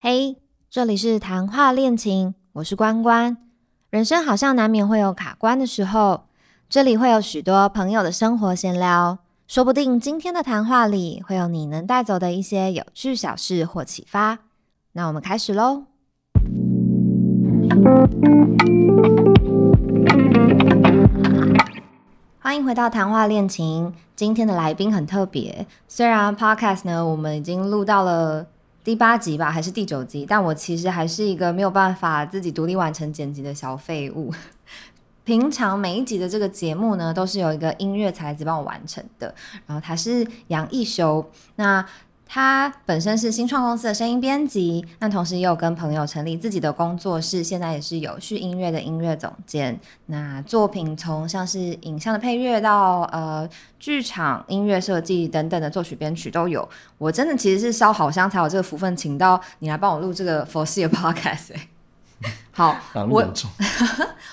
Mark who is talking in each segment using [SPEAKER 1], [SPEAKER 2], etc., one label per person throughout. [SPEAKER 1] 嘿、这里是谈话恋情，我是关关。人生好像难免会有卡关的时候，这里会有许多朋友的生活闲聊，说不定今天的谈话里会有你能带走的一些有趣小事或启发。那我们开始喽。欢迎回到谈话恋情。今天的来宾很特别，虽然 podcast 呢我们已经录到了第八集吧，还是第九集，但我其实还是一个没有办法自己独立完成剪辑的小废物。 平常每一集的这个节目呢，都是有一个音乐才子帮我完成的。然后他是杨一修，那他本身是新创公司的声音编辑，那同时也有跟朋友成立自己的工作室，现在也是有序音乐的音乐总监。那作品从像是影像的配乐到呃剧场音乐设计等等的作曲编曲都有。我真的其实是烧好香才有这个福分，请到你来帮我录这个佛系的 podcast、欸。好，
[SPEAKER 2] 哪那
[SPEAKER 1] 我
[SPEAKER 2] 么严重？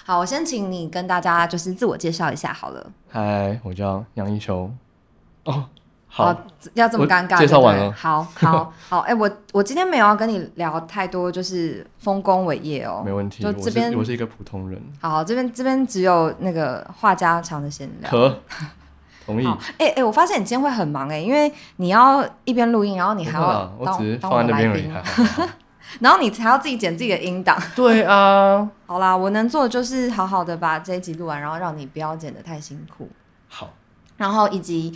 [SPEAKER 1] 好，我先请你跟大家就是自我介绍一下好了。
[SPEAKER 2] 嗨，我叫杨一修。哦，好，
[SPEAKER 1] 哦，要这么尴尬？
[SPEAKER 2] 我介绍
[SPEAKER 1] 对不
[SPEAKER 2] 完
[SPEAKER 1] 对
[SPEAKER 2] 了
[SPEAKER 1] 好，好，好。哎、我我今天没有要跟你聊太多，就是丰功伟业哦。
[SPEAKER 2] 没问题。
[SPEAKER 1] 就
[SPEAKER 2] 我
[SPEAKER 1] 这
[SPEAKER 2] 是
[SPEAKER 1] 边
[SPEAKER 2] 我是一个普通人。
[SPEAKER 1] 好，这边这边只有那个话家常的闲聊。
[SPEAKER 2] 可，同意。
[SPEAKER 1] 好，哎、哎、我发现你今天会很忙哎、因为你要一边录音，然后你
[SPEAKER 2] 不
[SPEAKER 1] 还
[SPEAKER 2] 会
[SPEAKER 1] 要
[SPEAKER 2] 啦
[SPEAKER 1] 当
[SPEAKER 2] 我只是
[SPEAKER 1] 当
[SPEAKER 2] 放在
[SPEAKER 1] 的
[SPEAKER 2] 那边
[SPEAKER 1] 来
[SPEAKER 2] 而已。啊
[SPEAKER 1] 宾
[SPEAKER 2] 还好还好
[SPEAKER 1] 然后你还要自己剪自己的音档。
[SPEAKER 2] 对啊，
[SPEAKER 1] 好啦，我能做的就是好好的把这一集录完，然后让你不要剪得太辛苦，
[SPEAKER 2] 好，
[SPEAKER 1] 然后以及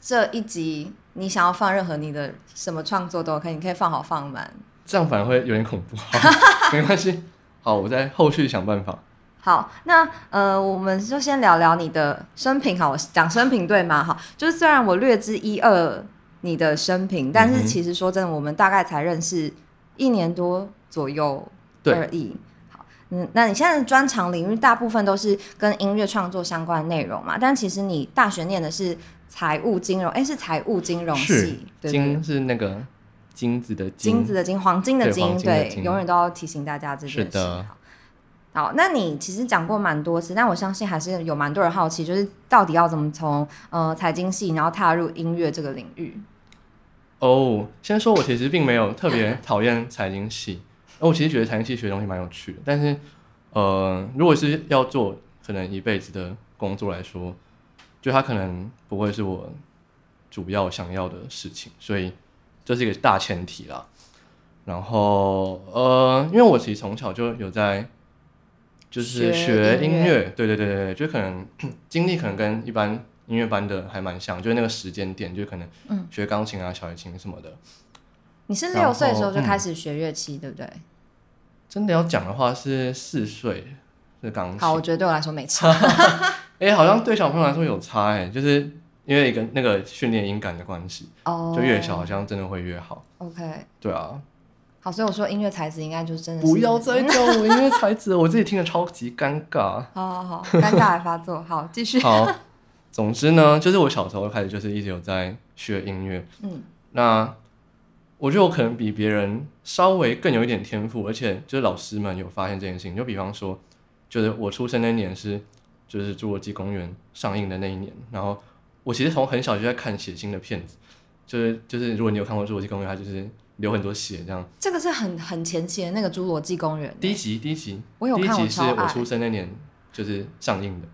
[SPEAKER 1] 这一集你想要放任何你的什么创作都可以，你可以放好放满。
[SPEAKER 2] 这样反而会有点恐怖。好没关系。好，我在后续想办法。
[SPEAKER 1] 好，那呃，我们就先聊聊你的生平好，我讲生平对吗？好，就是虽然我略知一二你的生平，但
[SPEAKER 2] 嗯
[SPEAKER 1] 是
[SPEAKER 2] 哼
[SPEAKER 1] 其实说真的，我们大概才认识一年多左右
[SPEAKER 2] 对
[SPEAKER 1] 而已。好，嗯，那你现在的专长领域大部分都是跟音乐创作相关的内容嘛？但其实你大学念的是财务金融，哎、是财务金融
[SPEAKER 2] 是
[SPEAKER 1] 系，对不对？
[SPEAKER 2] 金是那个金子的
[SPEAKER 1] 金子的金，黄金的
[SPEAKER 2] 对
[SPEAKER 1] 金，
[SPEAKER 2] 黄金的
[SPEAKER 1] 对，
[SPEAKER 2] 金
[SPEAKER 1] 永远都要提醒大家这件
[SPEAKER 2] 是
[SPEAKER 1] 事。
[SPEAKER 2] 的
[SPEAKER 1] 好好，那你其实讲过蛮多次，但我相信还是有蛮多人好奇，就是到底要怎么从呃财经系，然后踏入音乐这个领域？
[SPEAKER 2] 哦，先说我其实并没有特别讨厌财经系，呃我其实觉得财经系学的东西蛮有趣的。但是，呃，如果是要做可能一辈子的工作来说，就它可能不会是我主要想要的事情，所以这是一个大前提啦。然后，呃，因为我其实从小就有在就是
[SPEAKER 1] 学
[SPEAKER 2] 学
[SPEAKER 1] 音
[SPEAKER 2] 音
[SPEAKER 1] 乐
[SPEAKER 2] 乐，对对对对对，就可能经历可能跟一般音乐班的还蛮像，就是那个时间点，就可能
[SPEAKER 1] 嗯
[SPEAKER 2] 学钢琴啊、小提琴什么的。
[SPEAKER 1] 你是
[SPEAKER 2] 然
[SPEAKER 1] 六
[SPEAKER 2] 后嗯
[SPEAKER 1] 岁的时候就开始学乐器，对不对？
[SPEAKER 2] 真的要讲的话是四岁是钢琴
[SPEAKER 1] 好，，我觉得对我来说没差。
[SPEAKER 2] 哎、好像对小朋友来说有差哎、就是因为跟那个训练音感的关系，
[SPEAKER 1] 哦，
[SPEAKER 2] 就越小好像真的会越好。
[SPEAKER 1] OK，
[SPEAKER 2] 对啊，
[SPEAKER 1] 好，所以我说音乐才子应该就是真的是嗯
[SPEAKER 2] 不要再叫我音乐才子了，我自己听得超级尴尬。
[SPEAKER 1] 好好好，尴尬还发作，好，继续。
[SPEAKER 2] 好，总之呢，就是我小时候开始就是一直有在学音乐，
[SPEAKER 1] 嗯，
[SPEAKER 2] 那我觉得我可能比别人稍微更有一点天赋，而且就是老师们有发现这件事情，就比方说，就是我出生那年是就是《侏罗纪公园》上映的那一年，然后我其实从很小就在看血腥的片子，就是就是如果你有看过《侏罗纪公园》，它就是流很多血这样。
[SPEAKER 1] 这个是很很前期的那个《侏罗纪公园》，欸
[SPEAKER 2] 第一集，第一集，
[SPEAKER 1] 我有
[SPEAKER 2] 第一
[SPEAKER 1] 看我
[SPEAKER 2] 集是
[SPEAKER 1] 超爱
[SPEAKER 2] 我出生那年就是上映的，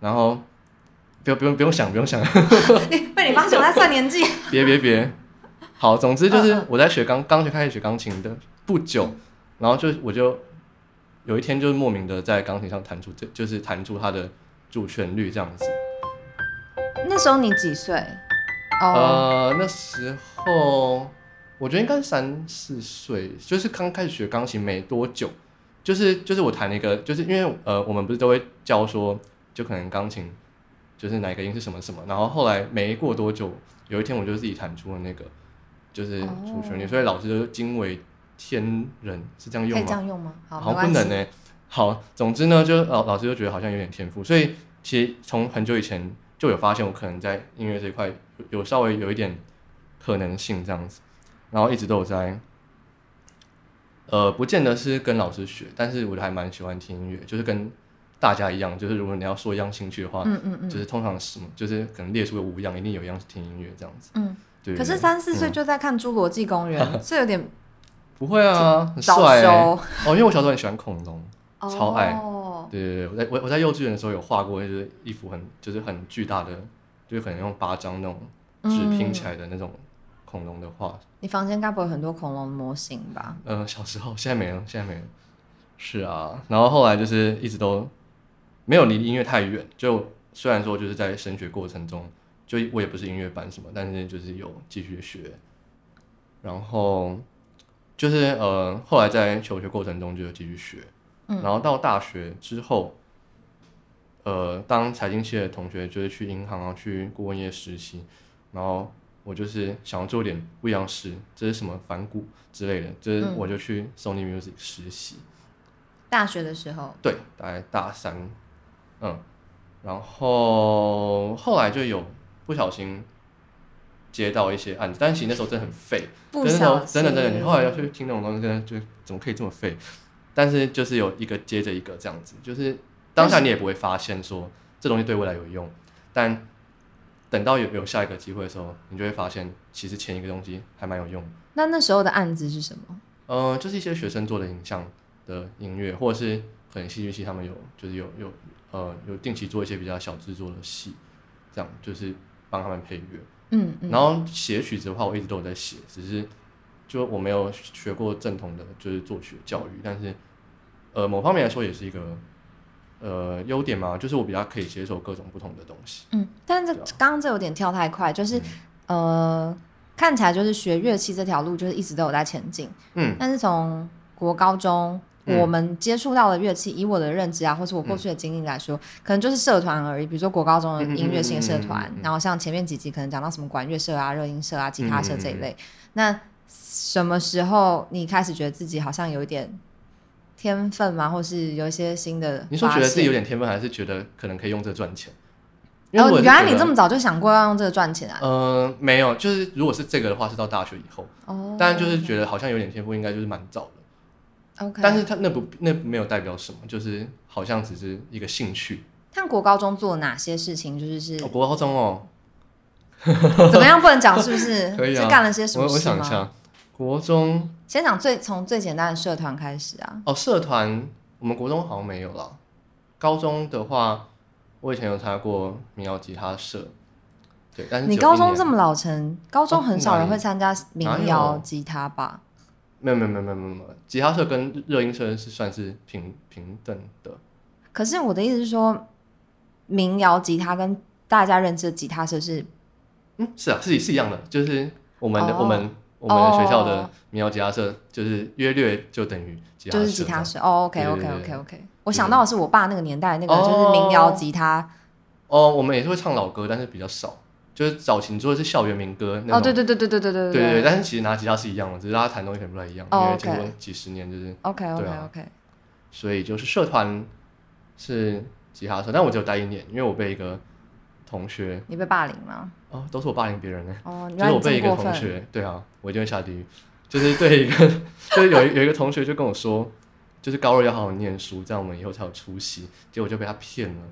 [SPEAKER 2] 然后不用不用不用想不用想，
[SPEAKER 1] 被你发现我在算年纪。
[SPEAKER 2] 别别别，好，总之就
[SPEAKER 1] 嗯
[SPEAKER 2] 是我在学钢刚学开始学钢琴的不久，然后就我就有一天就是莫名的在钢琴上弹出这就是弹出它的主旋律这样子。
[SPEAKER 1] 那时候你几岁？哦、
[SPEAKER 2] 呃，那时候我觉得应该三四岁，就是刚开始学钢琴没多久，就是就是我弹了一个，就是因为呃，我们不是都会教说，就可能钢琴就是哪个音是什么什么，然后后来没过多久，有一天我就自己弹出了那个就是主旋律，
[SPEAKER 1] 哦
[SPEAKER 2] 所以老师就惊为天人，是这样
[SPEAKER 1] 可
[SPEAKER 2] 用
[SPEAKER 1] 以
[SPEAKER 2] 吗
[SPEAKER 1] 这？样用吗？好，
[SPEAKER 2] 好
[SPEAKER 1] 没
[SPEAKER 2] 不
[SPEAKER 1] 关系。
[SPEAKER 2] 能呢、好，总之呢，就老老师就觉得好像有点天赋，所以其实从很久以前就有发现我可能在音乐这一块有有稍微有一点可能性这样子，然后一直都有在，呃，不见得是跟老师学，但是我还蛮喜欢听音乐，就是跟大家一样，就是如果你要说一样兴趣的话，
[SPEAKER 1] 嗯嗯嗯，
[SPEAKER 2] 就是通常是什么，就是可能列出个五样，一定有一样是听音乐这样子。
[SPEAKER 1] 嗯，
[SPEAKER 2] 对。
[SPEAKER 1] 可是
[SPEAKER 2] 对
[SPEAKER 1] 三四岁就在看《侏罗纪公园》这有点
[SPEAKER 2] 不会啊，很
[SPEAKER 1] 早
[SPEAKER 2] 帅、欸、
[SPEAKER 1] 熟
[SPEAKER 2] 哦，因为我小时候很喜欢恐龙，超爱
[SPEAKER 1] 哦
[SPEAKER 2] 对对对，我在我我在幼稚园的时候有画过，就是一幅很就是很巨大的，就是可能用八张那种纸拼起来的那种恐龙的画。
[SPEAKER 1] 嗯你房间该不会有很多恐龙模型吧？
[SPEAKER 2] 呃，小时候现在没了，现在没了。是啊，然后后来就是一直都没有离音乐太远，就虽然说就是在升学过程中，就我也不是音乐班什么，但是就是有继续学，然后就是呃后来在求学过程中就有继续学，
[SPEAKER 1] 嗯
[SPEAKER 2] 然后到大学之后，呃，当财经系的同学就是去银行啊，去顾问业实习，然后我就是想要做点不一样的事，这是什么反骨之类的，就是
[SPEAKER 1] 嗯
[SPEAKER 2] 我就去 Sony Music 实习，
[SPEAKER 1] 大学的时候，
[SPEAKER 2] 对，大概大三，嗯，然后后来就有不小心接到一些案子，但其实那时候真的很废，
[SPEAKER 1] 不
[SPEAKER 2] 真
[SPEAKER 1] 小
[SPEAKER 2] 的
[SPEAKER 1] 心
[SPEAKER 2] 真的真的，你后来要去听那种东西，真的就怎么可以这么废？但是就是有一个接着一个这样子，就是当下你也不会发现说这东西对未来有用，但等到有有下一个机会的时候，你就会发现其实前一个东西还蛮有用的。
[SPEAKER 1] 那那时候的案子是什么？
[SPEAKER 2] 呃，就是一些学生做的影像的音乐，或者是可能戏剧系他们有就是有有呃有定期做一些比较小制作的戏，这样就是帮他们配乐。
[SPEAKER 1] 嗯嗯，
[SPEAKER 2] 然后写曲子的话，我一直都有在写，只是就我没有学过正统的，就是作曲教育，但是呃某方面来说也是一个呃优点嘛，就是我比较可以接受各种不同的东西。
[SPEAKER 1] 嗯，但是这
[SPEAKER 2] 对啊
[SPEAKER 1] 刚刚这有点跳太快，就是、
[SPEAKER 2] 嗯
[SPEAKER 1] 呃，看起来就是学乐器这条路就是一直都有在前进，
[SPEAKER 2] 嗯，
[SPEAKER 1] 但是从国高中。
[SPEAKER 2] 嗯
[SPEAKER 1] 我们接触到的乐器，以我的认知啊，或是我过去的经历来说，
[SPEAKER 2] 嗯
[SPEAKER 1] 可能就是社团而已。比如说国高中的音乐性社团，
[SPEAKER 2] 嗯嗯嗯嗯嗯嗯
[SPEAKER 1] 然后像前面几集可能讲到什么管乐社啊、热音社啊、吉他社这一
[SPEAKER 2] 嗯
[SPEAKER 1] 类。那什么时候你开始觉得自己好像有一点天分吗？或是有一些新的？
[SPEAKER 2] 你说觉得自己有点天分，还是觉得可能可以用这赚钱？因
[SPEAKER 1] 然
[SPEAKER 2] 为
[SPEAKER 1] 后
[SPEAKER 2] 我
[SPEAKER 1] 哦
[SPEAKER 2] 是
[SPEAKER 1] 原来
[SPEAKER 2] 觉
[SPEAKER 1] 你
[SPEAKER 2] 得
[SPEAKER 1] 这么早就想过要用这个赚钱啊？
[SPEAKER 2] 呃，没有，就是如果是这个的话，是到大学以后，
[SPEAKER 1] 哦，
[SPEAKER 2] 当然嗯就是觉得好像有点天赋，应该就是蛮早的。
[SPEAKER 1] OK，
[SPEAKER 2] 但是他那不那没有代表什么，就是好像只是一个兴趣。
[SPEAKER 1] 看国高中做哪些事情，就是是
[SPEAKER 2] 我国高中哦，
[SPEAKER 1] 怎么样不能讲，是不是？
[SPEAKER 2] 可以啊
[SPEAKER 1] 是干了些什
[SPEAKER 2] 我
[SPEAKER 1] 么
[SPEAKER 2] 我
[SPEAKER 1] 事
[SPEAKER 2] 想一
[SPEAKER 1] 吗？
[SPEAKER 2] 下，国中
[SPEAKER 1] 先讲最从最简单的社团开始啊。
[SPEAKER 2] 哦，社团我们国中好像没有啦。高中的话，我以前有参加过民谣吉他社，对，但是
[SPEAKER 1] 你
[SPEAKER 2] 只有一
[SPEAKER 1] 高中
[SPEAKER 2] 年哦
[SPEAKER 1] 这么老成，高中很少人会参加民
[SPEAKER 2] 哪
[SPEAKER 1] 谣
[SPEAKER 2] 有
[SPEAKER 1] 吉他吧？
[SPEAKER 2] 没有没有没有没有没有没有，吉他社跟热音社是算是平平等的。
[SPEAKER 1] 可是我的意思是说，民谣吉他跟大家认知的吉他社是
[SPEAKER 2] 嗯，是啊，是是一样的，就是我们的、
[SPEAKER 1] 哦
[SPEAKER 2] 我们我们学校
[SPEAKER 1] 哦
[SPEAKER 2] 的民谣吉他社，就是约略就等于吉他
[SPEAKER 1] 就
[SPEAKER 2] 社，
[SPEAKER 1] 是吉他社。哦，OK
[SPEAKER 2] 对
[SPEAKER 1] OK
[SPEAKER 2] 对对
[SPEAKER 1] OK OK。我想到的是我爸那个年代那个就是民谣吉他
[SPEAKER 2] 哦，我们也是会唱老歌，但是比较少，就是早期你做的是校园民歌那种。
[SPEAKER 1] 哦，对对对对对对对
[SPEAKER 2] 对对对，但是其实拿吉他是一样的，只是大家弹东西可能不太一样，
[SPEAKER 1] 哦
[SPEAKER 2] 因为
[SPEAKER 1] OK
[SPEAKER 2] 经过几十年就是，
[SPEAKER 1] OK OK
[SPEAKER 2] 对啊
[SPEAKER 1] OK。
[SPEAKER 2] 所以就是社团是吉他社，但我只有待一年，因为我被一个同学
[SPEAKER 1] 你被霸凌吗？
[SPEAKER 2] 哦，都是我霸凌别人呢。
[SPEAKER 1] 哦，原
[SPEAKER 2] 就
[SPEAKER 1] 来
[SPEAKER 2] 是
[SPEAKER 1] 你
[SPEAKER 2] 我
[SPEAKER 1] 这
[SPEAKER 2] 被一
[SPEAKER 1] 么
[SPEAKER 2] 个
[SPEAKER 1] 过
[SPEAKER 2] 同
[SPEAKER 1] 分。
[SPEAKER 2] 学，对啊，我一定会下地狱。就是对一个， 就是有一有一个同学就跟我说，就是高二要好好念书，这样我们以后才有出息。结果就被他骗了，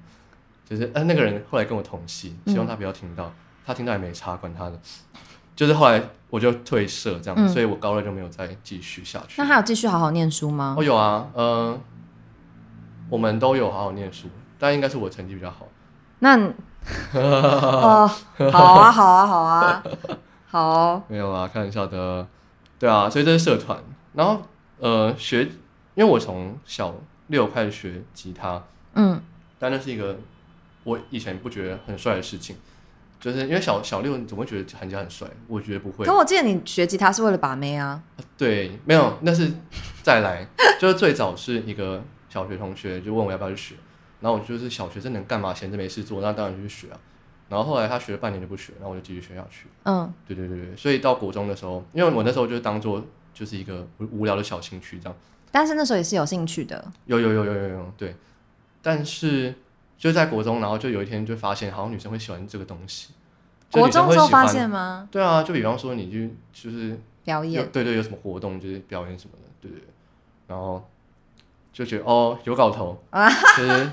[SPEAKER 2] 就是呃那个人后来跟我同系，希望他
[SPEAKER 1] 嗯
[SPEAKER 2] 不要听到，他听到也没差，管他的。就是后来我就退社这样，
[SPEAKER 1] 嗯
[SPEAKER 2] 所以我高二就没有再继续下去
[SPEAKER 1] 那。他有继续好好念书吗
[SPEAKER 2] 哦，？有啊，呃，我们都有好好念书，但应该是我成绩比较好。
[SPEAKER 1] 那 你哦，好啊，好啊，好啊，好哦
[SPEAKER 2] 没有啊，开玩笑的。对啊，所以这是社团。然后呃，学，因为我从小六开始学吉他，
[SPEAKER 1] 嗯，
[SPEAKER 2] 但那是一个我以前不觉得很帅的事情，就是因为小小六你怎么会觉得弹吉他很帅？我觉 得不会
[SPEAKER 1] 可。我记得你学吉他是为了把妹啊。
[SPEAKER 2] 对，没有，那是再来，就是最早是一个小学同学就问我要不要去学，然后我就是小学生能干嘛，闲着没事做，那当然就去学啊。然后后来他学了半年就不学，然后我就继续学下去。
[SPEAKER 1] 嗯，
[SPEAKER 2] 对对对对，所以到国中的时候，因为我那时候就当做就是一个无无聊的小兴趣这样，
[SPEAKER 1] 但是那时候也是有兴趣的。
[SPEAKER 2] 有有有有有有，对。但是就在国中，然后就有一天就发现，好像女生会喜欢这个东西。就
[SPEAKER 1] 国
[SPEAKER 2] 女生
[SPEAKER 1] 中
[SPEAKER 2] 会
[SPEAKER 1] 时候
[SPEAKER 2] 喜
[SPEAKER 1] 发
[SPEAKER 2] 欢
[SPEAKER 1] 现哦吗？
[SPEAKER 2] 对啊，就比方说你去就是
[SPEAKER 1] 表
[SPEAKER 2] 有
[SPEAKER 1] 演
[SPEAKER 2] 对对有什么活动，就是表演什么的，对对对。然后就觉得哦有 搞头，就是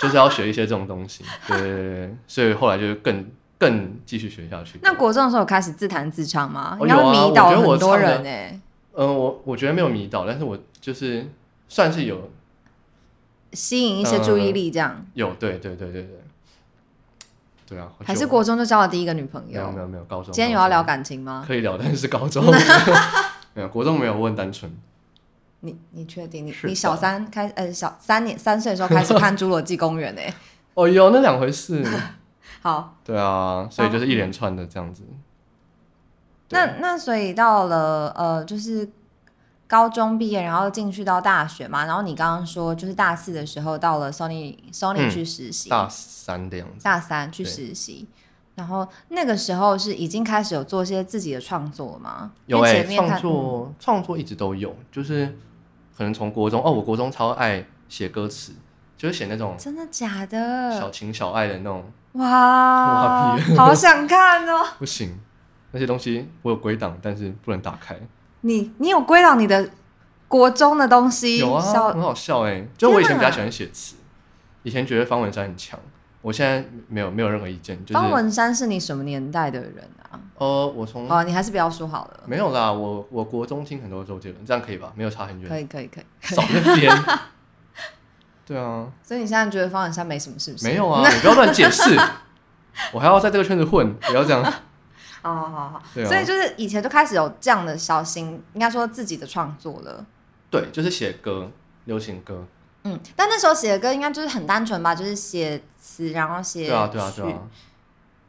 [SPEAKER 2] 就是要学一些这种东西，对对对对对。所以后来就更更继续学下去。
[SPEAKER 1] 那国中的时候有开始自弹自唱吗？
[SPEAKER 2] 哦
[SPEAKER 1] 应该会
[SPEAKER 2] 有啊
[SPEAKER 1] 迷倒
[SPEAKER 2] 我觉得我
[SPEAKER 1] 很多
[SPEAKER 2] 唱的
[SPEAKER 1] 人哎、
[SPEAKER 2] 嗯，我我觉得没有迷倒，但是我就是算是有
[SPEAKER 1] 吸引一些注意力这样？
[SPEAKER 2] 有，对对对对对，对啊，好
[SPEAKER 1] 还是
[SPEAKER 2] 久
[SPEAKER 1] 国中就交了第一个女朋
[SPEAKER 2] 没有
[SPEAKER 1] 友
[SPEAKER 2] 没？有没有高中，
[SPEAKER 1] 今天有
[SPEAKER 2] 高
[SPEAKER 1] 要
[SPEAKER 2] 中
[SPEAKER 1] 聊感情吗？
[SPEAKER 2] 可以聊，但是高 中没有，国中没有，我很单纯，
[SPEAKER 1] 你你确定？你
[SPEAKER 2] 是
[SPEAKER 1] 你
[SPEAKER 2] 的
[SPEAKER 1] 小三开呃小三年三岁的时候开始看《侏罗纪公园》哎，
[SPEAKER 2] 哦有那两回事，
[SPEAKER 1] 好，
[SPEAKER 2] 对啊，所以就是一连串的这样子。对
[SPEAKER 1] 哦那那所以到了呃就是高中毕业，然后进去到大学嘛，然后你刚刚说就是大四的时候到了 Sony Sony
[SPEAKER 2] 嗯
[SPEAKER 1] 去实习，
[SPEAKER 2] 大三的样子，
[SPEAKER 1] 大三去
[SPEAKER 2] 对
[SPEAKER 1] 实习。然后那个时候是已经开始有做一些自己的创作了吗？
[SPEAKER 2] 有
[SPEAKER 1] 哎、
[SPEAKER 2] 哎、
[SPEAKER 1] 前面看
[SPEAKER 2] 创作创作一直都有，就是可能从国中哦，我国中超爱写歌词，就是写那种
[SPEAKER 1] 嗯真的假
[SPEAKER 2] 小
[SPEAKER 1] 的？
[SPEAKER 2] 情小爱的那种，
[SPEAKER 1] 哇
[SPEAKER 2] 哇，
[SPEAKER 1] 好想看哦！
[SPEAKER 2] 不行，那些东西我有归档，但是不能打开。
[SPEAKER 1] 你你有归到你的国中的东西？
[SPEAKER 2] 有啊，
[SPEAKER 1] 小
[SPEAKER 2] 很好笑哎、就我以前
[SPEAKER 1] 天
[SPEAKER 2] 比
[SPEAKER 1] 哪
[SPEAKER 2] 较喜欢写词，以前觉得方文山很强，我现在没有没有任何意见，就是
[SPEAKER 1] 方文山是你什么年代的人啊？
[SPEAKER 2] 呃，我从、
[SPEAKER 1] 哦，你还是不要说好了。
[SPEAKER 2] 没有啦，我我国中听很多周杰伦，这样可以吧？没有差很远，
[SPEAKER 1] 可以可以可以。
[SPEAKER 2] 少那边。 对啊，
[SPEAKER 1] 所以你现在觉得方文山没什么，是不是？
[SPEAKER 2] 没有啊，你不要乱 解释，我还要在这个圈子混，不要这样。
[SPEAKER 1] 好哦好好好。
[SPEAKER 2] 对啊
[SPEAKER 1] 所以就是以前就开始有这样的小型，应该说自己的创作了。
[SPEAKER 2] 对，就是写歌，流行歌，
[SPEAKER 1] 嗯，但那时候写的歌应该就是很单纯吧，就是写词，然后写
[SPEAKER 2] 对啊，对啊，
[SPEAKER 1] 曲
[SPEAKER 2] 对啊。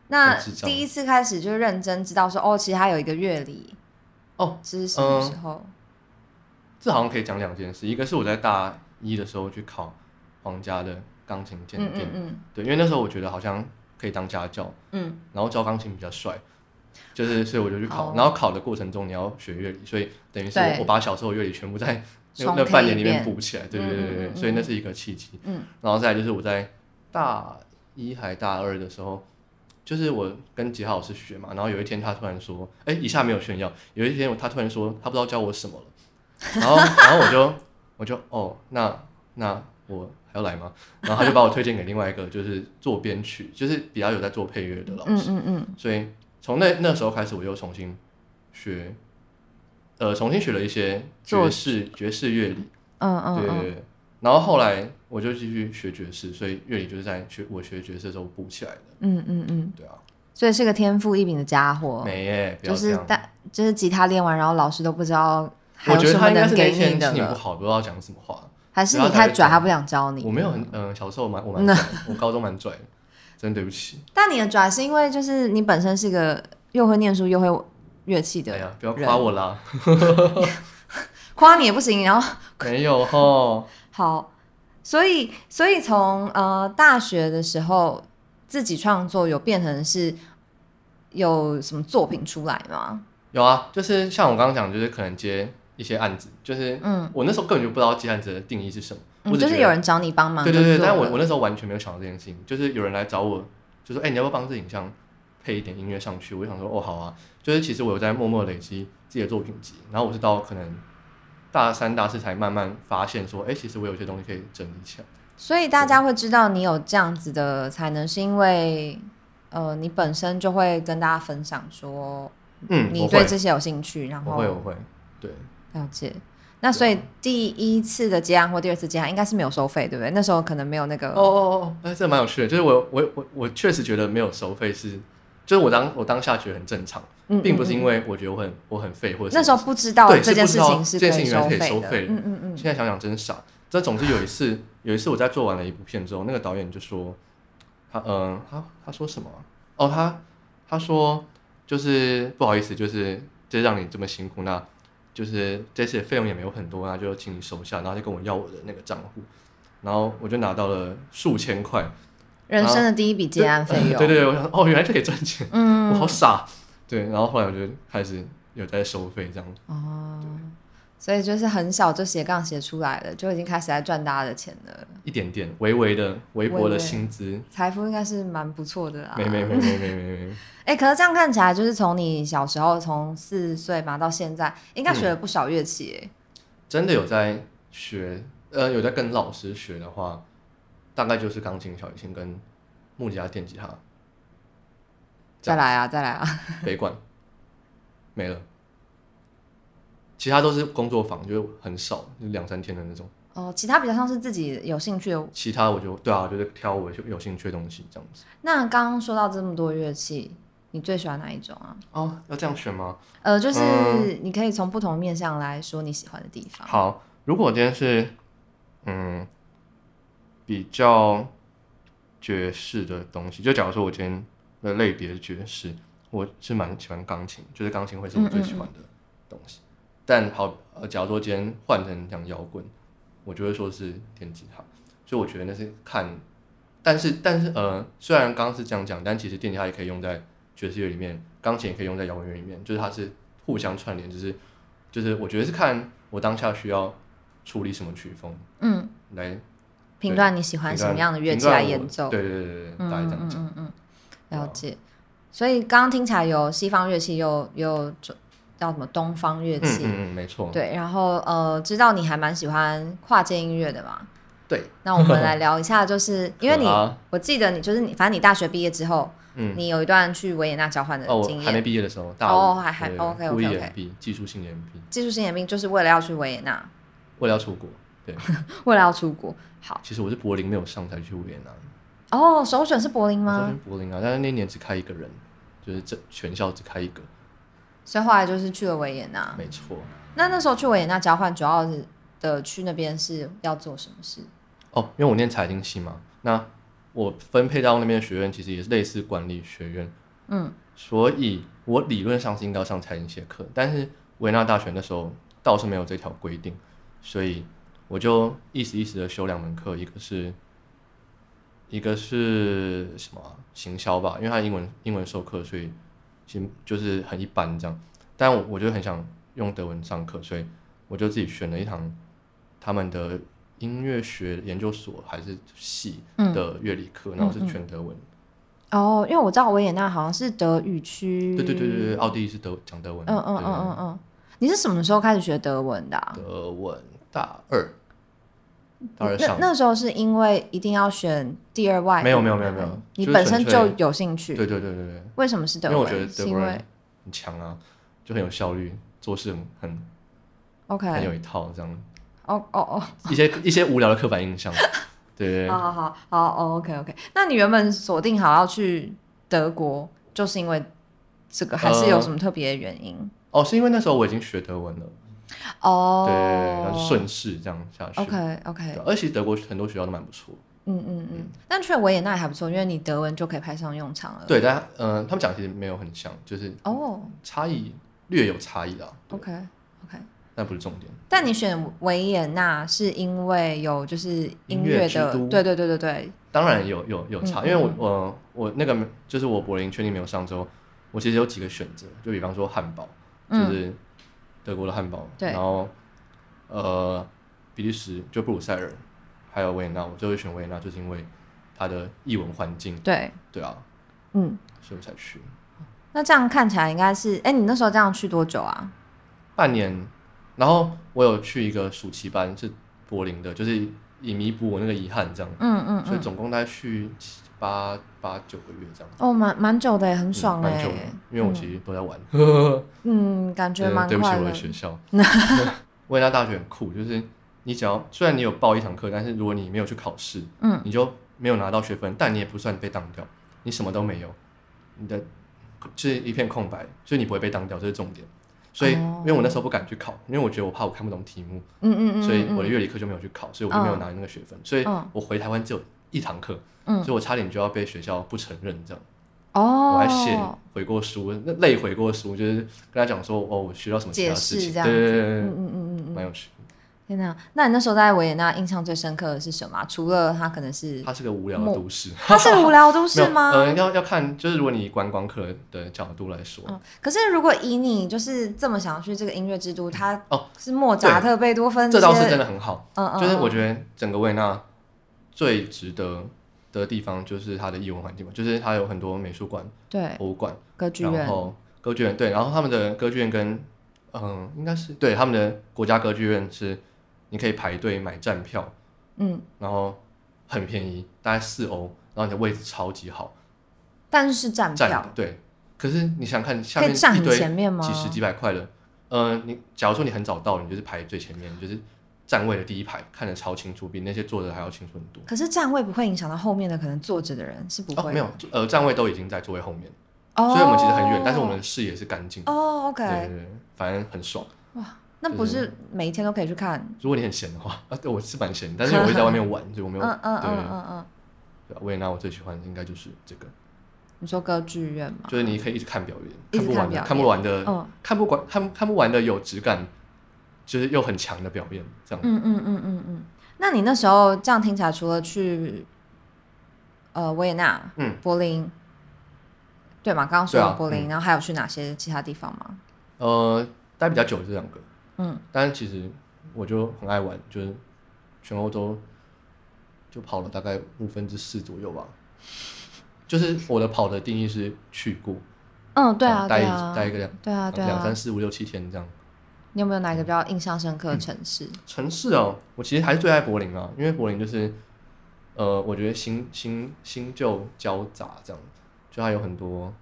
[SPEAKER 1] 那
[SPEAKER 2] 很智障
[SPEAKER 1] 第一次开始就认真知道说，哦，其实它有一个乐理，
[SPEAKER 2] 哦，
[SPEAKER 1] 这是什么时候？
[SPEAKER 2] 这好像可以讲两件事，一个是我在大一的时候去考皇家的钢琴鉴
[SPEAKER 1] 嗯
[SPEAKER 2] 定，
[SPEAKER 1] 嗯嗯
[SPEAKER 2] 对，因为那时候我觉得好像可以当家教，
[SPEAKER 1] 嗯，
[SPEAKER 2] 然后教钢琴比较帅，就是所以我就去考，
[SPEAKER 1] 哦
[SPEAKER 2] 然后考的过程中你要学乐理，所以等于是
[SPEAKER 1] 对
[SPEAKER 2] 我我把小时候的乐理全部在那
[SPEAKER 1] 重
[SPEAKER 2] 那
[SPEAKER 1] 听
[SPEAKER 2] 半
[SPEAKER 1] 一
[SPEAKER 2] 年里面
[SPEAKER 1] 遍
[SPEAKER 2] 补起来，对对对对对，
[SPEAKER 1] 嗯嗯嗯嗯
[SPEAKER 2] 所以那是一个契机。
[SPEAKER 1] 嗯，
[SPEAKER 2] 然后再来就是我在大一还大二的时候，就是我跟吉浩老师学嘛，然后有一天他突然说，哎，以下没有炫耀，有一天他突然说他不知道教我什么了，然后然后我就 我就哦，那那我还要来吗？然后他就把我推荐给另外一个就是做编曲，就是比较有在做配乐的老师，
[SPEAKER 1] 嗯嗯嗯，
[SPEAKER 2] 所以从那那时候开始，我又重新学，呃，重新学了一些
[SPEAKER 1] 作
[SPEAKER 2] 爵士爵士乐理，
[SPEAKER 1] 嗯嗯
[SPEAKER 2] 对对
[SPEAKER 1] 嗯，
[SPEAKER 2] 对。然后后来我就继续学爵士，所以乐理就是在学我学爵士的时候补起来的。
[SPEAKER 1] 嗯嗯嗯，
[SPEAKER 2] 对啊，
[SPEAKER 1] 所以是个天赋异禀的家伙，
[SPEAKER 2] 没耶，不
[SPEAKER 1] 就
[SPEAKER 2] 要这
[SPEAKER 1] 是
[SPEAKER 2] 样。
[SPEAKER 1] 大就是吉他练完，然后老师都不知道还
[SPEAKER 2] 我
[SPEAKER 1] 有
[SPEAKER 2] 觉
[SPEAKER 1] 什
[SPEAKER 2] 得
[SPEAKER 1] 么
[SPEAKER 2] 他应该
[SPEAKER 1] 能
[SPEAKER 2] 是那
[SPEAKER 1] 给
[SPEAKER 2] 天
[SPEAKER 1] 你的
[SPEAKER 2] 心情不
[SPEAKER 1] 了，
[SPEAKER 2] 好，不知道讲什么话。
[SPEAKER 1] 还是
[SPEAKER 2] 然
[SPEAKER 1] 你
[SPEAKER 2] 后他
[SPEAKER 1] 太
[SPEAKER 2] 就
[SPEAKER 1] 拽，
[SPEAKER 2] 讲
[SPEAKER 1] 他不想教你。
[SPEAKER 2] 我没有很嗯、小时候蛮我 蛮拽的，我高中蛮拽的，真对不起。
[SPEAKER 1] 但你的拽是因为就是你本身是个又会念书又会乐器的
[SPEAKER 2] 哎
[SPEAKER 1] 人，
[SPEAKER 2] 呀，不要夸我啦，
[SPEAKER 1] 夸你也不行，然后
[SPEAKER 2] 没有吼。
[SPEAKER 1] 好，所以所以从呃大学的时候自己创作有变成是有什么作品出来吗？
[SPEAKER 2] 有啊，就是像我刚刚讲，就是可能接一些案子，就是
[SPEAKER 1] 嗯
[SPEAKER 2] 我那时候根本就不知道接案子的定义是什么，
[SPEAKER 1] 嗯
[SPEAKER 2] 我只
[SPEAKER 1] 就是
[SPEAKER 2] 觉得
[SPEAKER 1] 有人找你帮忙
[SPEAKER 2] 对
[SPEAKER 1] 就
[SPEAKER 2] 对
[SPEAKER 1] 做了，
[SPEAKER 2] 对，但我我那时候完全没有想到这件事情，就是有人来找我，就说：“哎、你要不要帮这影像配一点音乐上去？”我就想说：“哦，好啊。”就是其实我有在默默累积自己的作品集，然后我是到可能大三大四才慢慢发现说：“哎、其实我有些东西可以整理起来。
[SPEAKER 1] 所以大家会知道你有这样子的才能，是因为呃你本身就会跟大家分享说”
[SPEAKER 2] 嗯，
[SPEAKER 1] 你
[SPEAKER 2] 我
[SPEAKER 1] 对
[SPEAKER 2] 会，
[SPEAKER 1] 这些有兴趣，然
[SPEAKER 2] 我
[SPEAKER 1] 后
[SPEAKER 2] 会，我会，对，
[SPEAKER 1] 了解。
[SPEAKER 2] 啊
[SPEAKER 1] 那所以第一次的接案或第二次接案应该是没有收费，对不对？那时候可能没有那个
[SPEAKER 2] 哦哦哦，哎、这蛮有趣的，就是我我我我确实觉得没有收费是，就是我当我当下觉得很正常，
[SPEAKER 1] 嗯，嗯
[SPEAKER 2] 并不是
[SPEAKER 1] 嗯
[SPEAKER 2] 因为我觉得我很我很废或者
[SPEAKER 1] 那时候
[SPEAKER 2] 什么
[SPEAKER 1] 不知道
[SPEAKER 2] 对
[SPEAKER 1] 这件事情
[SPEAKER 2] 是
[SPEAKER 1] 是
[SPEAKER 2] 不知道
[SPEAKER 1] 以
[SPEAKER 2] 这件事情原来可以
[SPEAKER 1] 费
[SPEAKER 2] 收
[SPEAKER 1] 的
[SPEAKER 2] 费，的啊
[SPEAKER 1] 嗯嗯嗯，
[SPEAKER 2] 现在想想真傻。这总是有一次，有一次我在做完了一部片之后，那个导演就说，他嗯、呃他他说什么啊、哦，他他说就是不好意思，就是这让你这么辛苦，那就是这次的费用也没有很多，那就请你收下，然后就跟我要我的那个账户，然后我就拿到了数千块
[SPEAKER 1] 人生的第一笔结案费用，
[SPEAKER 2] 对对对，我想说哦，原来这可以赚钱，
[SPEAKER 1] 嗯
[SPEAKER 2] 我好傻。对，然后后来我就开始有在收费这样子，
[SPEAKER 1] 哦，所以就是很小就斜杠斜出来了，就已经开始在赚大家的钱了，
[SPEAKER 2] 一点点微微的微薄
[SPEAKER 1] 微微啊
[SPEAKER 2] 的薪资，
[SPEAKER 1] 财富应该是蛮不错的啦。
[SPEAKER 2] 没没没没没没没，
[SPEAKER 1] 哎、可是这样看起来，就是从你小时候从四岁嘛到现在，应该学了不少乐器、哎
[SPEAKER 2] 真的有在学，呃，有在跟老师学的话，大概就是钢琴、小提琴跟木吉他、电吉他、这
[SPEAKER 1] 再
[SPEAKER 2] 样
[SPEAKER 1] 来啊，再来啊，
[SPEAKER 2] 北管，没了。其他都是工作坊，就是很少，就两三天的那种。
[SPEAKER 1] 哦，其他比较像是自己有兴趣的。
[SPEAKER 2] 其他我就对啊，就是挑我有有兴趣的东西这样子。
[SPEAKER 1] 那刚刚说到这么多乐器，你最喜欢哪一种啊？
[SPEAKER 2] 哦，要这样选吗？
[SPEAKER 1] 呃，就是
[SPEAKER 2] 嗯
[SPEAKER 1] 你可以从不同面向来说你喜欢的地方。
[SPEAKER 2] 好，如果我今天是嗯比较爵士的东西，就假如说我今天的类别是爵士，我是蛮喜欢钢琴，就是钢琴会是我
[SPEAKER 1] 嗯
[SPEAKER 2] 最喜欢的东西。但好，呃，假如说今天换成讲摇滚，我就会说是电吉他，所以我觉得那是看。但是，但是，呃，虽然刚刚是这样讲，但其实电吉他也可以用在爵士乐里面，钢琴也可以用在摇滚乐里面，就是它是互相串联，就是就是我觉得是看我当下需要处理什么曲风
[SPEAKER 1] 嗯，
[SPEAKER 2] 来
[SPEAKER 1] 评断你喜欢
[SPEAKER 2] 评
[SPEAKER 1] 什
[SPEAKER 2] 断
[SPEAKER 1] 么样的乐器
[SPEAKER 2] 评断
[SPEAKER 1] 来
[SPEAKER 2] 我
[SPEAKER 1] 演奏。
[SPEAKER 2] 对对对对对，
[SPEAKER 1] 嗯
[SPEAKER 2] 大概这
[SPEAKER 1] 嗯
[SPEAKER 2] 样讲。
[SPEAKER 1] 嗯嗯
[SPEAKER 2] 对
[SPEAKER 1] 嗯，
[SPEAKER 2] 啊
[SPEAKER 1] 了解。所以刚刚听起来有西方乐器，有有中叫什么东方乐
[SPEAKER 2] 嗯
[SPEAKER 1] 器，
[SPEAKER 2] 嗯嗯，没错。
[SPEAKER 1] 对。然后呃，知道你还蛮喜欢跨界音乐的嘛？
[SPEAKER 2] 对，
[SPEAKER 1] 那我 们来聊一下，就是因为你
[SPEAKER 2] 好啊，
[SPEAKER 1] 我记得你就是你，反正你大学毕业之后，
[SPEAKER 2] 嗯，
[SPEAKER 1] 你有一段去维也纳交换的
[SPEAKER 2] 哦，
[SPEAKER 1] 经
[SPEAKER 2] 我还没
[SPEAKER 1] 验。
[SPEAKER 2] 毕业的时候，大
[SPEAKER 1] 哦
[SPEAKER 2] 五
[SPEAKER 1] 还还
[SPEAKER 2] 对
[SPEAKER 1] OK，OK，OK
[SPEAKER 2] 故意延毕，技术性延毕，
[SPEAKER 1] 技术性演兵就是为了要去维也纳，
[SPEAKER 2] 为了要出国。对，
[SPEAKER 1] 为了要出国。好，
[SPEAKER 2] 其实我是柏林没有上才去维也纳，
[SPEAKER 1] 哦，首选是柏林
[SPEAKER 2] 我是
[SPEAKER 1] 吗？
[SPEAKER 2] 柏林啊，但是那年只开一个人，就是这全校只开一个，
[SPEAKER 1] 所以后来就是去了维也纳。
[SPEAKER 2] 没错。
[SPEAKER 1] 那那时候去维也纳交换，主要是的去那边是要做什么事？
[SPEAKER 2] 哦，因为我念财经系嘛，那我分配到那边的学院其实也是类似管理学院，
[SPEAKER 1] 嗯，
[SPEAKER 2] 所以我理论上是应该要上财经系的课，但是维也纳大学那时候倒是没有这条规定，所以我就一时一时的修两门课，一个是一个是什么啊、行销吧，因为它英文英文授课，所以其实就是很一般这样。但我我就很想用德文上课，所以我就自己选了一堂他们的音乐学研究所还是系
[SPEAKER 1] 嗯
[SPEAKER 2] 的乐理课，然后是全德文。
[SPEAKER 1] 哦，因为我知道维也纳好像是德语区。
[SPEAKER 2] 对对对对对，奥地利是德讲德文。
[SPEAKER 1] 嗯嗯嗯
[SPEAKER 2] 对
[SPEAKER 1] 嗯嗯。你是什么时候开始学德文的啊、
[SPEAKER 2] 德文大二，大
[SPEAKER 1] 那
[SPEAKER 2] 二上。
[SPEAKER 1] 那时候是因为一定要选第二外语吗？
[SPEAKER 2] 没有没有没有没有
[SPEAKER 1] 你
[SPEAKER 2] 就是
[SPEAKER 1] 本身
[SPEAKER 2] 纯粹
[SPEAKER 1] 就有兴趣。
[SPEAKER 2] 对对对对对，
[SPEAKER 1] 为什么是德
[SPEAKER 2] 因
[SPEAKER 1] 文？
[SPEAKER 2] 为我觉得德
[SPEAKER 1] 是因
[SPEAKER 2] 国
[SPEAKER 1] 为
[SPEAKER 2] 人很强啊，就很有效率，做事很很很
[SPEAKER 1] OK，
[SPEAKER 2] 有一套这样，
[SPEAKER 1] 哦哦哦，
[SPEAKER 2] 一些一些无聊的刻板 印象。对对
[SPEAKER 1] 好
[SPEAKER 2] 对，
[SPEAKER 1] 好好好哦，OK OK。那你原本锁定好要去德国，就是因为这个，还是有
[SPEAKER 2] 呃
[SPEAKER 1] 什么特别的原因？
[SPEAKER 2] 哦，是因为那时候我已经学德文了，
[SPEAKER 1] 哦、
[SPEAKER 2] 对对，哦对然后顺势这样下去。
[SPEAKER 1] OK
[SPEAKER 2] 对
[SPEAKER 1] OK，
[SPEAKER 2] 而且德国很多学校都蛮不错，
[SPEAKER 1] 嗯嗯嗯。但去了维也纳也还不错，因为你德文就可以派上用场了。
[SPEAKER 2] 对，但呃，他们讲其实没有很像，就是
[SPEAKER 1] 哦、
[SPEAKER 2] 差异略有差异啦，
[SPEAKER 1] o k OK。
[SPEAKER 2] 但不是重点。
[SPEAKER 1] 但你选维也纳是因为有就是音
[SPEAKER 2] 音乐
[SPEAKER 1] 乐
[SPEAKER 2] 之
[SPEAKER 1] 的，
[SPEAKER 2] 都
[SPEAKER 1] 对对对对对，
[SPEAKER 2] 当然有有有差，
[SPEAKER 1] 嗯
[SPEAKER 2] 因为我
[SPEAKER 1] 嗯
[SPEAKER 2] 我我那个就是我柏林确定没有上之后，我其实有几个选择，就比方说汉堡，就
[SPEAKER 1] 嗯
[SPEAKER 2] 是德国的汉堡，
[SPEAKER 1] 对
[SPEAKER 2] 然后呃比利时就布鲁塞尔，还有维也纳，我最后选维也纳，就是因为它的译文环境，
[SPEAKER 1] 对，
[SPEAKER 2] 对啊，
[SPEAKER 1] 嗯。
[SPEAKER 2] 所以我才去
[SPEAKER 1] 那这样看起来应该是，哎、你那时候这样去多久啊？
[SPEAKER 2] 半年，然后我有去一个暑期班是柏林的，就是以弥补我那个遗憾这样，
[SPEAKER 1] 嗯嗯
[SPEAKER 2] 所以
[SPEAKER 1] 嗯，
[SPEAKER 2] 总共大概去七八八九个月这样。
[SPEAKER 1] 哦，蛮蛮久的耶，很
[SPEAKER 2] 嗯
[SPEAKER 1] 爽
[SPEAKER 2] 蛮
[SPEAKER 1] 哎、
[SPEAKER 2] 久的，因为我其实都在玩，
[SPEAKER 1] 嗯，感 觉
[SPEAKER 2] 对
[SPEAKER 1] 蛮
[SPEAKER 2] 对不起
[SPEAKER 1] 快
[SPEAKER 2] 我
[SPEAKER 1] 乐
[SPEAKER 2] 的。学校。 维也纳大学很酷，就是你只要虽然你有报一堂课，但是如果你没有去考试，
[SPEAKER 1] 嗯，
[SPEAKER 2] 你就没有拿到学分，但你也不算被当掉，你什么都没有，你的就是一片空白，所以你不会被当掉，这是重点。所以，
[SPEAKER 1] 哦
[SPEAKER 2] 因为我那时候不敢去考，因为我觉得我怕我看不懂题目，
[SPEAKER 1] 嗯嗯嗯，
[SPEAKER 2] 所以
[SPEAKER 1] 嗯
[SPEAKER 2] 我的乐理课就没有去考，所以我就没有拿那个学分，所以
[SPEAKER 1] 嗯
[SPEAKER 2] 我回台湾只有一堂课，
[SPEAKER 1] 嗯
[SPEAKER 2] 所以我差点就要被学校不承认这样。
[SPEAKER 1] 哦，
[SPEAKER 2] 我还写悔过书，那类悔过书，就是跟他讲说，哦，我学到什么其他事
[SPEAKER 1] 解释这
[SPEAKER 2] 情，对
[SPEAKER 1] 样子
[SPEAKER 2] 对对对
[SPEAKER 1] 嗯
[SPEAKER 2] 对
[SPEAKER 1] 嗯嗯
[SPEAKER 2] 对，
[SPEAKER 1] 嗯嗯，
[SPEAKER 2] 蛮有趣的。
[SPEAKER 1] 天哪！那你那时候在维也纳印象最深刻的是什么啊、除了它可能 是
[SPEAKER 2] 它是个无聊的
[SPEAKER 1] 莫
[SPEAKER 2] 都市，
[SPEAKER 1] 它嗯是个无聊都
[SPEAKER 2] 没
[SPEAKER 1] 市
[SPEAKER 2] 有
[SPEAKER 1] 吗？
[SPEAKER 2] 呃，要要看，就是如果你以观光客的角度来说，
[SPEAKER 1] 嗯，可是如果以你就是这么想去这个音乐之都，它
[SPEAKER 2] 哦
[SPEAKER 1] 是莫扎特、贝多芬
[SPEAKER 2] 这倒是真
[SPEAKER 1] 的，
[SPEAKER 2] 的很好。
[SPEAKER 1] 嗯嗯，
[SPEAKER 2] 就是
[SPEAKER 1] 嗯
[SPEAKER 2] 我觉得整个维也纳最值得的地方就是它的艺文环境嘛，就是它有很多美术馆、
[SPEAKER 1] 嗯对
[SPEAKER 2] 博物馆，
[SPEAKER 1] 歌剧
[SPEAKER 2] 然
[SPEAKER 1] 院，
[SPEAKER 2] 后歌剧院对，然后他们的歌剧院跟嗯，应该是对他们的国家歌剧院是你可以排队买站票。
[SPEAKER 1] 嗯，
[SPEAKER 2] 然后很便宜，大概四欧，然后你的位置超级好，
[SPEAKER 1] 但是是站
[SPEAKER 2] 站
[SPEAKER 1] 票
[SPEAKER 2] 对。可是你想看下
[SPEAKER 1] 可
[SPEAKER 2] 面
[SPEAKER 1] 以站
[SPEAKER 2] 一
[SPEAKER 1] 很
[SPEAKER 2] 堆
[SPEAKER 1] 前面吗？
[SPEAKER 2] 几十几百块的，呃，你假如说你很早到，你就是排最前面，你就是站位的第一排，看得超清楚，比那些坐着还要清楚很多。
[SPEAKER 1] 可是站位不会影响到后面的可能坐着的人，是不会、
[SPEAKER 2] 哦，没有，，呃，站位都已经在座位后面，
[SPEAKER 1] 哦、
[SPEAKER 2] 所以我们其实很远，但是我们的视野是干净的。
[SPEAKER 1] 哦，OK，
[SPEAKER 2] 对对对，反正很爽。
[SPEAKER 1] 那不是每一天都可以去看？
[SPEAKER 2] 如果你很闲 的话，啊，对，我是蛮闲，但是我会在外面玩，所以我
[SPEAKER 1] 嗯
[SPEAKER 2] 没有。
[SPEAKER 1] 嗯嗯
[SPEAKER 2] 对对
[SPEAKER 1] 嗯嗯，
[SPEAKER 2] 对啊维也纳我最喜欢的应该就是这个，
[SPEAKER 1] 你说歌剧院吗？
[SPEAKER 2] 就是你可以一直看表演，
[SPEAKER 1] 哦一直
[SPEAKER 2] 看不
[SPEAKER 1] 看
[SPEAKER 2] 完
[SPEAKER 1] 表
[SPEAKER 2] 的，
[SPEAKER 1] 演
[SPEAKER 2] 看不完的，
[SPEAKER 1] 嗯
[SPEAKER 2] 看不完看看不完的有质感，就是又很强的表演，这样。
[SPEAKER 1] 嗯嗯嗯嗯嗯。那你那时候这样听起来，除了去呃维也纳、
[SPEAKER 2] 嗯，
[SPEAKER 1] 柏林，对嘛？刚刚说
[SPEAKER 2] 对
[SPEAKER 1] 了
[SPEAKER 2] 啊
[SPEAKER 1] 柏林，然后还有去哪些其他地方吗？
[SPEAKER 2] 呃，待比较久这两个，
[SPEAKER 1] 嗯，
[SPEAKER 2] 但是其实我就很爱玩，就是全欧洲就跑了大概五分之四左右吧。就是我的跑的定义是去过，
[SPEAKER 1] 嗯，对啊，
[SPEAKER 2] 这
[SPEAKER 1] 对
[SPEAKER 2] 样哦待一
[SPEAKER 1] 啊，
[SPEAKER 2] 待一个两
[SPEAKER 1] 对啊，对
[SPEAKER 2] 两
[SPEAKER 1] 啊
[SPEAKER 2] 三。四五六七天这样。
[SPEAKER 1] 你有没有哪一个比较印象深
[SPEAKER 2] 嗯
[SPEAKER 1] 刻的城市？
[SPEAKER 2] 城市哦，我其实还是最爱柏林啊，因为柏林就是，呃，我觉得新新新旧交杂这样，就它有很多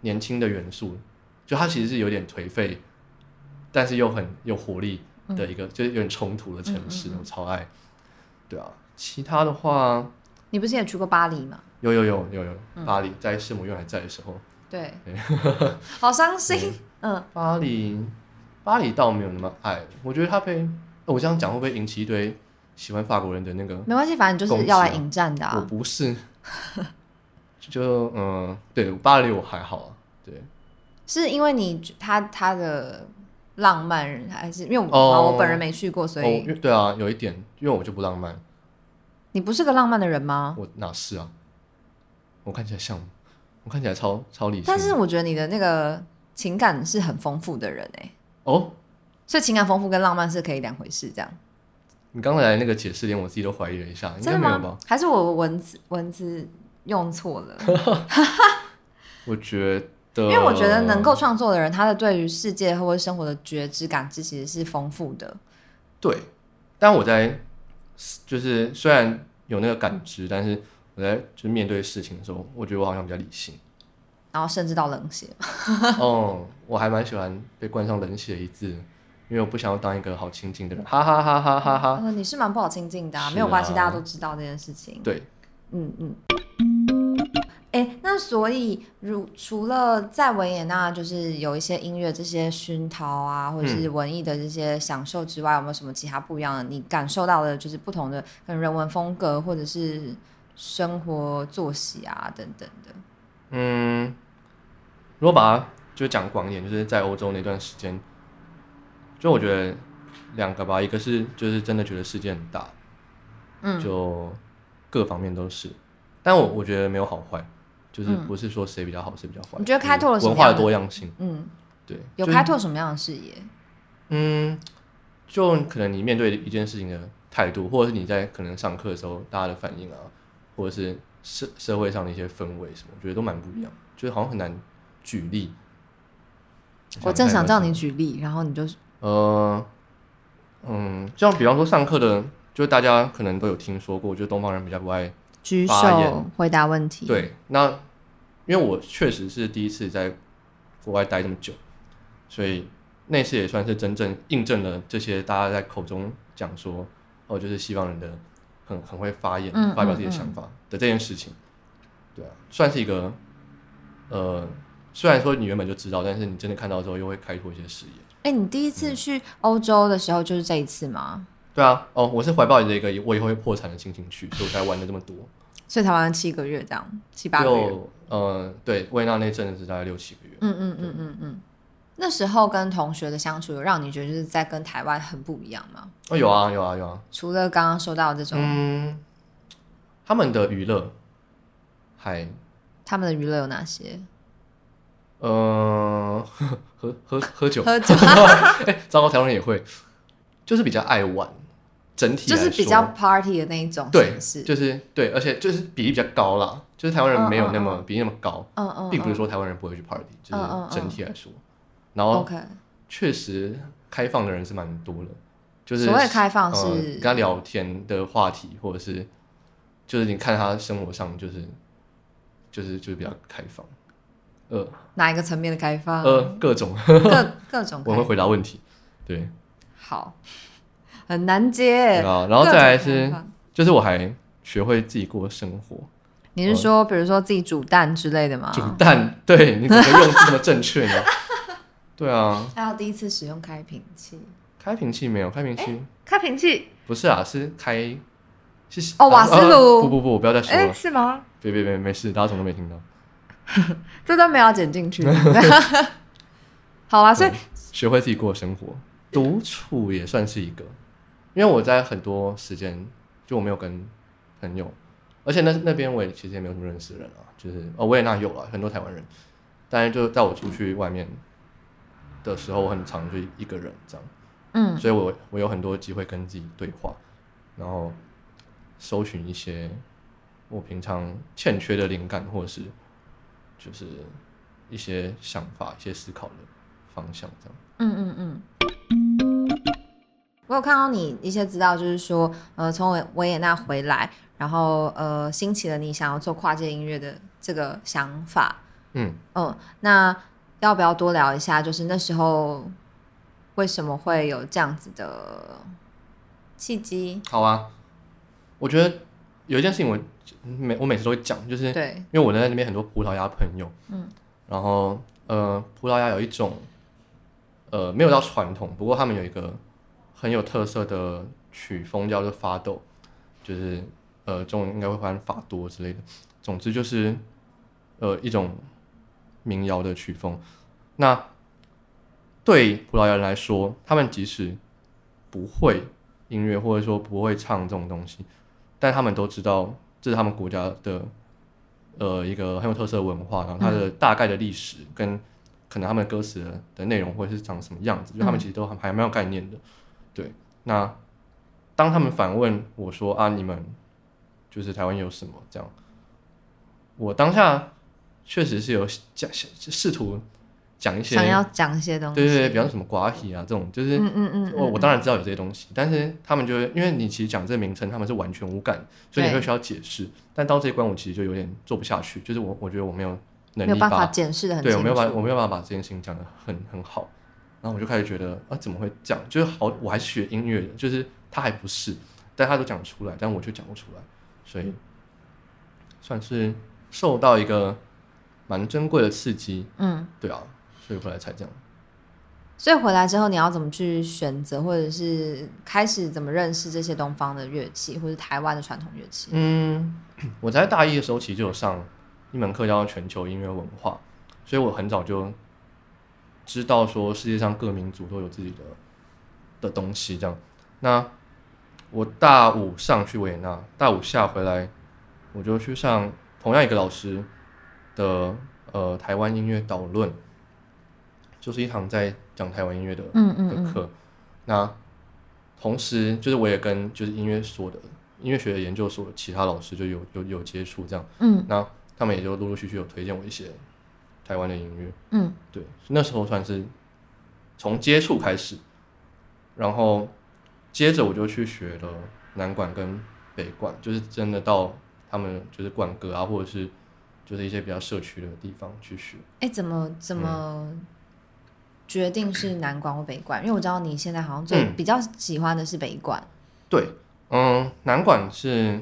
[SPEAKER 2] 年轻的元素，就它其实是有点颓废，但是又很有活力的一个，就是有点冲突的城市，我超爱。对啊，其他的话，
[SPEAKER 1] 你不是也去过巴黎吗？
[SPEAKER 2] 有有有有有，巴黎在圣母院还在的时候，
[SPEAKER 1] 对， 好伤心。嗯，
[SPEAKER 2] 巴黎，巴黎倒没有那么爱，我觉得它被，哦我这样讲会不会引起一堆喜欢法国人的那个？
[SPEAKER 1] 没关系，反正就是要来迎战的
[SPEAKER 2] 我
[SPEAKER 1] 啊。
[SPEAKER 2] 不是，就嗯，对，巴黎我还好啊，对，
[SPEAKER 1] 是因为你他他的浪漫，还是因为我、
[SPEAKER 2] 哦
[SPEAKER 1] 我本人没去过，所
[SPEAKER 2] 哦，因
[SPEAKER 1] 以
[SPEAKER 2] 为对啊，有一点，因为我就不浪漫，
[SPEAKER 1] 你不是个浪漫的人吗？
[SPEAKER 2] 我哪是啊？我看起来像吗，我看起来超超理性的，
[SPEAKER 1] 但是我觉得你的那个情感是很丰富的人哎、
[SPEAKER 2] 哦，
[SPEAKER 1] 所以情感丰富跟浪漫是可以两回事，这样
[SPEAKER 2] 你刚才那个解释连我自己都怀疑了一下，啊应
[SPEAKER 1] 真
[SPEAKER 2] 该
[SPEAKER 1] 的
[SPEAKER 2] 没有
[SPEAKER 1] 吗
[SPEAKER 2] 吧？？
[SPEAKER 1] 还是我文字文字用错了？
[SPEAKER 2] 我觉得，
[SPEAKER 1] 因为我觉得能够创作的人，他的对于世界或者生活的觉知感知其实是丰富的。
[SPEAKER 2] 对，但我在就是虽然有那个感知，但是我在就是面对事情的时候，我觉得我好像比较理性。
[SPEAKER 1] 然后甚至到冷血，
[SPEAKER 2] 啊 哦，我还蛮喜欢被冠上冷血一字，因为我不想要当一个好亲近的人，哈哈哈哈哈哈。
[SPEAKER 1] 嗯、你是蛮不好亲近的、啊，
[SPEAKER 2] 是啊
[SPEAKER 1] 没有关系，大家都知道这件事情。
[SPEAKER 2] 对，
[SPEAKER 1] 嗯嗯。哎、那所以如除了在维也纳，就是有一些音乐这些熏陶啊，或者
[SPEAKER 2] 嗯
[SPEAKER 1] 是文艺的这些享受之外，有没有什么其他不一样的？你感受到的就是不同的可能人文风格，或者是生活作息啊等等的。
[SPEAKER 2] 嗯，如果把它就讲广一点，就是在欧洲那段时间，就我觉得两个吧，一个是就是真的觉得世界很大，
[SPEAKER 1] 嗯
[SPEAKER 2] 就各方面都是，但我我觉得没有好坏，就是不是说谁比较好，谁比较坏。
[SPEAKER 1] 嗯你觉得开拓了
[SPEAKER 2] 就是
[SPEAKER 1] 什么
[SPEAKER 2] 文化
[SPEAKER 1] 样
[SPEAKER 2] 的
[SPEAKER 1] 的
[SPEAKER 2] 多样性？
[SPEAKER 1] 嗯，
[SPEAKER 2] 对，
[SPEAKER 1] 有
[SPEAKER 2] 就是
[SPEAKER 1] 开拓什么样的视野？
[SPEAKER 2] 嗯，就可能你面对一件事情的态度，或者是你在可能上课的时候大家的反应啊，或者是社社会上的一些氛围什么，我觉得都蛮不一样，就是好像很难举例。
[SPEAKER 1] 我正想
[SPEAKER 2] 叫
[SPEAKER 1] 叫你，举例，然后你就
[SPEAKER 2] 呃，嗯，像比方说上课的，就大家可能都有听说过，就东方人比较不爱
[SPEAKER 1] 举
[SPEAKER 2] 发
[SPEAKER 1] 手
[SPEAKER 2] 言
[SPEAKER 1] 回答问题。，
[SPEAKER 2] 对，那因为我确实是第一次在国外待这么久，所以那次也算是真正印证了这些大家在口中讲说，哦，就是西方人的很很会发言、
[SPEAKER 1] 嗯
[SPEAKER 2] 发表
[SPEAKER 1] 嗯
[SPEAKER 2] 自己的
[SPEAKER 1] 嗯
[SPEAKER 2] 想法的这件事情。对啊，算是一个呃，虽然说你原本就知道，但是你真的看到之后又会开拓一些视野。
[SPEAKER 1] 哎、你第一
[SPEAKER 2] 嗯
[SPEAKER 1] 次去欧洲的时候就是这一次吗？
[SPEAKER 2] 对啊，哦，我是怀抱着一个我以后会破产的心情去，所以我才玩的这么多。
[SPEAKER 1] 所以才玩了七个月这样，七八个月。
[SPEAKER 2] 又呃，对，维也纳那阵子是大概六七个月。
[SPEAKER 1] 嗯嗯嗯嗯嗯。那时候跟同学的相处，有让你觉得就是在跟台湾很不一样吗？
[SPEAKER 2] 哦，有啊，有啊，有啊。
[SPEAKER 1] 除了刚刚说到这种，
[SPEAKER 2] 嗯，他们的娱乐还
[SPEAKER 1] 他们的娱乐有哪些？
[SPEAKER 2] 呃喝喝喝喝酒，
[SPEAKER 1] 喝酒，
[SPEAKER 2] 哎、糟糕，台湾人也会，就是比较爱玩，整体
[SPEAKER 1] 就
[SPEAKER 2] 来说
[SPEAKER 1] 是比较 party 的那一种，是
[SPEAKER 2] 对，
[SPEAKER 1] 不是，
[SPEAKER 2] 就是对，而且就是比例比较高啦，就是台湾
[SPEAKER 1] 嗯
[SPEAKER 2] 人没有那
[SPEAKER 1] 嗯
[SPEAKER 2] 么、比例那么高，
[SPEAKER 1] 嗯嗯，
[SPEAKER 2] 并不是
[SPEAKER 1] 嗯
[SPEAKER 2] 说台湾人不会去 party，就
[SPEAKER 1] 嗯嗯嗯哦
[SPEAKER 2] 是整体来说，然后
[SPEAKER 1] OK，
[SPEAKER 2] 确实开放的人是蛮多的，就是
[SPEAKER 1] 所谓开放
[SPEAKER 2] 呃
[SPEAKER 1] 是
[SPEAKER 2] 跟他聊天的话题，或者是就是你看他生活上就是就是就是比较开放，呃
[SPEAKER 1] 哪一个层面的开发？
[SPEAKER 2] 呃各种，
[SPEAKER 1] 各各种
[SPEAKER 2] 我会
[SPEAKER 1] 开
[SPEAKER 2] 回答问题。对，
[SPEAKER 1] 好，很难
[SPEAKER 2] 对
[SPEAKER 1] 接。
[SPEAKER 2] 啊，然后再来
[SPEAKER 1] 各种
[SPEAKER 2] 是
[SPEAKER 1] 开，发
[SPEAKER 2] 就是我还学会自己过生活，
[SPEAKER 1] 你是说，比如说自己煮蛋之类的吗？
[SPEAKER 2] 呃煮蛋， 对你怎么用这么正确呢？ 对啊，
[SPEAKER 1] 还有第一次使用开瓶器，
[SPEAKER 2] 开瓶器没有，开瓶器
[SPEAKER 1] 开瓶器，
[SPEAKER 2] 不是啊，是开是
[SPEAKER 1] 哦瓦斯炉
[SPEAKER 2] 啊不不不，不要再说
[SPEAKER 1] 哎、
[SPEAKER 2] 了，
[SPEAKER 1] 是吗？
[SPEAKER 2] 别别别，没事，大家什么都没听到。
[SPEAKER 1] 这段没有要剪进 去。好啊，所以
[SPEAKER 2] 对学会自己过生活，独处也算是一个，因为我在很多时间就我没有跟朋友，而且那那边我也其实也没有什么认识的人啊，就是哦维也纳有啊，很多台湾人，但是就带我出去外面的时候，我很常就一个人这样，
[SPEAKER 1] 嗯，
[SPEAKER 2] 所以我我有很多机会跟自己对话，然后搜寻一些我平常欠缺的灵感，或者是就是一些想法、一些思考的方向这样。
[SPEAKER 1] 嗯嗯嗯。我有看到你一些资料，就是说，呃，从维维也纳回来，然后呃，兴起了你想要做跨界音乐的这个想法。
[SPEAKER 2] 嗯，
[SPEAKER 1] 嗯，那要不要多聊一下？就是那时候为什么会有这样子的契机？
[SPEAKER 2] 好啊。我觉得有一件事情我每我每次都会讲，就是因
[SPEAKER 1] 对，
[SPEAKER 2] 为我在那边很多葡萄牙朋友，
[SPEAKER 1] 嗯，
[SPEAKER 2] 然后呃，葡萄牙有一种呃没有到传统，不过他们有一个很有特色的曲风叫做发抖，就是呃中文应该会翻法多之类的。总之就是呃一种民谣的曲风。那对葡萄牙人来说，他们即使不会音乐，或者说不会唱这种东西，但他们都知道这是他们国家的呃一个很有特色的文化，然后它的大概的历史跟可能他们歌词的的内容会是长什么样子，就他们其实都还还蛮有概念的。对，那当他们反问我说啊，你们就是台湾有什么这样，我当下确实是有讲试图讲一些
[SPEAKER 1] 想要讲一些东西。
[SPEAKER 2] 对对对，比方说什么瓜皮啊这种，就是
[SPEAKER 1] 嗯嗯嗯，
[SPEAKER 2] 我我当然知道有这些东西，但是他们就会因为你其实讲这个名称，他们是完全无感，所以你
[SPEAKER 1] 对
[SPEAKER 2] 会需要解释。但到这一关，我其实就有点做不下去，就是我我觉得我没有
[SPEAKER 1] 没
[SPEAKER 2] 能
[SPEAKER 1] 有
[SPEAKER 2] 力
[SPEAKER 1] 办法
[SPEAKER 2] 把，
[SPEAKER 1] 检视的很清
[SPEAKER 2] 对
[SPEAKER 1] 楚。
[SPEAKER 2] 我没有办法我没有办法把这件事情讲得很很好，然后我就开始觉得啊怎么会这样？就是好，我还是学音乐的，就是他还不是，但他都讲出来，但我却讲不出来，所
[SPEAKER 1] 嗯
[SPEAKER 2] 以算是受到一个蛮珍贵的刺激，
[SPEAKER 1] 嗯，
[SPEAKER 2] 对啊，所以后来才这样。
[SPEAKER 1] 所以回来之后你要怎么去选择，或者是开始怎么认识这些东方的乐器，或者台湾的传统乐器？
[SPEAKER 2] 嗯，我在大一的时候其实就有上一门课叫做全球音乐文化，所以我很早就知道说世界上各民族都有自己的的东西这样。那我大五上去维也纳，大五下回来，我就去上同样一个老师的呃台湾音乐导论，就是一堂在讲台湾音乐的
[SPEAKER 1] 嗯嗯
[SPEAKER 2] 的
[SPEAKER 1] 嗯，
[SPEAKER 2] 课。那同时，就是我也跟就是音乐所的音乐学的研究所其他老师就有有有接触，这样，
[SPEAKER 1] 嗯
[SPEAKER 2] 那他们也就陆陆续续有推荐我一些台湾的音乐。
[SPEAKER 1] 嗯
[SPEAKER 2] 对，那时候算是从接触开始，然后接着我就去学了南管跟北管，就是真的到他们就是管歌啊，或者是就是一些比较社区的地方去学。
[SPEAKER 1] 哎、怎么怎么决定是南管或北管？因为我知道你现在好像最、
[SPEAKER 2] 嗯
[SPEAKER 1] 比较喜欢的是北管。
[SPEAKER 2] 对，嗯，南管是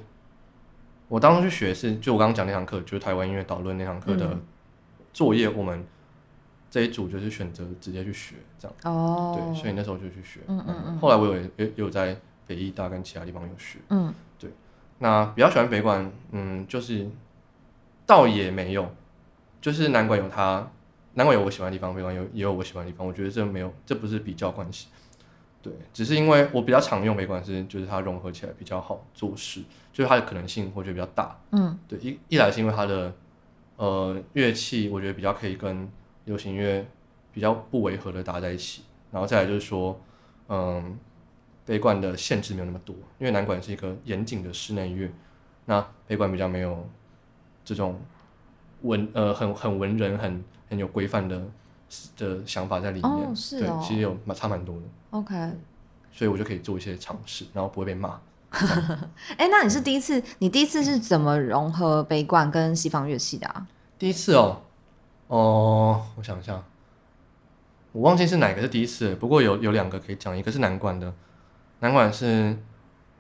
[SPEAKER 2] 我当时去学是，就我刚刚讲那堂课，就是台湾音乐导论那堂课的
[SPEAKER 1] 嗯
[SPEAKER 2] 作业，我们这一组就是选择直接去学这样。
[SPEAKER 1] 哦，
[SPEAKER 2] 对，所以那时候就去学。
[SPEAKER 1] 嗯嗯嗯
[SPEAKER 2] 后来我有也也有在北艺大跟其他地方有学。
[SPEAKER 1] 嗯
[SPEAKER 2] 那比较喜欢北管，嗯，就是倒也没有，就是南管有它，南管有我喜欢的地方，北管有也有我喜欢的地方。我觉得这没有，这不是比较关系，对，只是因为我比较常用北管是，就是它融合起来比较好做事，就是它的可能性我觉得比较大。
[SPEAKER 1] 嗯
[SPEAKER 2] 对，一一来是因为它的呃乐器，我觉得比较可以跟流行乐比较不违和的搭在一起，然后再来就是说，嗯，北管的限制没有那么多，因为南管是一个严谨的室内乐，那北管比较没有这种文呃很很文人很很有规范的的想法在里面，
[SPEAKER 1] 哦是哦
[SPEAKER 2] 对，其实有蛮差蛮多的，
[SPEAKER 1] ，OK。
[SPEAKER 2] 所以我就可以做一些尝试，然后不会被骂。
[SPEAKER 1] 哎、那你是第一次，你第一次是怎么融合北管跟西方乐器的啊？
[SPEAKER 2] 第一次哦，哦，我想一下，我忘记是哪个是第一次了，不过有有两个可以讲，一个是南管的，南管是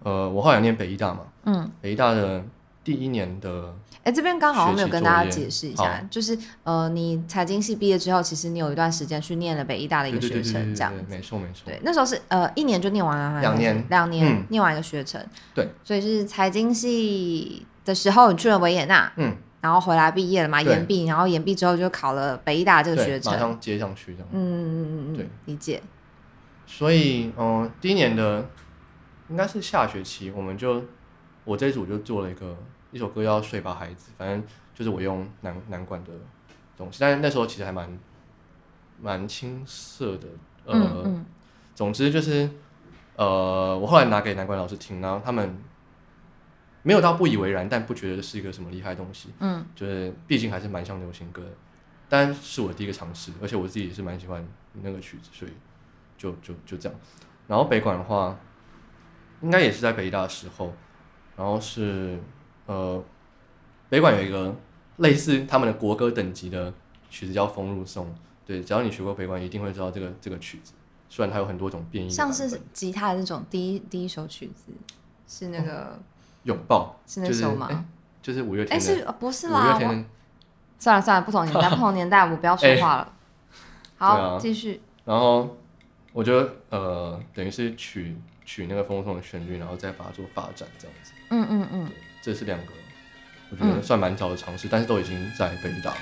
[SPEAKER 2] 呃，我后来念北医大嘛，
[SPEAKER 1] 嗯，
[SPEAKER 2] 北医大的第一年的
[SPEAKER 1] 哎、这边刚好
[SPEAKER 2] 学
[SPEAKER 1] 没有
[SPEAKER 2] 习
[SPEAKER 1] 跟
[SPEAKER 2] 作
[SPEAKER 1] 大家
[SPEAKER 2] 业
[SPEAKER 1] 解释一
[SPEAKER 2] 好
[SPEAKER 1] 下，就是呃，你财经系毕业之后，其实你有一段时间去念了北医大的一
[SPEAKER 2] 对
[SPEAKER 1] 个
[SPEAKER 2] 对对
[SPEAKER 1] 学
[SPEAKER 2] 对
[SPEAKER 1] 程，
[SPEAKER 2] 对
[SPEAKER 1] 这样
[SPEAKER 2] 对，没错没错，
[SPEAKER 1] 对，那时候是呃一年就念完了还是，
[SPEAKER 2] 两年
[SPEAKER 1] 两年、
[SPEAKER 2] 嗯
[SPEAKER 1] 念完一个学程，
[SPEAKER 2] 对，
[SPEAKER 1] 所以是财经系的时候你去了维也纳，
[SPEAKER 2] 嗯，
[SPEAKER 1] 然后回来毕业了嘛，
[SPEAKER 2] 对
[SPEAKER 1] 研毕，然后研毕之后就考了北医大这个
[SPEAKER 2] 对
[SPEAKER 1] 学程
[SPEAKER 2] 马，上接上去这样。
[SPEAKER 1] 嗯嗯嗯嗯
[SPEAKER 2] 对
[SPEAKER 1] 嗯，理解，
[SPEAKER 2] 所以，嗯、第一年的应该是下学期，我们就我这一组就做了一个一首歌叫《睡吧孩子》，反正就是我用南南管的东西，但是那时候其实还蛮蛮青涩的，呃，
[SPEAKER 1] 嗯嗯
[SPEAKER 2] 总之就是呃，我后来拿给南管老师听，然后他们没有到不以为然，但不觉得是一个什么厉害的东西，
[SPEAKER 1] 嗯，
[SPEAKER 2] 就是毕竟还是蛮像流行歌的，但是我第一个尝试，而且我自己也是蛮喜欢那个曲子，所以就就就这样。然后北管的话，应该也是在北大的时候，然后是呃，北管有一个类似他们的国歌等级的曲子叫《风入颂》，对，只要你学过北管，一定会知道这个这个曲子，虽然它有很多种变音的版
[SPEAKER 1] 像
[SPEAKER 2] 本。
[SPEAKER 1] 是吉他的那种第一第一首曲子是那个、
[SPEAKER 2] 拥抱，
[SPEAKER 1] 是那
[SPEAKER 2] 哦就是
[SPEAKER 1] 首吗？
[SPEAKER 2] 诶就是五月
[SPEAKER 1] 哎、
[SPEAKER 2] 天的，
[SPEAKER 1] 是、呃不是
[SPEAKER 2] 五月
[SPEAKER 1] 啦？
[SPEAKER 2] 天
[SPEAKER 1] 我
[SPEAKER 2] 的哎
[SPEAKER 1] 算了算了，不同年代，不同年代，我不要 说话了。
[SPEAKER 2] 对
[SPEAKER 1] 好，
[SPEAKER 2] 啊
[SPEAKER 1] 继、续。
[SPEAKER 2] 然后我就呃，等于是取取那个风送的旋律，然后再把它做发展这样子。
[SPEAKER 1] 嗯嗯嗯，
[SPEAKER 2] 对，这是两个，我觉得算蛮早的尝试，但是都已经在北大了。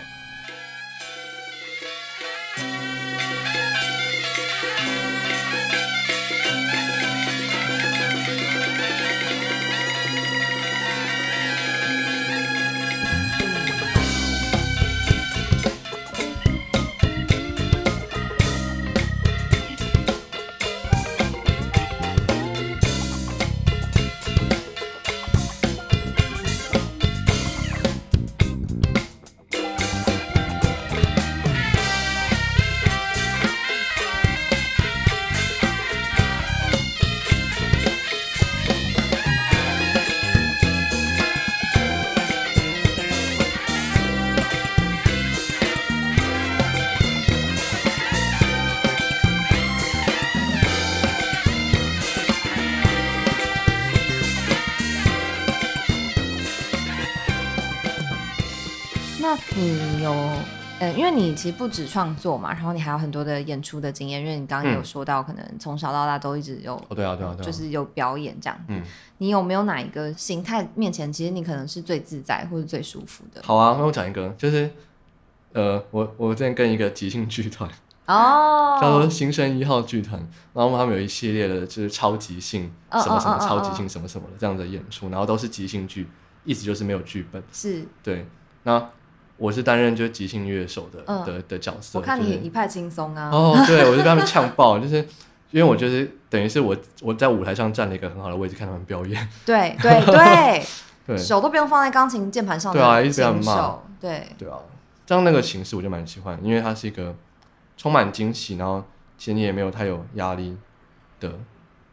[SPEAKER 1] 那你有，呃，因为你其实不止创作嘛，然后你还有很多的演出的经验，因为你刚刚也有
[SPEAKER 2] 嗯
[SPEAKER 1] 说到，可能从小到大都一直有，
[SPEAKER 2] 哦，对啊，对啊，对啊，
[SPEAKER 1] 就是有表演这样子。
[SPEAKER 2] 嗯
[SPEAKER 1] 你有没有哪一个形态面前，其实你可能是最自在或者最舒服的？
[SPEAKER 2] 好啊，那我讲一个，就是呃，我我之前跟一个即兴剧团叫做
[SPEAKER 1] 哦，
[SPEAKER 2] 新生一号剧团，然后他们有一系列的就是超即兴
[SPEAKER 1] 嗯
[SPEAKER 2] 什么什么
[SPEAKER 1] 嗯嗯
[SPEAKER 2] 超即兴什么什么的这样的演出，然后都是即兴剧，意思就是没有剧本。
[SPEAKER 1] 是
[SPEAKER 2] 对，那我是担任就是即兴乐手的、
[SPEAKER 1] 嗯
[SPEAKER 2] 的的角色。
[SPEAKER 1] 我看
[SPEAKER 2] 就
[SPEAKER 1] 你
[SPEAKER 2] 是
[SPEAKER 1] 一派轻松啊。
[SPEAKER 2] 哦，对，我就被他们呛爆，就是因为我就是等于是我我在舞台上占了一个很好的位置看他们表演，
[SPEAKER 1] 对对对，
[SPEAKER 2] 对
[SPEAKER 1] 手都不用放在钢琴键盘上的
[SPEAKER 2] 对啊一直被他
[SPEAKER 1] 琴
[SPEAKER 2] 骂
[SPEAKER 1] 手，对，
[SPEAKER 2] 对啊，这样那个形式我就蛮喜欢，因为它是一个充满惊喜，然后其实你也没有太有压力的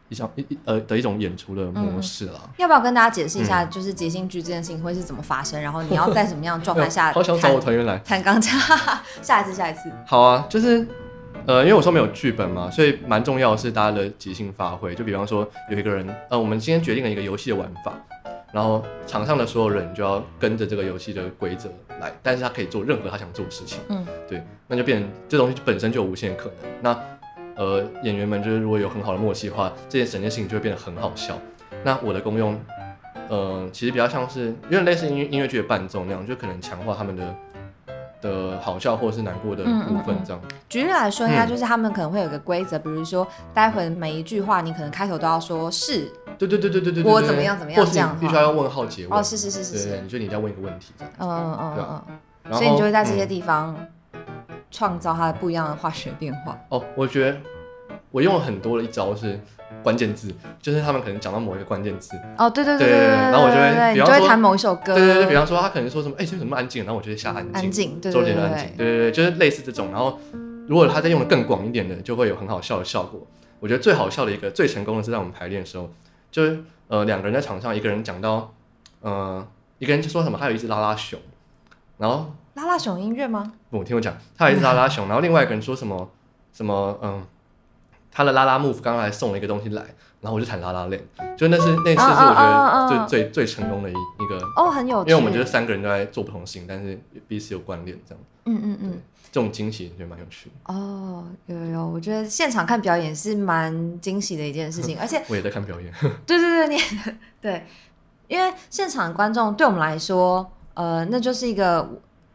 [SPEAKER 2] 一种一一呃的一种演出的
[SPEAKER 1] 嗯
[SPEAKER 2] 模式啦。
[SPEAKER 1] 要不要跟大家解释一下，
[SPEAKER 2] 嗯
[SPEAKER 1] 就是即兴剧这件事情会是怎么发生，然后你要在什么样的状态下
[SPEAKER 2] 好想找我
[SPEAKER 1] 弹
[SPEAKER 2] 团员来。
[SPEAKER 1] 弹钢琴？ 下一次，下一次，
[SPEAKER 2] 好啊，就是呃，因为我说没有剧本嘛，所以蛮重要的是大家的即兴发挥。就比方说有一个人，呃，我们今天决定了一个游戏的玩法，然后场上的所有人就要跟着这个游戏的规则来，但是他可以做任何他想做的事情。
[SPEAKER 1] 嗯，
[SPEAKER 2] 对，那就变成这东西本身就有无限可能。那呃，演员们就是如果有很好的默契的话，这件整件事情就会变得很好笑。那我的功用，呃，其实比较像是有点类似音乐音乐剧的伴奏那样，就可能强化他们的的好笑或者是难过的
[SPEAKER 1] 嗯嗯
[SPEAKER 2] 部分
[SPEAKER 1] 嗯
[SPEAKER 2] 这样。
[SPEAKER 1] 举例来说，应该
[SPEAKER 2] 嗯
[SPEAKER 1] 就是他们可能会有一个规则，比如说待会每一句话，你可能开头都要说是，
[SPEAKER 2] 对对对对对对，
[SPEAKER 1] 我
[SPEAKER 2] 对
[SPEAKER 1] 怎么样怎么样
[SPEAKER 2] 或
[SPEAKER 1] 这
[SPEAKER 2] 是
[SPEAKER 1] 样
[SPEAKER 2] 你必须
[SPEAKER 1] 哈
[SPEAKER 2] 要用问号结尾。
[SPEAKER 1] 哦，是是是是
[SPEAKER 2] 对对，
[SPEAKER 1] 是，
[SPEAKER 2] 对你就你一定要问一个问题这样。
[SPEAKER 1] 嗯嗯
[SPEAKER 2] 对
[SPEAKER 1] 嗯
[SPEAKER 2] 啊
[SPEAKER 1] 嗯嗯，
[SPEAKER 2] 然后
[SPEAKER 1] 所以你就会在这些
[SPEAKER 2] 嗯
[SPEAKER 1] 地方创造它的不一样的化学变化。
[SPEAKER 2] 哦，我觉得我用了很多的一招是关键字，就是他们可能讲到某一个关键字，
[SPEAKER 1] 哦，对对
[SPEAKER 2] 对
[SPEAKER 1] 对
[SPEAKER 2] 对
[SPEAKER 1] 对
[SPEAKER 2] 对
[SPEAKER 1] 对，
[SPEAKER 2] 然后我就会
[SPEAKER 1] 对对对
[SPEAKER 2] 比
[SPEAKER 1] 你就
[SPEAKER 2] 方
[SPEAKER 1] 会
[SPEAKER 2] 说
[SPEAKER 1] 弹某一首歌，
[SPEAKER 2] 对对对，比方说他可能说什么，哎、这个怎么那么安静？然后我就会下安静，
[SPEAKER 1] 安静，对
[SPEAKER 2] 周
[SPEAKER 1] 对
[SPEAKER 2] 杰
[SPEAKER 1] 对
[SPEAKER 2] 伦安静，对对对，就是类似这种。然后如果他再用的更广一点的，就会有很好笑的效果。我觉得最好笑的一个、最成功的是在我们排练的时候，就是呃两个人在场上，一个人讲到呃一个人就说什么，还有一只拉拉熊，然后
[SPEAKER 1] 拉拉熊音乐吗？
[SPEAKER 2] 我听我讲，他也是拉拉熊，然后另外一个人说什么什么嗯，他的拉拉 move 刚刚还送了一个东西来，然后我就弹拉拉链，就那是那次是我觉
[SPEAKER 1] 啊啊啊
[SPEAKER 2] 得最、
[SPEAKER 1] 啊
[SPEAKER 2] 最最成功的一一个，
[SPEAKER 1] 哦，很有
[SPEAKER 2] 因
[SPEAKER 1] 趣，
[SPEAKER 2] 为我们就是三个人都在做不同的事情，但是彼此有关联，这样
[SPEAKER 1] 嗯嗯嗯，
[SPEAKER 2] 这种惊喜觉得蛮有趣的。
[SPEAKER 1] 哦，有有有，我觉得现场看表演是蛮惊喜的一件事 情，而且
[SPEAKER 2] 我也在看 表演，
[SPEAKER 1] 对对对，你对，因为现场观众对我们来说，呃，那就是一个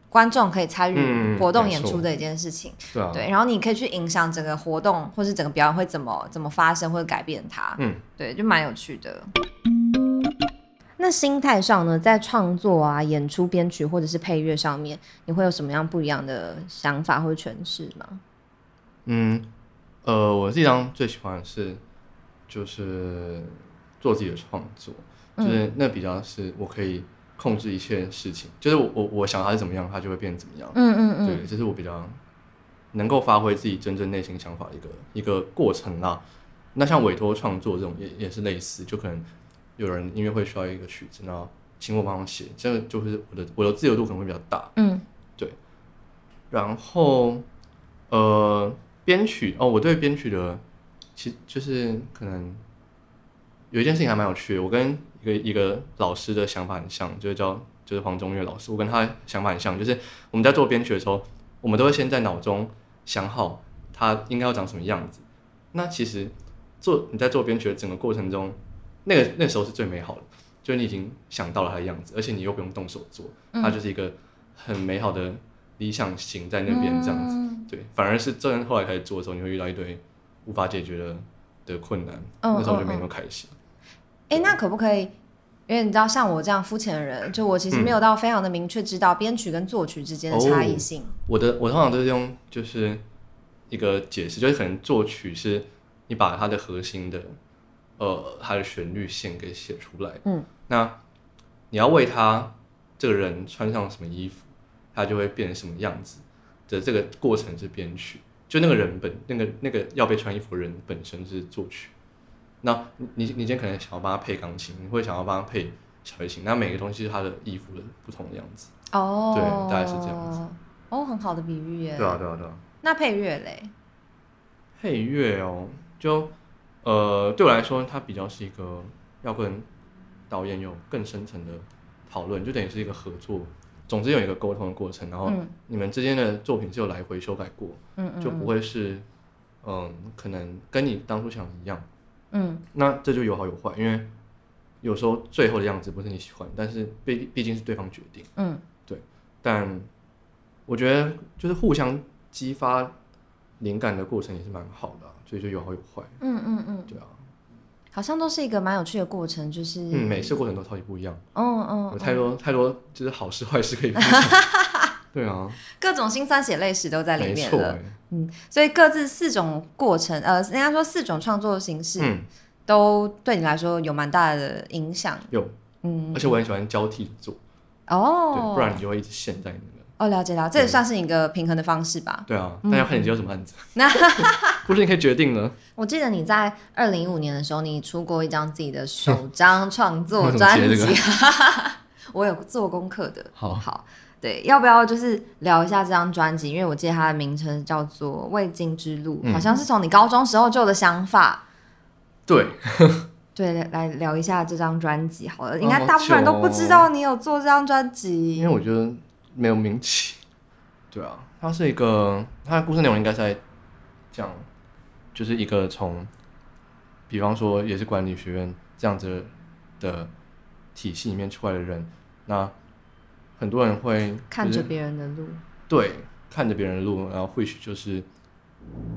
[SPEAKER 1] 观众可以参与
[SPEAKER 2] 嗯
[SPEAKER 1] 活动
[SPEAKER 2] 没
[SPEAKER 1] 演
[SPEAKER 2] 错
[SPEAKER 1] 出的一件事情，
[SPEAKER 2] 对啊，
[SPEAKER 1] 对，然后你可以去影响整个活动或是整个表演会怎么怎么发生或者改变它，
[SPEAKER 2] 嗯，
[SPEAKER 1] 对，就蛮有趣的。那心态上呢，在创作啊、演出、编曲或者是配乐上面，你会有什么样不一样的想法或者诠释吗？
[SPEAKER 2] 嗯，呃，我这张最喜欢的是就是做自己的创作，
[SPEAKER 1] 嗯
[SPEAKER 2] 就是那比较是我可以控制一切事情，就是我我我想它是怎么样，它就会变怎么样。
[SPEAKER 1] 嗯嗯嗯，
[SPEAKER 2] 对，这是我比较能够发挥自己真正内心想法的一个一个过程啦。那像委托创作这种也也是类似，就可能有人音乐会需要一个曲子，然后请我帮忙写，这个就是我的我的自由度可能会比较大。
[SPEAKER 1] 嗯
[SPEAKER 2] 然后呃，编曲哦，我对编曲的其就是可能有一件事情还蛮有趣的，我跟一个一个老师的想法很像，就是叫就是黄宗岳老师，我跟他的想法很像，就是我们在做编曲的时候，我们都会先在脑中想好它应该要长什么样子。那其实做你在做编曲的整个过程中，那个那时候是最美好的，就是你已经想到了它的样子，而且你又不用动手做，它就是一个很美好的理想型在那边这样子。
[SPEAKER 1] 嗯
[SPEAKER 2] 对，反而是真的后来开始做的时候，你会遇到一堆无法解决的的困难，
[SPEAKER 1] 嗯
[SPEAKER 2] 那时候就
[SPEAKER 1] 嗯
[SPEAKER 2] 没那
[SPEAKER 1] 嗯
[SPEAKER 2] 么开心。
[SPEAKER 1] 哎、那可不可以？因为你知道，像我这样肤浅的人，就我其实没有到非常的明确知道编曲跟作曲之间的差异性。
[SPEAKER 2] 我的我通常都是用就是一个解释，就是可能作曲是你把它的核心的呃它的旋律线给写出来，
[SPEAKER 1] 嗯，
[SPEAKER 2] 那你要为他这个人穿上什么衣服，他就会变成什么样子的这个过程是编曲，就那个人本那个那个要被穿衣服的人本身是作曲。那你你你今天可能想要帮他配钢琴，你会想要帮他配小提琴，那每个东西是他的衣服的不同的样子。
[SPEAKER 1] 哦，
[SPEAKER 2] 对大概是这样子。
[SPEAKER 1] 哦，很好的比喻耶。
[SPEAKER 2] 对啊对啊。
[SPEAKER 1] 那配乐嘞？
[SPEAKER 2] 配乐哦，就呃，对我来说，它比较是一个要跟导演有更深层的讨论，就等于是一个合作。总之有一个沟通的过程，然后
[SPEAKER 1] 嗯
[SPEAKER 2] 你们之间的作品是有来回修改过，
[SPEAKER 1] 嗯嗯，
[SPEAKER 2] 就不会是嗯，可能跟你当初想的一样。
[SPEAKER 1] 嗯
[SPEAKER 2] 那这就有好有坏，因为有时候最后的样子不是你喜欢，但是毕毕竟是对方决定。
[SPEAKER 1] 嗯
[SPEAKER 2] 但我觉得就是互相激发灵感的过程也是蛮好的啊、所以就有好有坏。
[SPEAKER 1] 嗯嗯嗯，
[SPEAKER 2] 对啊，
[SPEAKER 1] 好像都是一个蛮有趣的过程，就是
[SPEAKER 2] 嗯，每次过程都超级不一样，
[SPEAKER 1] 嗯嗯
[SPEAKER 2] 有
[SPEAKER 1] 嗯，
[SPEAKER 2] 太多太多就是好事坏事可以 分享。对啊，
[SPEAKER 1] 各种辛酸血泪史都在里
[SPEAKER 2] 没
[SPEAKER 1] 面
[SPEAKER 2] 错
[SPEAKER 1] 了。
[SPEAKER 2] 欸，
[SPEAKER 1] 嗯，所以各自四种过程，呃，人家说四种创作形式、
[SPEAKER 2] 嗯，
[SPEAKER 1] 都对你来说有蛮大的影响。
[SPEAKER 2] 有，
[SPEAKER 1] 嗯，
[SPEAKER 2] 而且我很喜欢交替做，
[SPEAKER 1] 哦，
[SPEAKER 2] 对，不然你就会一直陷在那个。
[SPEAKER 1] 哦，了解了解，这也算是一个平衡的方式吧。
[SPEAKER 2] 对啊，但要看你接什么案子，
[SPEAKER 1] 那
[SPEAKER 2] 或者你可以决定了。
[SPEAKER 1] 我记得你在二零一五年的时候，你出过一张自己的首张创作
[SPEAKER 2] 为什么
[SPEAKER 1] 专
[SPEAKER 2] 接
[SPEAKER 1] 辑，
[SPEAKER 2] 这个
[SPEAKER 1] 我有做功课的。
[SPEAKER 2] 好
[SPEAKER 1] 好，对，要不要就是聊一下这张专辑？因为我记得它的名称叫做《未尽之路》，
[SPEAKER 2] 嗯
[SPEAKER 1] 好像是从你高中时候就有的想法。
[SPEAKER 2] 对，
[SPEAKER 1] 对，来来聊一下这张专辑好了，
[SPEAKER 2] 哦
[SPEAKER 1] 应该大部分人都不知道你有做这张专辑。
[SPEAKER 2] 因为我觉得没有名气。对啊，它是一个，它的故事内容应该是在讲，就是一个从，比方说也是管理学院这样子的体系里面出来的人，那很多人会、就是、
[SPEAKER 1] 看着别人的路，
[SPEAKER 2] 对看着别人的路，然后或许就是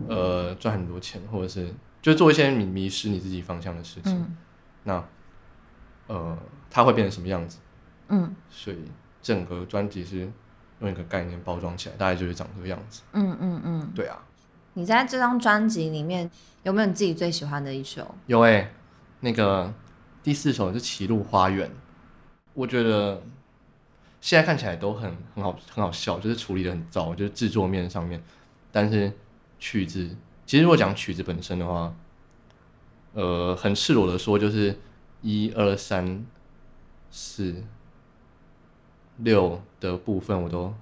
[SPEAKER 2] 呃赚很多钱，或者是就做一些你迷失你自己方向的事情。
[SPEAKER 1] 嗯
[SPEAKER 2] 那呃，他会变成什么样子？
[SPEAKER 1] 嗯
[SPEAKER 2] 所以整个专辑是用一个概念包装起来，大概就是长这个样子。
[SPEAKER 1] 嗯嗯嗯。
[SPEAKER 2] 对啊，
[SPEAKER 1] 你在这张专辑里面有没有你自己最喜欢的一 首？
[SPEAKER 2] 有诶、那个第四首是《歧路花园》，我觉得现在看起来都很很好很好笑，就是处理的很糟，就是制作面上面，但是曲子其实如果讲曲子本身的话，呃，很赤裸的说，就是一二三四六的部分我都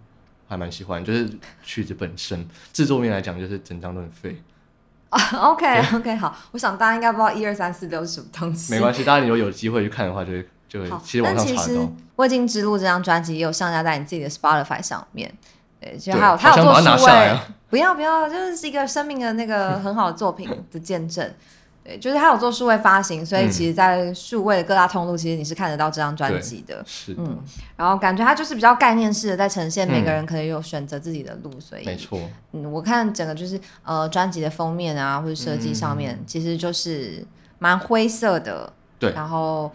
[SPEAKER 2] 还蛮喜欢，就是曲子本身制作面来讲，就是整张都很废，
[SPEAKER 1] OK OK，好，我想大家应该不知道一二三四六是什么东西。
[SPEAKER 2] 没关系，大家如果有机会去看的话，就会就会
[SPEAKER 1] 好，
[SPEAKER 2] 其实网
[SPEAKER 1] 但
[SPEAKER 2] 上
[SPEAKER 1] 其
[SPEAKER 2] 查得
[SPEAKER 1] 实
[SPEAKER 2] 到
[SPEAKER 1] 《未尽之路》这张专辑也有上架在你自己的 Spotify 上面，对，就
[SPEAKER 2] 对
[SPEAKER 1] 还有他
[SPEAKER 2] 好
[SPEAKER 1] 有
[SPEAKER 2] 像
[SPEAKER 1] 做
[SPEAKER 2] 把它拿
[SPEAKER 1] 数
[SPEAKER 2] 下来
[SPEAKER 1] 位
[SPEAKER 2] 啊，
[SPEAKER 1] 不要不要，就是是一个生命的那个很好的作 品的见证。对，就是他有做数位发行，所以
[SPEAKER 2] 嗯
[SPEAKER 1] 其实，在数位的各大通路，其实你是看得到这张专
[SPEAKER 2] 对
[SPEAKER 1] 辑的。
[SPEAKER 2] 是的，
[SPEAKER 1] 嗯，然后感觉他就是比较概念式的在呈现每个
[SPEAKER 2] 嗯
[SPEAKER 1] 人可能有选择自己的路，所以
[SPEAKER 2] 没错，
[SPEAKER 1] 嗯，我看整个就是呃专辑的封面啊，或者设计上面，其实就是蛮灰色的。
[SPEAKER 2] 嗯对
[SPEAKER 1] 然后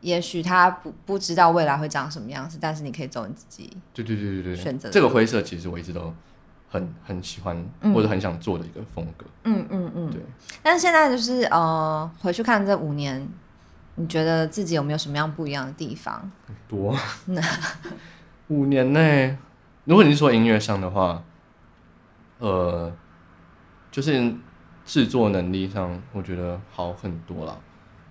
[SPEAKER 1] 也许他不不知道未来会长什么样子，但是你可以走你自己。
[SPEAKER 2] 对对对对
[SPEAKER 1] 选
[SPEAKER 2] 对
[SPEAKER 1] 择，
[SPEAKER 2] 这个灰色其实我一直都很很喜欢
[SPEAKER 1] 嗯
[SPEAKER 2] 或者很想做的一个风格，
[SPEAKER 1] 嗯嗯嗯
[SPEAKER 2] 对。
[SPEAKER 1] 但是现在就是呃回去看这五年，你觉得自己有没有什么样不一样的地方？
[SPEAKER 2] 很 多五年内，如果你是说音乐上的话，呃，就是制作能力上，我觉得好很多啦，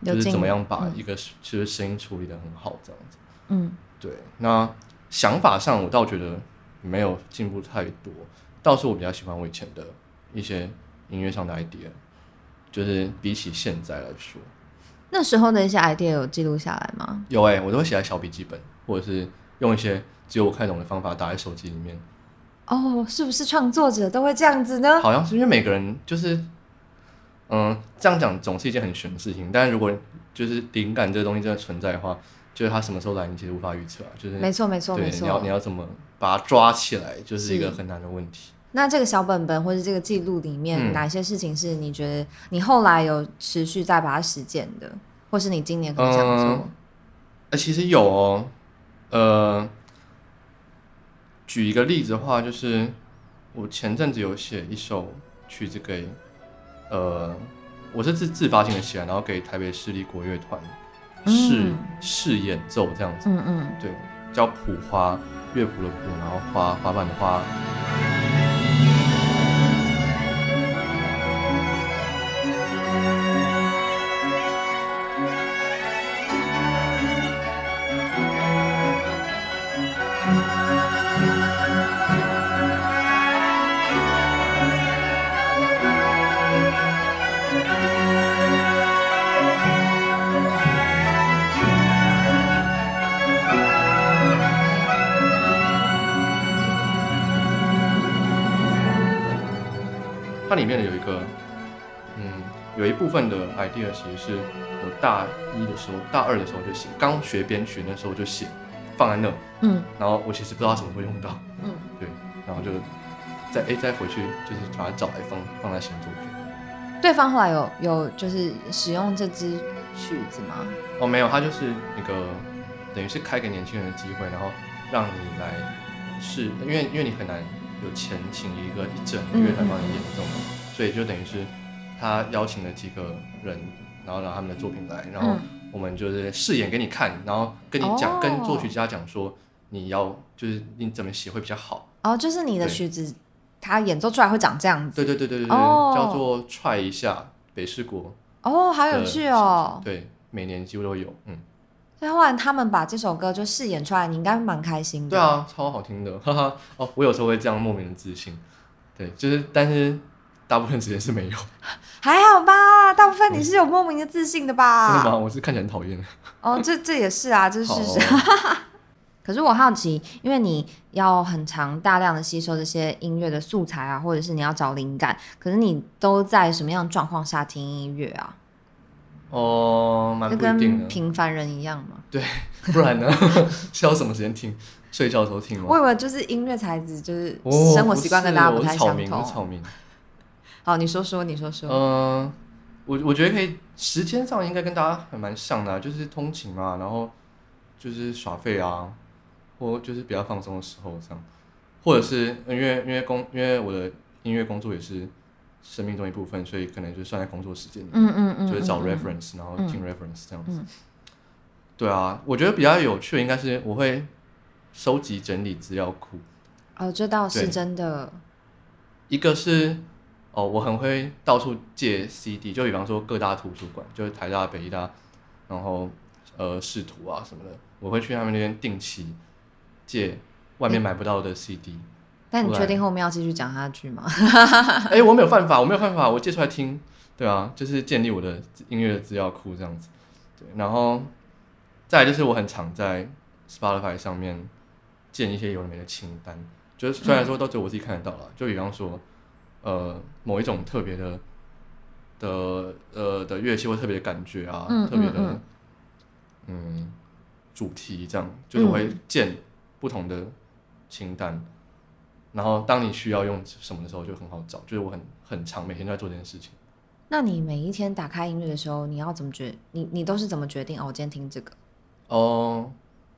[SPEAKER 1] 有
[SPEAKER 2] 就是
[SPEAKER 1] 进
[SPEAKER 2] 怎么样
[SPEAKER 1] 步
[SPEAKER 2] 把一个其实声音处理的很好这样子。
[SPEAKER 1] 嗯
[SPEAKER 2] 对，那想法上我倒觉得没有进步太多，倒是我比较喜欢我以前的一些音乐上的 idea，就是比起现在来说，
[SPEAKER 1] 那时候的一些 idea 有记录下来吗？
[SPEAKER 2] 有哎、我都会写在小笔记本，或者是用一些只有我看懂的方法打在手机里面，
[SPEAKER 1] 哦，是不是创作者都会这样子呢？
[SPEAKER 2] 好像是因为每个人就是，嗯，这样讲总是一件很玄的事情，但如果就是灵感这个东西真的存在的话，就是它什么时候来，你其实无法预测啊，就是
[SPEAKER 1] 没错没错
[SPEAKER 2] 对，
[SPEAKER 1] 没
[SPEAKER 2] 你要
[SPEAKER 1] 错
[SPEAKER 2] 你。要怎么把它抓起来，就是一个
[SPEAKER 1] 是
[SPEAKER 2] 很难的问题。
[SPEAKER 1] 那这个小本本或者这个记录里面，
[SPEAKER 2] 嗯
[SPEAKER 1] 哪些事情是你觉得你后来有持续在把它实践的，或是你今年可能想做？
[SPEAKER 2] 嗯呃，其实有哦，呃，举一个例子的话，就是我前阵子有写一首曲子给，呃，我是自自发性的写，然后给台北市立国乐团试
[SPEAKER 1] 嗯
[SPEAKER 2] 试演奏这样子，
[SPEAKER 1] 嗯嗯，
[SPEAKER 2] 对，叫《谱花》，乐谱的谱，然后花花瓣的花。它里面有一个，嗯，有一部分的 idea 其实是我大一的时候、大二的时候就写，刚学编曲那时候就写，放在那，
[SPEAKER 1] 嗯
[SPEAKER 2] 然后我其实不知道什么会用到，
[SPEAKER 1] 嗯，
[SPEAKER 2] 对，然后就再哎再回去就是把它找来放放在新作品。
[SPEAKER 1] 对方后来有有就是使用这支曲子吗？
[SPEAKER 2] 哦，没有，它就是一个等于是开给年轻人的机会，然后让你来试，因为因为你很难有钱请一个一整个乐
[SPEAKER 1] 嗯
[SPEAKER 2] 团帮你演奏，所以就等于是他邀请了几个人，然后让他们的作品来，然后
[SPEAKER 1] 嗯
[SPEAKER 2] 我们就是试演给你看，然后跟你讲，
[SPEAKER 1] 哦
[SPEAKER 2] 跟作曲家讲说你要就是你怎么写会比较好。
[SPEAKER 1] 哦，就是你的
[SPEAKER 2] 对
[SPEAKER 1] 曲子，它演奏出来会长这样子。
[SPEAKER 2] 对对对对对对，
[SPEAKER 1] 哦
[SPEAKER 2] 叫做踹一下北市国，
[SPEAKER 1] 哦，好有趣哦！
[SPEAKER 2] 对，每年几乎都有，嗯，
[SPEAKER 1] 所以后来他们把这首歌就试演出来，你应该蛮开心的。
[SPEAKER 2] 对，啊，超好听的，哈哈。哦，我有时候会这样莫名的自信，对，就是但是大部分时间是没有，
[SPEAKER 1] 还好吧？大部分你是有莫名的自信的吧？
[SPEAKER 2] 嗯真的吗？我是看起来很讨厌的，
[SPEAKER 1] 哦，这这也是啊，这是
[SPEAKER 2] 好
[SPEAKER 1] 事实。可是我好奇，因为你要很长大量的吸收这些音乐的素材啊，或者是你要找灵感，可是你都在什么样的状况下听音乐啊？
[SPEAKER 2] 哦，蛮
[SPEAKER 1] 就
[SPEAKER 2] 不一定
[SPEAKER 1] 跟
[SPEAKER 2] 的，
[SPEAKER 1] 平凡人一样吗？
[SPEAKER 2] 不然呢 是要什么时间听？睡觉的时候听
[SPEAKER 1] 我
[SPEAKER 2] 吗？
[SPEAKER 1] 以为就是音乐才子，就是
[SPEAKER 2] 哦，
[SPEAKER 1] 生活习惯
[SPEAKER 2] 不
[SPEAKER 1] 跟
[SPEAKER 2] 是
[SPEAKER 1] 大家
[SPEAKER 2] 我
[SPEAKER 1] 不
[SPEAKER 2] 是
[SPEAKER 1] 太
[SPEAKER 2] 草
[SPEAKER 1] 相
[SPEAKER 2] 民，我是草
[SPEAKER 1] 同。
[SPEAKER 2] 民，
[SPEAKER 1] 好，哦你说说，你说说。
[SPEAKER 2] 嗯，我我觉得可以，时间上应该跟大家还蛮像的啊、就是通勤嘛，然后就是耍废啊，或就是比较放松的时候这样，或者是呃因为因为工因为我的音乐工作也是生命中一部分，所以可能就算在工作时间里面，
[SPEAKER 1] 嗯嗯嗯，
[SPEAKER 2] 就是找
[SPEAKER 1] 嗯嗯
[SPEAKER 2] reference，然后听 reference 这样子。
[SPEAKER 1] 嗯
[SPEAKER 2] 对啊，我觉得比较有趣的应该是我会收集整理资料库，
[SPEAKER 1] 哦，这倒是
[SPEAKER 2] 对
[SPEAKER 1] 真的。
[SPEAKER 2] 一个是哦，我很会到处借 CD，就比方说各大图书馆，就是台大、北医大，然后呃视图啊什么的，我会去他们那边定期借外面买不到的 CD，、
[SPEAKER 1] 但你
[SPEAKER 2] 出来
[SPEAKER 1] 确定后面要继续讲下去吗？
[SPEAKER 2] 哎、我没有犯法，我没有犯法，我借出来听，对啊，就是建立我的音乐资料库这样子。对，然后再来就是我很常在 Spotify 上面建一些有的没的清单，就是虽然说都只有我自己看得到了，就比方说，呃，某一种特别的的呃的乐器或特别的感觉啊，
[SPEAKER 1] 嗯
[SPEAKER 2] 特别
[SPEAKER 1] 嗯
[SPEAKER 2] 的嗯主题这样，就是我会建不同的清单。然后当你需要用什么的时候就很好找，就是我很很长每天都在做这件事情。
[SPEAKER 1] 那你每一天打开音乐的时候，你要怎么决？你你都是怎么决定？哦，我今天听这个。
[SPEAKER 2] 哦，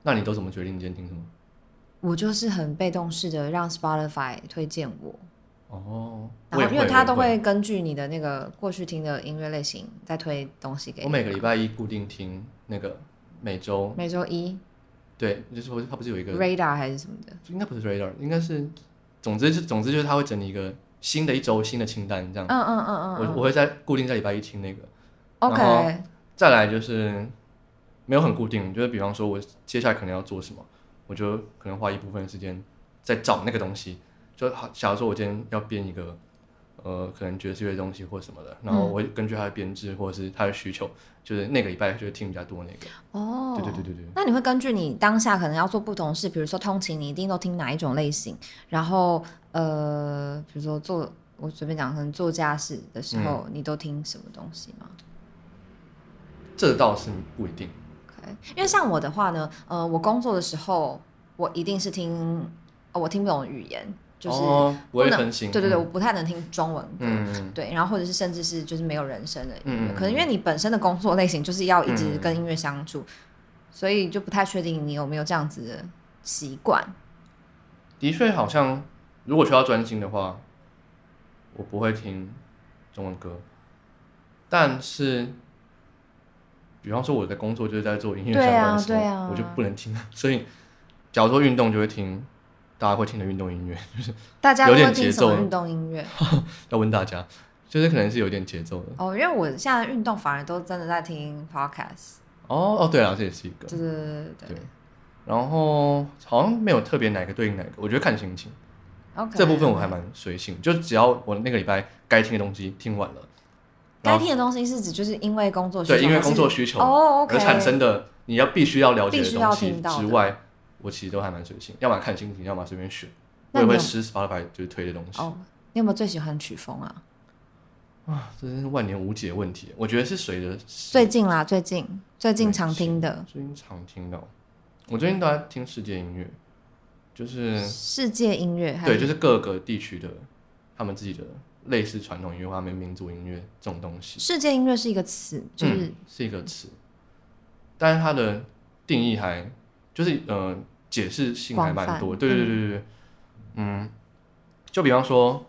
[SPEAKER 2] 那你都怎么决定你今天听什么？
[SPEAKER 1] 我就是很被动式的让 Spotify 推荐我，
[SPEAKER 2] 哦，
[SPEAKER 1] 然
[SPEAKER 2] 我也
[SPEAKER 1] 后
[SPEAKER 2] 会，
[SPEAKER 1] 因为它
[SPEAKER 2] 我
[SPEAKER 1] 都
[SPEAKER 2] 也会，
[SPEAKER 1] 会根据你的那个过去听的音乐类型再推东西给你。
[SPEAKER 2] 我每个礼拜一固定听那个每周，
[SPEAKER 1] 每周一
[SPEAKER 2] 对，就是不是它不是有一个，
[SPEAKER 1] Radar 还是什么的，
[SPEAKER 2] 应该不是 radar，应该是，总之就总之就是它会整理一个新的一周新的清单这样。
[SPEAKER 1] 嗯嗯嗯嗯
[SPEAKER 2] 我
[SPEAKER 1] 嗯
[SPEAKER 2] 我会在固定在礼拜一听那个，然
[SPEAKER 1] ，OK，
[SPEAKER 2] 再来就是没有很固定，就是比方说我接下来可能要做什么，我就可能花一部分时间在找那个东西。就好，假如说我今天要编一个，呃，可能爵士乐的东西或什么的，然后我会根据它的编制或者是它的需求，就是那个礼拜就会听比较多那个。
[SPEAKER 1] 哦，
[SPEAKER 2] 对对对对对。
[SPEAKER 1] 那你会根据你当下可能要做不同事，比如说通勤，你一定都听哪一种类型，然后呃，比如说做我随便讲，可能做家事的时候，你都听什么东西吗
[SPEAKER 2] 这倒是不一定。
[SPEAKER 1] ？OK，因为像我的话呢，呃，我工作的时候，我一定是听，哦、我听不懂语言，就是
[SPEAKER 2] 哦、
[SPEAKER 1] 不
[SPEAKER 2] 我会
[SPEAKER 1] 能
[SPEAKER 2] 分心。
[SPEAKER 1] 对对对，
[SPEAKER 2] 嗯
[SPEAKER 1] 我不太能听中文歌，
[SPEAKER 2] 嗯，
[SPEAKER 1] 对，然后或者是甚至是就是没有人声的音乐，
[SPEAKER 2] 嗯嗯
[SPEAKER 1] 可能因为你本身的工作类型就是要一直
[SPEAKER 2] 嗯
[SPEAKER 1] 跟音乐相处，所以就不太确定你有没有这样子的习惯。
[SPEAKER 2] 的确好像，如果需要专心的话，我不会听中文歌，但是，比方说我的工作就是在做音乐
[SPEAKER 1] 对
[SPEAKER 2] 相
[SPEAKER 1] 啊
[SPEAKER 2] 关的时候，
[SPEAKER 1] 对啊
[SPEAKER 2] 我就不能听， 所以假如说运动就会听大家会听的运动音乐，
[SPEAKER 1] 大家都
[SPEAKER 2] 有点
[SPEAKER 1] 会听
[SPEAKER 2] 节
[SPEAKER 1] 什么
[SPEAKER 2] 奏
[SPEAKER 1] 运动音乐？
[SPEAKER 2] 要问大家，就是可能是有点节奏的。
[SPEAKER 1] 哦，因为我现在运动反而都真的在听 podcast，
[SPEAKER 2] 哦哦，对啊，这也是一个
[SPEAKER 1] 对对对对对
[SPEAKER 2] 对。然后好像没有特别哪个对应哪个，我觉得看心情。
[SPEAKER 1] ，OK。
[SPEAKER 2] 这部分我还蛮随性，就只要我那个礼拜该听的东西听完了，然
[SPEAKER 1] 该
[SPEAKER 2] 后
[SPEAKER 1] 听的东西是指就是因为工作需求，
[SPEAKER 2] 对，因为
[SPEAKER 1] 还是
[SPEAKER 2] 工作需求
[SPEAKER 1] 哦
[SPEAKER 2] 而
[SPEAKER 1] ，OK，
[SPEAKER 2] 产生的你要必须要了解
[SPEAKER 1] 必
[SPEAKER 2] 的
[SPEAKER 1] 须要
[SPEAKER 2] 东西
[SPEAKER 1] 听到
[SPEAKER 2] 之
[SPEAKER 1] 的
[SPEAKER 2] 外，我其实都还蛮随性，要么看心情，要么随便选。
[SPEAKER 1] 那
[SPEAKER 2] 我
[SPEAKER 1] 你
[SPEAKER 2] 也会
[SPEAKER 1] 有
[SPEAKER 2] 吃 Spotify 就是推的东西
[SPEAKER 1] 哦。你有没有最喜欢的曲风啊？
[SPEAKER 2] 啊，这真是万年无解问题。我觉得是随着
[SPEAKER 1] 最近啦，最近最近
[SPEAKER 2] 对
[SPEAKER 1] 常听的
[SPEAKER 2] 最近常听到，我最近都在听世界音乐，就是
[SPEAKER 1] 世界音乐，还
[SPEAKER 2] 嗯对，就是各个地区的他们自己的类似传统音乐、或他们民族音乐这种东西，
[SPEAKER 1] 世界音乐是一个词，就是
[SPEAKER 2] 嗯、是一个词，但是它的定义还就是呃解释性还蛮
[SPEAKER 1] 广
[SPEAKER 2] 多，
[SPEAKER 1] 泛
[SPEAKER 2] 对对对对对，嗯，就比方说，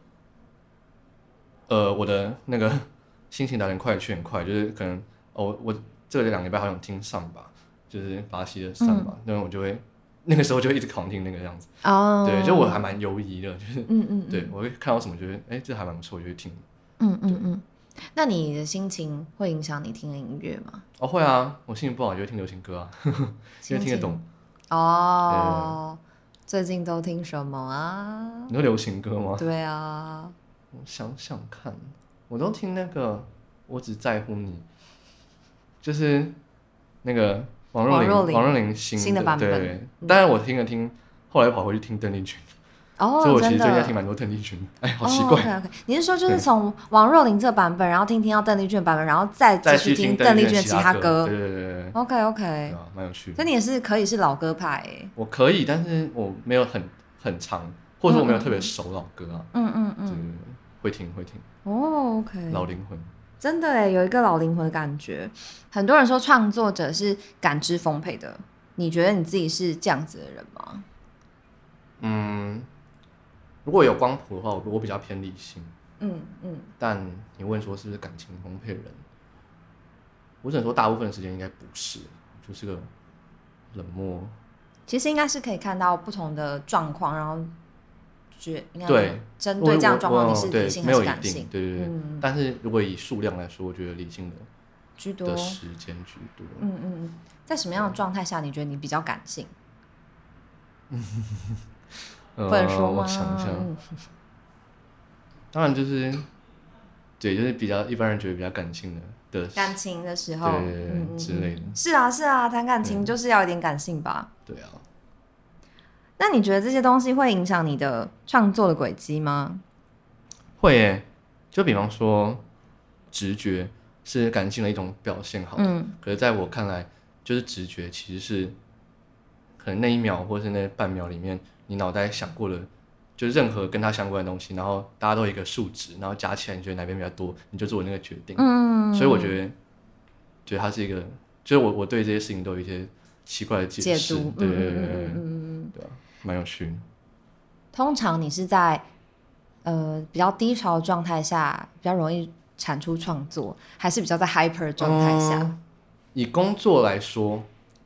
[SPEAKER 2] 呃，我的那个 心情来得很快去很快，就是可能哦，我这两个礼拜好想听上吧，就是巴西的上
[SPEAKER 1] 嗯
[SPEAKER 2] 吧，那、我就会那个时候就会一直狂听那个样子，
[SPEAKER 1] 哦，
[SPEAKER 2] 对，就我还蛮犹疑的，就是
[SPEAKER 1] 嗯嗯
[SPEAKER 2] 对我会看到什么觉得哎、这还蛮不错，我就会听。
[SPEAKER 1] 嗯嗯嗯。那你的心情会影响你听的音乐吗？
[SPEAKER 2] 哦，会啊，我心情不好就会听流行歌啊，因为听得懂。
[SPEAKER 1] 哦。最近都听什么啊？
[SPEAKER 2] 你说流行歌吗？
[SPEAKER 1] 对啊，
[SPEAKER 2] 我想想看，我都听那个《我只在乎你》，就是那个王
[SPEAKER 1] 王
[SPEAKER 2] 若
[SPEAKER 1] 若
[SPEAKER 2] 琳
[SPEAKER 1] 琳
[SPEAKER 2] 王若琳新
[SPEAKER 1] 新的版本
[SPEAKER 2] 对，当然我听了听，后来跑回去听邓丽君，
[SPEAKER 1] 哦，
[SPEAKER 2] 所以我其
[SPEAKER 1] 真
[SPEAKER 2] 实最近在
[SPEAKER 1] 的
[SPEAKER 2] 听，蛮多邓丽君的。哎，好奇怪，
[SPEAKER 1] 哦、OK OK，你是说就是
[SPEAKER 2] 对
[SPEAKER 1] 从王若琳这版本，然后听听到邓丽君的版本，然后再
[SPEAKER 2] 再
[SPEAKER 1] 继
[SPEAKER 2] 去
[SPEAKER 1] 续听
[SPEAKER 2] 邓
[SPEAKER 1] 邓丽
[SPEAKER 2] 君
[SPEAKER 1] 君的
[SPEAKER 2] 其
[SPEAKER 1] 其他
[SPEAKER 2] 歌，
[SPEAKER 1] 歌
[SPEAKER 2] 对对对对对，
[SPEAKER 1] ？OK
[SPEAKER 2] 对
[SPEAKER 1] OK，
[SPEAKER 2] 啊，蛮有趣
[SPEAKER 1] 所
[SPEAKER 2] 的。
[SPEAKER 1] 以你也是可以是老歌派欸。
[SPEAKER 2] 我可以，但是我没有很很长，或者说我没有特别熟老歌啊，
[SPEAKER 1] 嗯嗯
[SPEAKER 2] 对对
[SPEAKER 1] 嗯。
[SPEAKER 2] 对，会听会听，
[SPEAKER 1] 哦，OK。
[SPEAKER 2] 老灵魂。
[SPEAKER 1] 真的哎，有一个老灵魂的感觉。很多人说创作者是感知丰沛的，你觉得你自己是这样子的人吗？
[SPEAKER 2] 嗯，如果有光谱的话，我我比较偏理性。
[SPEAKER 1] 嗯嗯，
[SPEAKER 2] 但你问说是不是感情丰沛的人，我只能说大部分时间应该不是，就是个冷漠。
[SPEAKER 1] 其实应该是可以看到不同的状况，然后觉应该
[SPEAKER 2] 对
[SPEAKER 1] 嗯针
[SPEAKER 2] 我
[SPEAKER 1] 对这样的状况，
[SPEAKER 2] 我
[SPEAKER 1] 你是理
[SPEAKER 2] 对
[SPEAKER 1] 性还
[SPEAKER 2] 没
[SPEAKER 1] 是
[SPEAKER 2] 有一
[SPEAKER 1] 感
[SPEAKER 2] 定，
[SPEAKER 1] 性？
[SPEAKER 2] 对对对。
[SPEAKER 1] 嗯
[SPEAKER 2] 但是如果以数量来说，我觉得理性的
[SPEAKER 1] 居多。
[SPEAKER 2] 的
[SPEAKER 1] 嗯
[SPEAKER 2] 时间居多。
[SPEAKER 1] 嗯嗯，在什么样的状态下你觉得你比较感性？
[SPEAKER 2] 呃，
[SPEAKER 1] 嗯不能说吗？
[SPEAKER 2] 我想一下，
[SPEAKER 1] 嗯
[SPEAKER 2] 当然就是，对，就是比较一般人觉得比较感性的的，
[SPEAKER 1] 嗯感情的时候，
[SPEAKER 2] 对对对
[SPEAKER 1] 嗯嗯
[SPEAKER 2] 之类的
[SPEAKER 1] 嗯是啊，是啊，谈感情就是要有点感性吧。
[SPEAKER 2] 对啊，
[SPEAKER 1] 那你觉得这些东西会影响你的创作的轨迹吗？
[SPEAKER 2] 会耶，就比方说，直觉是感性的一种表现，好了，
[SPEAKER 1] 嗯
[SPEAKER 2] 可是在我看来，就是直觉其实是，可能那一秒或是那半秒里面，你脑袋想过了，就任何跟它相关的东西，然后大家都有一个数值，然后加起来你觉得哪边比较多，你就做那个决定。
[SPEAKER 1] 嗯，
[SPEAKER 2] 所以我觉得，觉得它是一个，就是我我对这些事情都有一些奇怪的
[SPEAKER 1] 解
[SPEAKER 2] 释，
[SPEAKER 1] 读，
[SPEAKER 2] 对对对
[SPEAKER 1] 嗯嗯
[SPEAKER 2] 对
[SPEAKER 1] 嗯
[SPEAKER 2] 对
[SPEAKER 1] 嗯嗯嗯。
[SPEAKER 2] 对啊，蛮有趣的。
[SPEAKER 1] 通常你是在呃比较低潮的状态下比较容易产出创作，还是比较在 hyper 的状态下？
[SPEAKER 2] 嗯以工作来说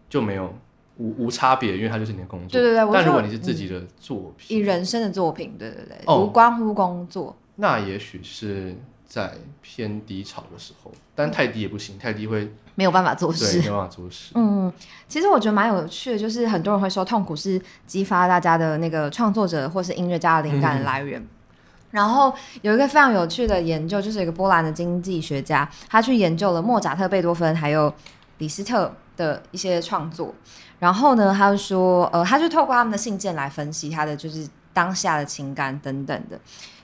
[SPEAKER 2] 就没有无无差别，因为它就是你的工作。
[SPEAKER 1] 对对对我
[SPEAKER 2] 但如
[SPEAKER 1] 说嗯
[SPEAKER 2] 果你是自己的作
[SPEAKER 1] 以
[SPEAKER 2] 品，
[SPEAKER 1] 人生的作品，对对对，
[SPEAKER 2] 哦
[SPEAKER 1] 无关乎工作，
[SPEAKER 2] 那也许是在偏低潮的时候，
[SPEAKER 1] 嗯
[SPEAKER 2] 但太低也不行，太低会
[SPEAKER 1] 没有办法做
[SPEAKER 2] 对
[SPEAKER 1] 事
[SPEAKER 2] 没。办法 做事。
[SPEAKER 1] 嗯，其实我觉得蛮有趣的，就是很多人会说痛苦是激发大家的那个创作者或是音乐家的灵感的来源。然后有一个非常有趣的研究，就是有一个波兰的经济学家，他去研究了莫扎特、贝多芬还有李斯特的一些创作。然后呢，他就说，呃，他就透过他们的信件来分析他的就是当下的情感等等的。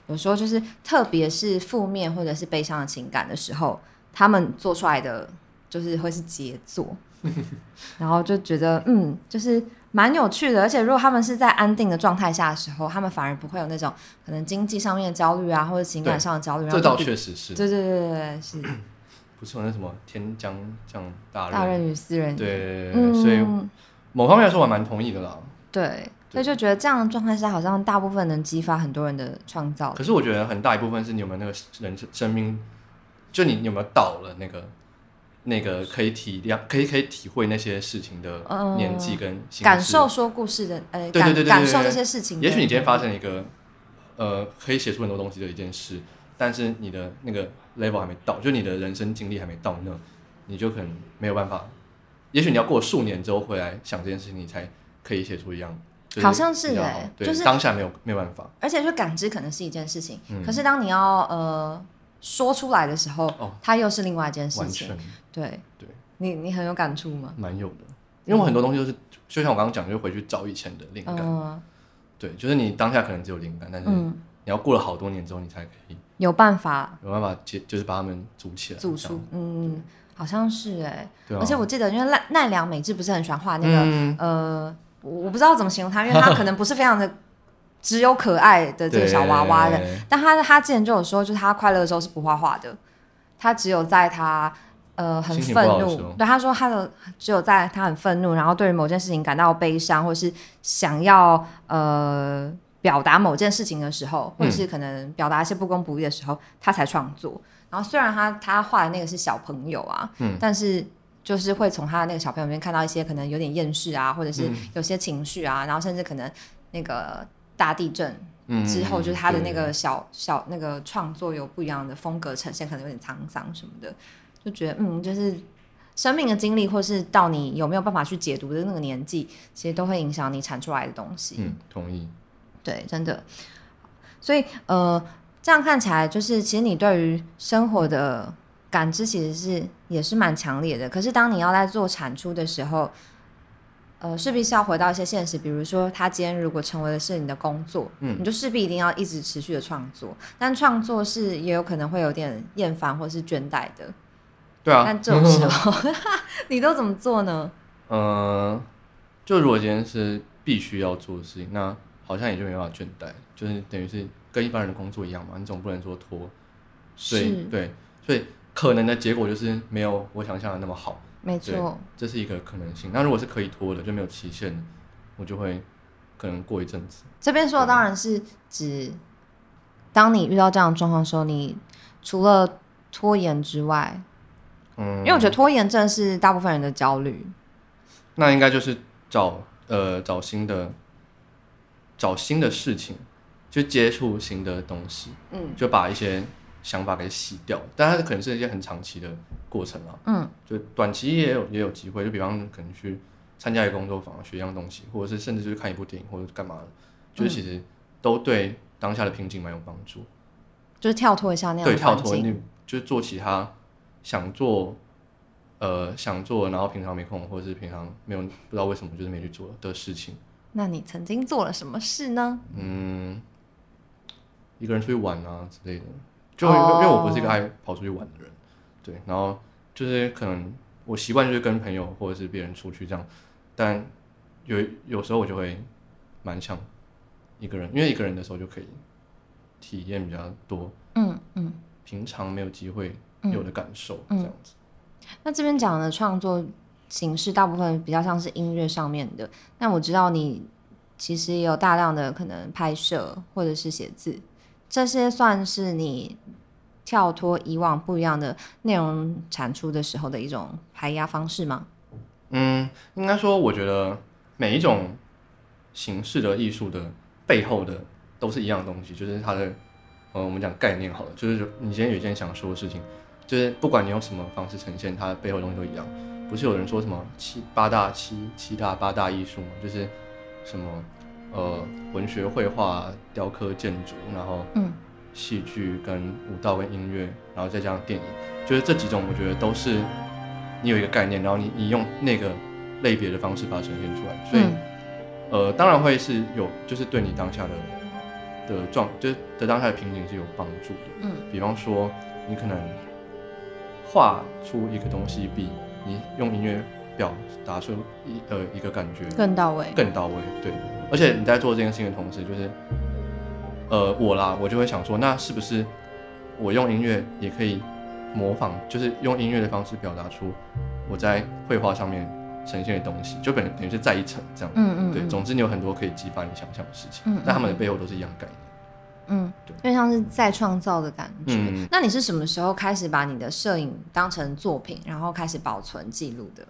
[SPEAKER 1] 有时候就是特别是负面或者是悲伤的情感的时候，他们做出来的就是会是杰作。 然后就觉得嗯，就是蛮有趣的。而且如果他们是在安定的状态下的时候，他们反而不会有那种可能经济上面的焦虑啊，或者情感
[SPEAKER 2] 对
[SPEAKER 1] 上的焦虑。然后
[SPEAKER 2] 这
[SPEAKER 1] 就
[SPEAKER 2] 倒
[SPEAKER 1] 比
[SPEAKER 2] 确实是，
[SPEAKER 1] 对对对对对，是
[SPEAKER 2] 不是有那什么天将降大任，
[SPEAKER 1] 大人与私人。
[SPEAKER 2] 对对，对对对
[SPEAKER 1] 嗯，
[SPEAKER 2] 所以某方面来说我还蛮同意的啦。
[SPEAKER 1] 对，所以就觉得这样的状态下，好像大部分能激发很多人的创造力。
[SPEAKER 2] 可是我觉得很大一部分是你有没有那个人生生命，就你有没有到了那个那个可以体谅、可以可以体会那些事情的
[SPEAKER 1] 嗯
[SPEAKER 2] 年纪跟心智
[SPEAKER 1] 感受。说故事的，呃，
[SPEAKER 2] 对对
[SPEAKER 1] 感
[SPEAKER 2] 对对对
[SPEAKER 1] 感
[SPEAKER 2] 对
[SPEAKER 1] 受
[SPEAKER 2] 对
[SPEAKER 1] 这些事情的。
[SPEAKER 2] 也许你今天发生一个呃可以写出很多东西的一件事，但是你的那个 level 还没到，就你的人生经历还没到那，你就可能没有办法。也许你要过数年之后回来想这件事情，你才可以写出一样。就
[SPEAKER 1] 好像是
[SPEAKER 2] 比较
[SPEAKER 1] 欸
[SPEAKER 2] 好对
[SPEAKER 1] 就是
[SPEAKER 2] 当下没有没有办法。
[SPEAKER 1] 而且就感知可能是一件事情，
[SPEAKER 2] 嗯
[SPEAKER 1] 可是当你要呃说出来的时候，
[SPEAKER 2] 哦
[SPEAKER 1] 它又是另外一件事
[SPEAKER 2] 完
[SPEAKER 1] 情
[SPEAKER 2] 全。
[SPEAKER 1] 对，
[SPEAKER 2] 对
[SPEAKER 1] 你你很有感触吗？
[SPEAKER 2] 蛮有的，因为我很多东西都是，就像我刚刚讲，就回去找以前的灵感。
[SPEAKER 1] 嗯
[SPEAKER 2] 对，就是你当下可能只有灵感，但是你
[SPEAKER 1] 嗯，
[SPEAKER 2] 要过了好多年之后，你才可以
[SPEAKER 1] 有办法
[SPEAKER 2] 有办法接，就是啊把它们组起来。
[SPEAKER 1] 组
[SPEAKER 2] 这
[SPEAKER 1] 出
[SPEAKER 2] 样，
[SPEAKER 1] 嗯，好像是哎。
[SPEAKER 2] 对啊。
[SPEAKER 1] 而且我记得，因为奈奈良美智不是很喜欢画那个
[SPEAKER 2] 嗯，
[SPEAKER 1] 呃，我我不知道怎么形容它，因为它可能不是非常的只有可爱的这个小娃娃的，
[SPEAKER 2] 对
[SPEAKER 1] 但他他之前就有说，就是他快乐的时候是不画画的，他只有在他呃很
[SPEAKER 2] 心情不
[SPEAKER 1] 愤
[SPEAKER 2] 好的
[SPEAKER 1] 怒
[SPEAKER 2] 时候，
[SPEAKER 1] 对他说他的只有在他很愤怒，然后对于某件事情感到悲伤，或是想要呃表达某件事情的时
[SPEAKER 2] 嗯
[SPEAKER 1] 候，或者是可能表达一些不公不义的时候，他才创作。然后虽然他他画的那个是小朋友啊，
[SPEAKER 2] 嗯
[SPEAKER 1] 但是就是会从他的那个小朋友里面看到一些可能有点厌世啊，或者是
[SPEAKER 2] 嗯
[SPEAKER 1] 有些情绪啊，然后甚至可能那个大地震
[SPEAKER 2] 嗯
[SPEAKER 1] 之后，就是他的那
[SPEAKER 2] 对
[SPEAKER 1] 个小小那个创作有不一样的风格呈现，可能有点沧桑什么的，就觉得嗯，就是生命的经历，或是到你有没有办法去解读的那个年纪，其实都会影响你产出来的东西。
[SPEAKER 2] 嗯，同意。
[SPEAKER 1] 对，真的。所以呃，这样看起来，就是其实你对于生活的感知其实是也是蛮强烈的。可是当你要在做产出的时候，呃，势必是要回到一些现实，比如说，他今天如果成为的是你的工作，
[SPEAKER 2] 嗯
[SPEAKER 1] 你就势必一定要一直持续的创作。但创作是也有可能会有点厌烦或是倦怠的。
[SPEAKER 2] 对啊。
[SPEAKER 1] 但这种 时候， 你都怎么做呢？
[SPEAKER 2] 嗯，就如果今天是必须要做的事情，那好像也就没办法倦怠，就是等于是跟一般人的工作一样嘛，你总不能说拖，所以
[SPEAKER 1] 是，
[SPEAKER 2] 对，所以可能的结果就是没有我想象的那么好，
[SPEAKER 1] 没
[SPEAKER 2] 对
[SPEAKER 1] 错。
[SPEAKER 2] 这是一个可能性。那如果是可以拖的，就没有期限的，我就会可能过一阵子，
[SPEAKER 1] 这边说的当然是指，当你遇到这样的状况的时候，你除了拖延之外，
[SPEAKER 2] 嗯，
[SPEAKER 1] 因为我觉得拖延症是大部分人的焦虑。
[SPEAKER 2] 那应该就是找呃找新的找新的事情，就接触新的东西，
[SPEAKER 1] 嗯
[SPEAKER 2] 就把一些想法给洗掉，但它可能是一些很长期的过程啦，
[SPEAKER 1] 嗯，
[SPEAKER 2] 就短期也有也有机会，就比方可能去参加一个工作坊学一样东西，或者是甚至就是看一部电影或者干嘛的，就是其实都对当下的瓶颈蛮有帮助。
[SPEAKER 1] 就是跳脱一下那样
[SPEAKER 2] 对，
[SPEAKER 1] 的
[SPEAKER 2] 跳
[SPEAKER 1] 环
[SPEAKER 2] 脱
[SPEAKER 1] 境。
[SPEAKER 2] 你就是做其他想做，呃，想做，然后平常没空，或者是平常没有不知道为什么就是没去做的事情。
[SPEAKER 1] 那你曾经做了什么事呢？
[SPEAKER 2] 嗯，一个人出去玩啊之类的，就因为、
[SPEAKER 1] 哦
[SPEAKER 2] 因为我不是一个爱跑出去玩的人，对，然后就是可能我习惯就是跟朋友或者是别人出去这样，但有有时候我就会蛮想一个人，因为一个人的时候就可以体验比较多
[SPEAKER 1] 嗯嗯，
[SPEAKER 2] 平常没有机会
[SPEAKER 1] 嗯
[SPEAKER 2] 有的感受，
[SPEAKER 1] 嗯
[SPEAKER 2] 这样子。
[SPEAKER 1] 那这边讲的创作形式大部分比较像是音乐上面的。那我知道你其实也有大量的可能拍摄或者是写字，这些算是你跳脱以往不一样的内容产出的时候的一种排压方式吗？
[SPEAKER 2] 嗯，应该说，我觉得每一种形式的艺术的背后的都是一样的东西，就是它的，呃，我们讲概念好了，就是你今天有一件想说的事情，就是不管你用什么方式呈现，它背后的东西都一样。不是有人说什么七八大七七大八大艺术吗？就是什么呃文学、绘画、雕刻、建筑，然后
[SPEAKER 1] 嗯
[SPEAKER 2] 戏剧跟舞蹈跟音乐，然后再加上电影，就是这几种，我觉得都是你有一个概念，然后你你用那个类别的方式把它呈现出来，所以、呃，当然会是有，就是对你当下的的状，就是对当下的瓶颈是有帮助的。
[SPEAKER 1] 嗯，
[SPEAKER 2] 比方说你可能画出一个东西，比你用音乐表达出一呃一个感觉
[SPEAKER 1] 更到位。
[SPEAKER 2] 更到位。对，而且你在做这件事情的同时，就是呃我啦，我就会想说，那是不是我用音乐也可以模仿，就是用音乐的方式表达出我在绘画上面呈现的东西，就本等于是在一层这样。
[SPEAKER 1] 嗯嗯，
[SPEAKER 2] 对，
[SPEAKER 1] 嗯
[SPEAKER 2] 总之你有很多可以激发你想象的事情，
[SPEAKER 1] 嗯嗯
[SPEAKER 2] 但他们的背后都是一样概念。
[SPEAKER 1] 嗯，因为像是再创造的感觉。
[SPEAKER 2] 嗯
[SPEAKER 1] 那你是什么时候开始把你的摄影当成作品，然后开始保存记录的？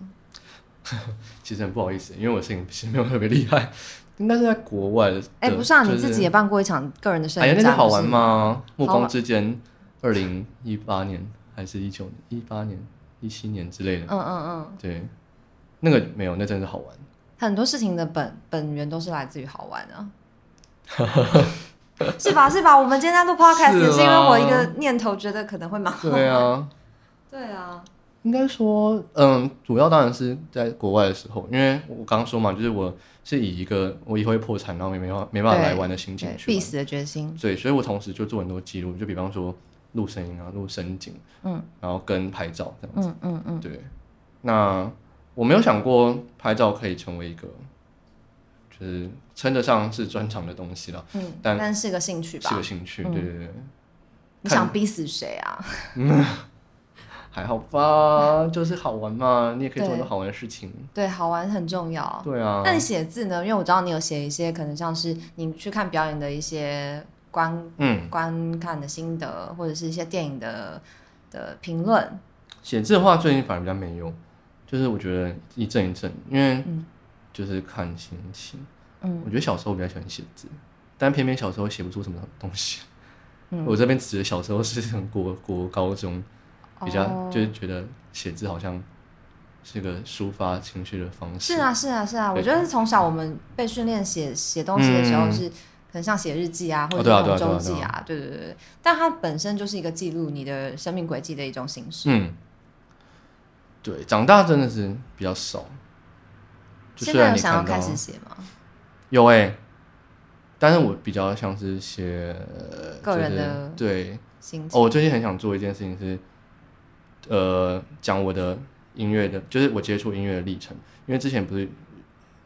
[SPEAKER 2] 其实很不好意思，因为我摄影其实没有特别厉害，应该是在国外的。
[SPEAKER 1] 哎、不是啊，
[SPEAKER 2] 就
[SPEAKER 1] 你自己也办过一场个人的摄
[SPEAKER 2] 哎呀，
[SPEAKER 1] 影
[SPEAKER 2] 那
[SPEAKER 1] 展，
[SPEAKER 2] 是好玩
[SPEAKER 1] 不是？
[SPEAKER 2] 吗？暮
[SPEAKER 1] 好
[SPEAKER 2] 光
[SPEAKER 1] 玩
[SPEAKER 2] 之间，二零一八年还是一九一八年、一七年之类的，
[SPEAKER 1] 嗯嗯嗯，
[SPEAKER 2] 对，那个没有，那真的是好玩。
[SPEAKER 1] 很多事情的本本源都是来自于好玩啊。 是吧？是吧？我们今天在录 podcast
[SPEAKER 2] 是啊
[SPEAKER 1] 也是因为我一个念头，觉得可能会蛮好玩。
[SPEAKER 2] 对啊，
[SPEAKER 1] 对啊，
[SPEAKER 2] 应该说，嗯，主要当然是在国外的时候，因为我刚刚说嘛，就是我是以一个我以后会破产，然后没没办法没办法来玩的心情
[SPEAKER 1] 对，
[SPEAKER 2] 去
[SPEAKER 1] 必
[SPEAKER 2] 玩
[SPEAKER 1] 死的决心。
[SPEAKER 2] 对，所以我同时就做很多记录，就比方说录声音啊、录声景，
[SPEAKER 1] 嗯，
[SPEAKER 2] 然后跟拍照这样。
[SPEAKER 1] 嗯嗯嗯，
[SPEAKER 2] 对，那我没有想过拍照可以成为一个，就是称得上是专长的东西了，
[SPEAKER 1] 嗯，
[SPEAKER 2] 但
[SPEAKER 1] 但是个兴趣吧嗯
[SPEAKER 2] 是个。兴趣。对对对，
[SPEAKER 1] 你想逼死谁啊？
[SPEAKER 2] 还好吧，就是好玩嘛，你也可以做很
[SPEAKER 1] 对
[SPEAKER 2] 多好玩的事情。
[SPEAKER 1] 对，好玩很重要。
[SPEAKER 2] 对啊，
[SPEAKER 1] 那你写字呢？因为我知道你有写一些可能像是你去看表演的一些观
[SPEAKER 2] 嗯，
[SPEAKER 1] 观看的心得，或者是一些电影的的评论。
[SPEAKER 2] 写字的话最近反而比较没有，就是我觉得一阵一阵，因为
[SPEAKER 1] 嗯
[SPEAKER 2] 就是看心情。
[SPEAKER 1] 嗯
[SPEAKER 2] 我觉得小时候比较喜欢写字，但偏偏小时候写不出什么东西。
[SPEAKER 1] 嗯
[SPEAKER 2] 我这边指的小时候是从国国高中比较，
[SPEAKER 1] 哦
[SPEAKER 2] 就是觉得写字好像是个抒发情绪的方式。
[SPEAKER 1] 是啊，是啊，是啊。
[SPEAKER 2] 对
[SPEAKER 1] 我觉得是从小我们被训练写写东西的时候
[SPEAKER 2] 嗯
[SPEAKER 1] 是。可能像写日记啊，或
[SPEAKER 2] 哦
[SPEAKER 1] 者
[SPEAKER 2] 对啊
[SPEAKER 1] 是那种
[SPEAKER 2] 对啊
[SPEAKER 1] 周
[SPEAKER 2] 对啊
[SPEAKER 1] 记啊，对对对对，但它本身就是一个记录你的生命轨迹的一种形式。
[SPEAKER 2] 嗯，对，长大真的是比较少。就
[SPEAKER 1] 现
[SPEAKER 2] 虽
[SPEAKER 1] 在
[SPEAKER 2] 然
[SPEAKER 1] 有
[SPEAKER 2] 你
[SPEAKER 1] 想要开
[SPEAKER 2] 看到
[SPEAKER 1] 始写吗？
[SPEAKER 2] 有哎、但是我比较像是写呃
[SPEAKER 1] 个人
[SPEAKER 2] 就是
[SPEAKER 1] 的
[SPEAKER 2] 对
[SPEAKER 1] 心情
[SPEAKER 2] 哦，我最近很想做一件事情是，呃，讲我的音乐的，就是我接触音乐的历程。因为之前不是，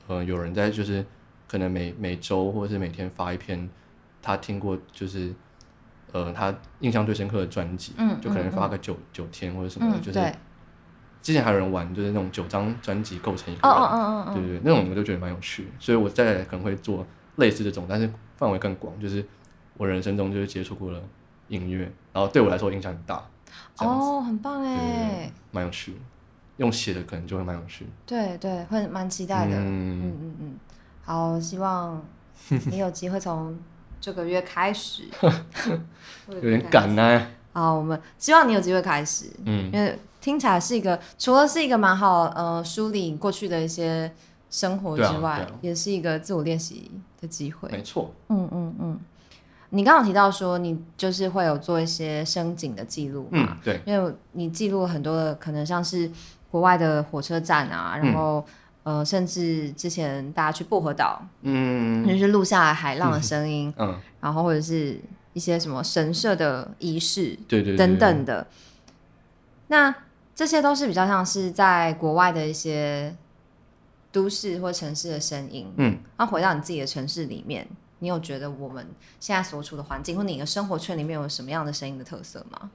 [SPEAKER 2] 呃，有人在就是可能每每周或者是每天发一篇他听过就是，呃，他印象最深刻的专辑，
[SPEAKER 1] 嗯
[SPEAKER 2] 就可能
[SPEAKER 1] 嗯
[SPEAKER 2] 发个九九天或者什么的，
[SPEAKER 1] 嗯，
[SPEAKER 2] 就
[SPEAKER 1] 对
[SPEAKER 2] 是，之前还有人玩就是那种九张专辑构成一个
[SPEAKER 1] 哦
[SPEAKER 2] 人，
[SPEAKER 1] 哦哦哦
[SPEAKER 2] 对
[SPEAKER 1] 哦，
[SPEAKER 2] 对对，那种我就觉得蛮有趣的，所以我再来可能会做类似这种，但是范围更广，就是我人生中就是接触过了音乐，然后对我来说影响很大，这样子，
[SPEAKER 1] 哦，很棒
[SPEAKER 2] 对对
[SPEAKER 1] 哎
[SPEAKER 2] 对，，蛮有趣的，用写的可能就会蛮有趣，
[SPEAKER 1] 对对，会蛮期待的。嗯
[SPEAKER 2] 嗯，
[SPEAKER 1] 嗯嗯，好，希望你有机会从这个月开 始，
[SPEAKER 2] 有点。赶呢、
[SPEAKER 1] 好，我们希望你有机会开始，
[SPEAKER 2] 嗯
[SPEAKER 1] 因为听起来是一个除了是一个蛮好呃梳理过去的一些生活之
[SPEAKER 2] 对啊
[SPEAKER 1] 外，
[SPEAKER 2] 对啊
[SPEAKER 1] 也是一个自我练习的机会。
[SPEAKER 2] 没错，
[SPEAKER 1] 嗯嗯嗯，你刚刚有提到说你就是会有做一些声景的记录嘛，
[SPEAKER 2] 嗯，对，
[SPEAKER 1] 因为你记录了很多的可能像是国外的火车站啊，
[SPEAKER 2] 嗯
[SPEAKER 1] 然后、呃，甚至之前大家去薄荷岛，
[SPEAKER 2] 嗯
[SPEAKER 1] 就是录下来海浪的声音，
[SPEAKER 2] 嗯，
[SPEAKER 1] 然后或者是一些什么神社的仪式
[SPEAKER 2] 对对对，
[SPEAKER 1] 等等的。那这些都是比较像是在国外的一些都市或城市的声音。
[SPEAKER 2] 嗯，
[SPEAKER 1] 那回到你自己的城市里面，你有觉得我们现在所处的环境或你的生活圈里面有什么样的声音的特色吗？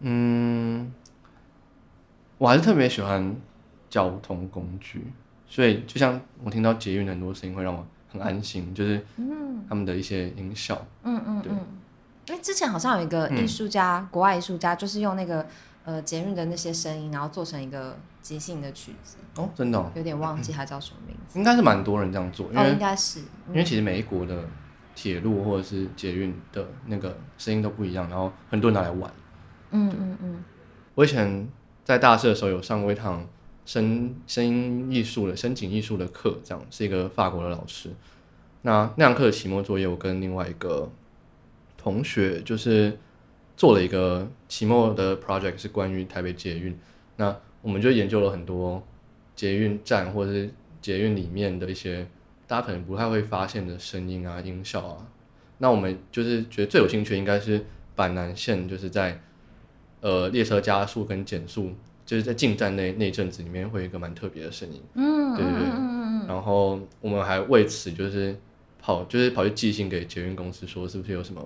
[SPEAKER 2] 嗯，我还是特别喜欢交通工具，所以就像我听到捷运很多声音会让我很安心，就是他们的一些音效，
[SPEAKER 1] 嗯嗯
[SPEAKER 2] 对
[SPEAKER 1] 嗯。因为之前好像有一个艺术家，国外艺术家就是用那个呃捷运的那些声音，然后做成一个即兴的曲子，
[SPEAKER 2] 哦，真的、哦，
[SPEAKER 1] 有点忘记它叫什么名字。
[SPEAKER 2] 应该是蛮多人这样做，因
[SPEAKER 1] 哦，
[SPEAKER 2] 为、
[SPEAKER 1] 应该是，
[SPEAKER 2] 因为其实每一国的铁路或者是捷运的那个声音都不一样，然后很多人拿来玩。
[SPEAKER 1] 嗯嗯嗯，
[SPEAKER 2] 我以前在大四的时候有上过一堂声声音艺术的声景艺术的课，这样是一个法国的老师。那那堂课的期末作业，我跟另外一个同学就是做了一个期末的 project，是关于台北捷运。那我们就研究了很多捷运站或者是捷运里面的一些大家可能不太会发现的声音啊、音效啊。那我们就是觉得最有兴趣应该是板南线，就是在呃列车加速跟减速，就是在进站那那一阵子里面会有一个蛮特别的声音。
[SPEAKER 1] 嗯，
[SPEAKER 2] 对对对
[SPEAKER 1] 嗯嗯嗯
[SPEAKER 2] 然后我们还为此就是跑，就是跑去寄信给捷运公司，说是不是有什么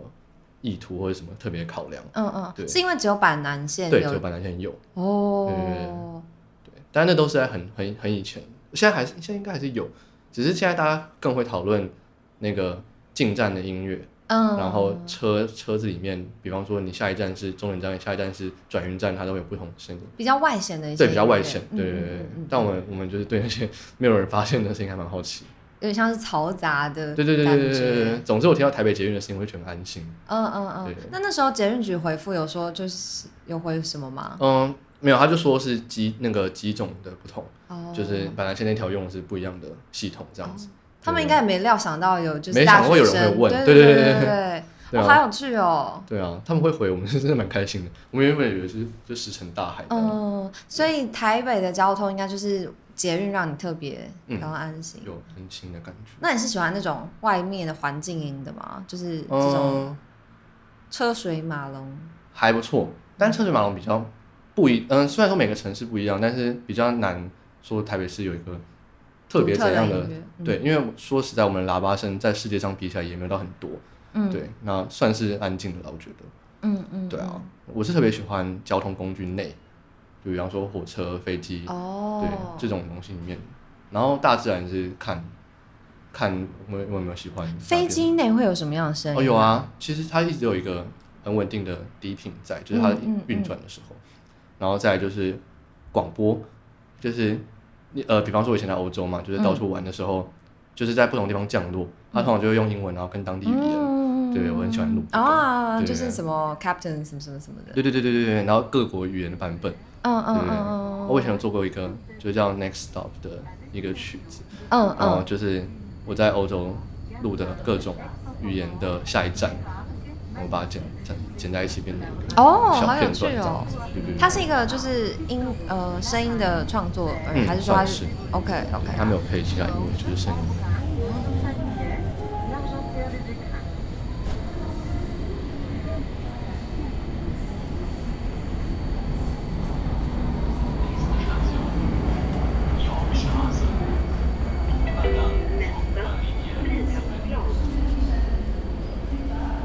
[SPEAKER 2] 意图或者什么特别考量？
[SPEAKER 1] 嗯嗯，
[SPEAKER 2] 对
[SPEAKER 1] 是因为只有板南线
[SPEAKER 2] 对，只有
[SPEAKER 1] 有
[SPEAKER 2] 板南线有，
[SPEAKER 1] 哦，
[SPEAKER 2] 对，但那都是在很很很以前，现在还是现在应该还是有，只是现在大家更会讨论那个进站的音乐，
[SPEAKER 1] 嗯，
[SPEAKER 2] 然后车车子里面，比方说你下一站是终点站，下一站是转运站，它都会有不同的声音。
[SPEAKER 1] 比较外显的一些，
[SPEAKER 2] 对，比较外显，对对对对。
[SPEAKER 1] 嗯嗯嗯
[SPEAKER 2] 但我们我们就是对那些 没有人发现的声音还蛮好奇。
[SPEAKER 1] 有点像是嘈杂的，
[SPEAKER 2] 对对对对对对对对。，总之，我听到台北捷运的声音，我会觉得很安心。
[SPEAKER 1] 嗯嗯嗯
[SPEAKER 2] 对。
[SPEAKER 1] 那那时候捷运局回复有说就是有回什么吗？
[SPEAKER 2] 嗯，没有，他就说是机那个机种的不同，
[SPEAKER 1] 哦，
[SPEAKER 2] 就是本来现在条用的是不一样的系统这样子。
[SPEAKER 1] 他们应该也没料想到有就是
[SPEAKER 2] 没
[SPEAKER 1] 大
[SPEAKER 2] 想
[SPEAKER 1] 学
[SPEAKER 2] 过
[SPEAKER 1] 生，
[SPEAKER 2] 有人会
[SPEAKER 1] 对
[SPEAKER 2] 问对对
[SPEAKER 1] 对
[SPEAKER 2] 对
[SPEAKER 1] 对
[SPEAKER 2] 对
[SPEAKER 1] 哦，
[SPEAKER 2] 啊，
[SPEAKER 1] 好有趣哦。
[SPEAKER 2] 对啊，他们会回我们， 是真的蛮开心的。我们原本以为是就石沉大海这样，
[SPEAKER 1] 嗯，所以台北的交通应该就是捷运让你特别
[SPEAKER 2] 嗯
[SPEAKER 1] 感到安心。
[SPEAKER 2] 有安心的感觉。
[SPEAKER 1] 那你是喜欢那种外面的环境音的吗？就是这种
[SPEAKER 2] 嗯，
[SPEAKER 1] 车水马龙。
[SPEAKER 2] 还不错，但车水马龙比较不一，嗯，虽然说每个城市不一样，但是比较难说台北市有一个特别
[SPEAKER 1] 独特的
[SPEAKER 2] 怎样
[SPEAKER 1] 音
[SPEAKER 2] 的
[SPEAKER 1] 乐嗯
[SPEAKER 2] 对，因为说实在，我们喇叭声在世界上比起来也没有到很多，
[SPEAKER 1] 嗯，
[SPEAKER 2] 对，那算是安静的了，我觉得。
[SPEAKER 1] 嗯嗯，
[SPEAKER 2] 对啊，我是特别喜欢交通工具内，就比方说火车、飞机，对
[SPEAKER 1] 哦，
[SPEAKER 2] 这种东西里面，然后大自然是看看我有我有没有喜欢哪
[SPEAKER 1] 飞
[SPEAKER 2] 边
[SPEAKER 1] 机内会有什么样的声音？
[SPEAKER 2] 哦，有，啊，其实它一直有一个很稳定的低频在，就是它
[SPEAKER 1] 嗯嗯
[SPEAKER 2] 运转的时候，然后再来就是广播，就是你呃，比方说我以前在欧洲嘛，就是到处玩的时候，就是在不同地方降落，它通常就会用英文，然后跟当地语言，
[SPEAKER 1] 嗯
[SPEAKER 2] 对我很喜欢录这个
[SPEAKER 1] 啊，
[SPEAKER 2] 对对
[SPEAKER 1] 就是什么 captain 什么什么什么的，
[SPEAKER 2] 对对对对对对，然后各国语言的版本。
[SPEAKER 1] 嗯嗯
[SPEAKER 2] 对
[SPEAKER 1] 嗯嗯，
[SPEAKER 2] 我以前有做过一个就叫 Next Stop 的一个曲子，
[SPEAKER 1] 嗯
[SPEAKER 2] 然后
[SPEAKER 1] 嗯，
[SPEAKER 2] 就是我在欧洲录的各种语言的下一站，我把它剪剪剪在一起变成一个
[SPEAKER 1] 哦，
[SPEAKER 2] 小
[SPEAKER 1] 好有
[SPEAKER 2] 片
[SPEAKER 1] 趣
[SPEAKER 2] 段这
[SPEAKER 1] 哦
[SPEAKER 2] 样。子。对对对
[SPEAKER 1] 它是一个就是音呃声音的创作而已，
[SPEAKER 2] 嗯
[SPEAKER 1] 还是说它
[SPEAKER 2] 算
[SPEAKER 1] 是哦
[SPEAKER 2] 是
[SPEAKER 1] OK OK？
[SPEAKER 2] 它没有配其他音乐，就是声音。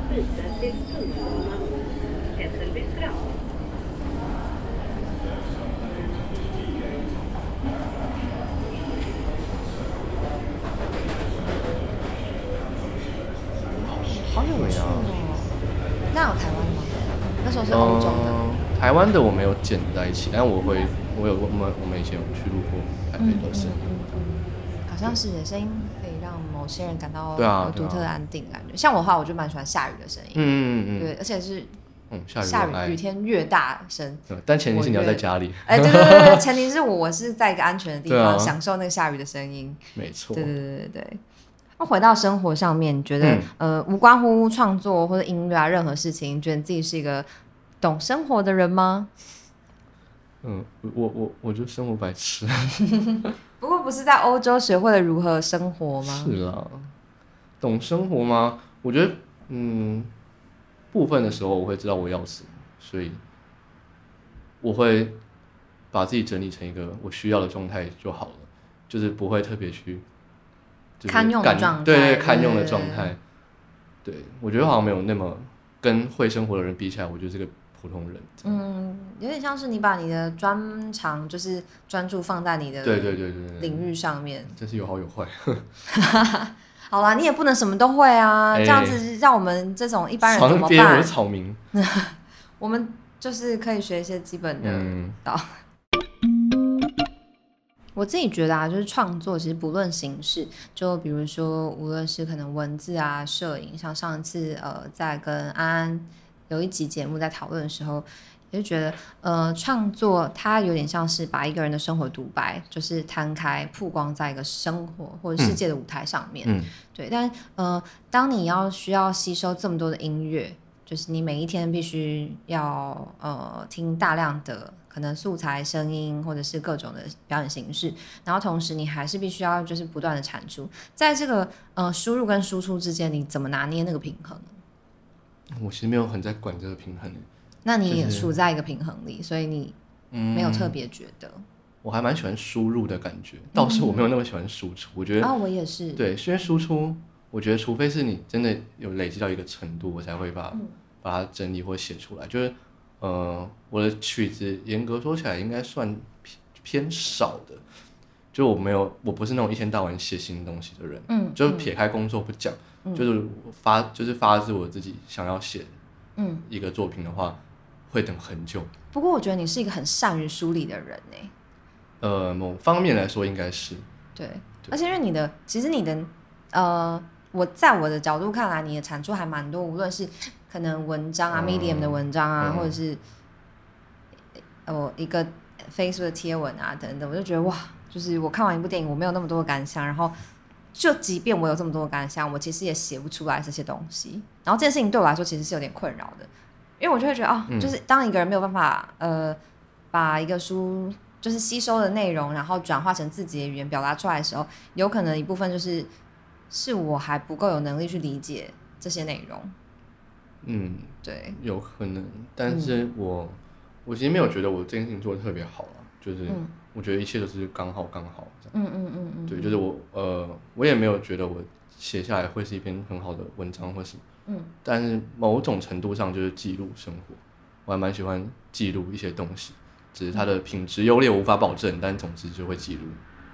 [SPEAKER 3] Byte till tunnelbana Hässelby strand.
[SPEAKER 1] 哦那有台湾吗？那时候
[SPEAKER 2] 呃
[SPEAKER 1] 是欧洲的，
[SPEAKER 2] 嗯台湾的我没有剪在一起，但我会，我有我们我们以前有去录过台北的声音。
[SPEAKER 1] 好像是耶声音可以让某些人感到
[SPEAKER 2] 对啊
[SPEAKER 1] 有独
[SPEAKER 2] 对啊
[SPEAKER 1] 特的安定感觉。像我的话，我就蛮喜欢下雨的声音，
[SPEAKER 2] 嗯嗯嗯嗯。
[SPEAKER 1] 对，而且是
[SPEAKER 2] 嗯，下雨
[SPEAKER 1] 下
[SPEAKER 2] 我爱
[SPEAKER 1] 雨雨天越大 声。
[SPEAKER 2] 对但前提是你要
[SPEAKER 1] 我
[SPEAKER 2] 在
[SPEAKER 1] 越
[SPEAKER 2] 家里，
[SPEAKER 1] 哎，对对对对，前提是我我是在一个安全的地
[SPEAKER 2] 对
[SPEAKER 1] 方，
[SPEAKER 2] 啊
[SPEAKER 1] 享受那个下雨的声音。
[SPEAKER 2] 没错
[SPEAKER 1] 对。对对对对。那回到生活上面，你觉得、
[SPEAKER 2] 嗯
[SPEAKER 1] 呃，无关乎创作或者音乐啊，任何事情，你觉得你自己是一个懂生活的人吗？
[SPEAKER 2] 嗯，我我我就生活白痴，
[SPEAKER 1] 不过不是在欧洲学会了如何生活吗？
[SPEAKER 2] 是啦，懂生活吗？我觉得，嗯，部分的时候我会知道我要什么，所以我会把自己整理成一个我需要的状态就好了，就是不会特别去就是
[SPEAKER 1] 堪用的
[SPEAKER 2] 干
[SPEAKER 1] 状态
[SPEAKER 2] 对对，
[SPEAKER 1] 对
[SPEAKER 2] 堪用的
[SPEAKER 1] 对
[SPEAKER 2] 状
[SPEAKER 1] 对
[SPEAKER 2] 态。对，我觉得好像没有那么跟会生活的人比起来，我就是个普通人。嗯，
[SPEAKER 1] 嗯，有点像是你把你的专长就是专注放在你的
[SPEAKER 2] 对对对对对，
[SPEAKER 1] 领域上面。
[SPEAKER 2] 真是有好有坏。
[SPEAKER 1] 好啦，你也不能什么都会啊，
[SPEAKER 2] 哎
[SPEAKER 1] 这样子让我们这种一般人怎
[SPEAKER 2] 床
[SPEAKER 1] 么
[SPEAKER 2] 边我
[SPEAKER 1] 办
[SPEAKER 2] 是？草民。
[SPEAKER 1] 我们就是可以学一些基本的。
[SPEAKER 2] 嗯。
[SPEAKER 1] 我自己觉得啊，就是创作其实不论形式，就比如说无论是可能文字啊、摄影，像上次呃在跟安安有一集节目在讨论的时候，也就觉得呃创作它有点像是把一个人的生活独白，就是摊开曝光在一个生活或者世界的舞台上面。
[SPEAKER 2] 嗯嗯
[SPEAKER 1] 对，但呃当你要需要吸收这么多的音乐。就是你每一天必须要呃听大量的可能素材、声音或者是各种的表演形式，然后同时你还是必须要就是不断的产出，在这个呃输入跟输出之间，你怎么拿捏那个平衡？
[SPEAKER 2] 我其实没有很在管这个平衡耶，
[SPEAKER 1] 那你也
[SPEAKER 2] 就是
[SPEAKER 1] 处在一个平衡里，所以你
[SPEAKER 2] 嗯
[SPEAKER 1] 没有特，别觉得。
[SPEAKER 2] 我还蛮喜欢输入的感觉，倒是我没有那么喜欢输出。我觉
[SPEAKER 1] 然后、
[SPEAKER 2] 得
[SPEAKER 1] 啊我也嗯是，
[SPEAKER 2] 对，因为输出，我觉得除非是你真的有累积到一个程度，我才会把
[SPEAKER 1] 嗯
[SPEAKER 2] 把它整理或写出来。就是呃，我的曲子严格说起来应该算偏偏少的，就我没有，我不是那种一天到晚写新东西的人。
[SPEAKER 1] 嗯，
[SPEAKER 2] 就是撇开工作不讲，就是我发就是发自我自己想要写
[SPEAKER 1] 嗯。
[SPEAKER 2] 一个作品的话，会等很久。
[SPEAKER 1] 不过我觉得你是一个很善于梳理的人欸呢、
[SPEAKER 2] 呃，某方面来说应该是，
[SPEAKER 1] 对，
[SPEAKER 2] 对
[SPEAKER 1] 而且因为你的，其实你的，呃，我在我的角度看来，你的产出还蛮多，无论是可能文章啊、
[SPEAKER 2] 嗯
[SPEAKER 1] Medium 的文章啊，
[SPEAKER 2] 嗯
[SPEAKER 1] 或者是呃一个 Facebook 的贴文啊等等，我就觉得哇，就是我看完一部电影，我没有那么多的感想，然后就即便我有这么多的感想，我其实也写不出来这些东西。然后这件事情对我来说其实是有点困扰的，因为我就会觉得哦，
[SPEAKER 2] 嗯
[SPEAKER 1] 就是当一个人没有办法呃把一个书就是吸收的内容，然后转化成自己的语言表达出来的时候，有可能一部分就是是我还不够有能力去理解这些内容。
[SPEAKER 2] 嗯，
[SPEAKER 1] 对，
[SPEAKER 2] 有可能，但是
[SPEAKER 1] 嗯
[SPEAKER 2] 我、我其实没有觉得我这件事情做的特别好啊，就是
[SPEAKER 1] 嗯
[SPEAKER 2] 我觉得一切都是刚好刚好这样。
[SPEAKER 1] 嗯嗯嗯嗯，
[SPEAKER 2] 对，就是我呃，我也没有觉得我写下来会是一篇很好的文章或什么，
[SPEAKER 1] 嗯，
[SPEAKER 2] 但是某种程度上就是记录生活，我还蛮喜欢记录一些东西，只是它
[SPEAKER 1] 嗯
[SPEAKER 2] 的品质优劣无法保证，但总之就会记录。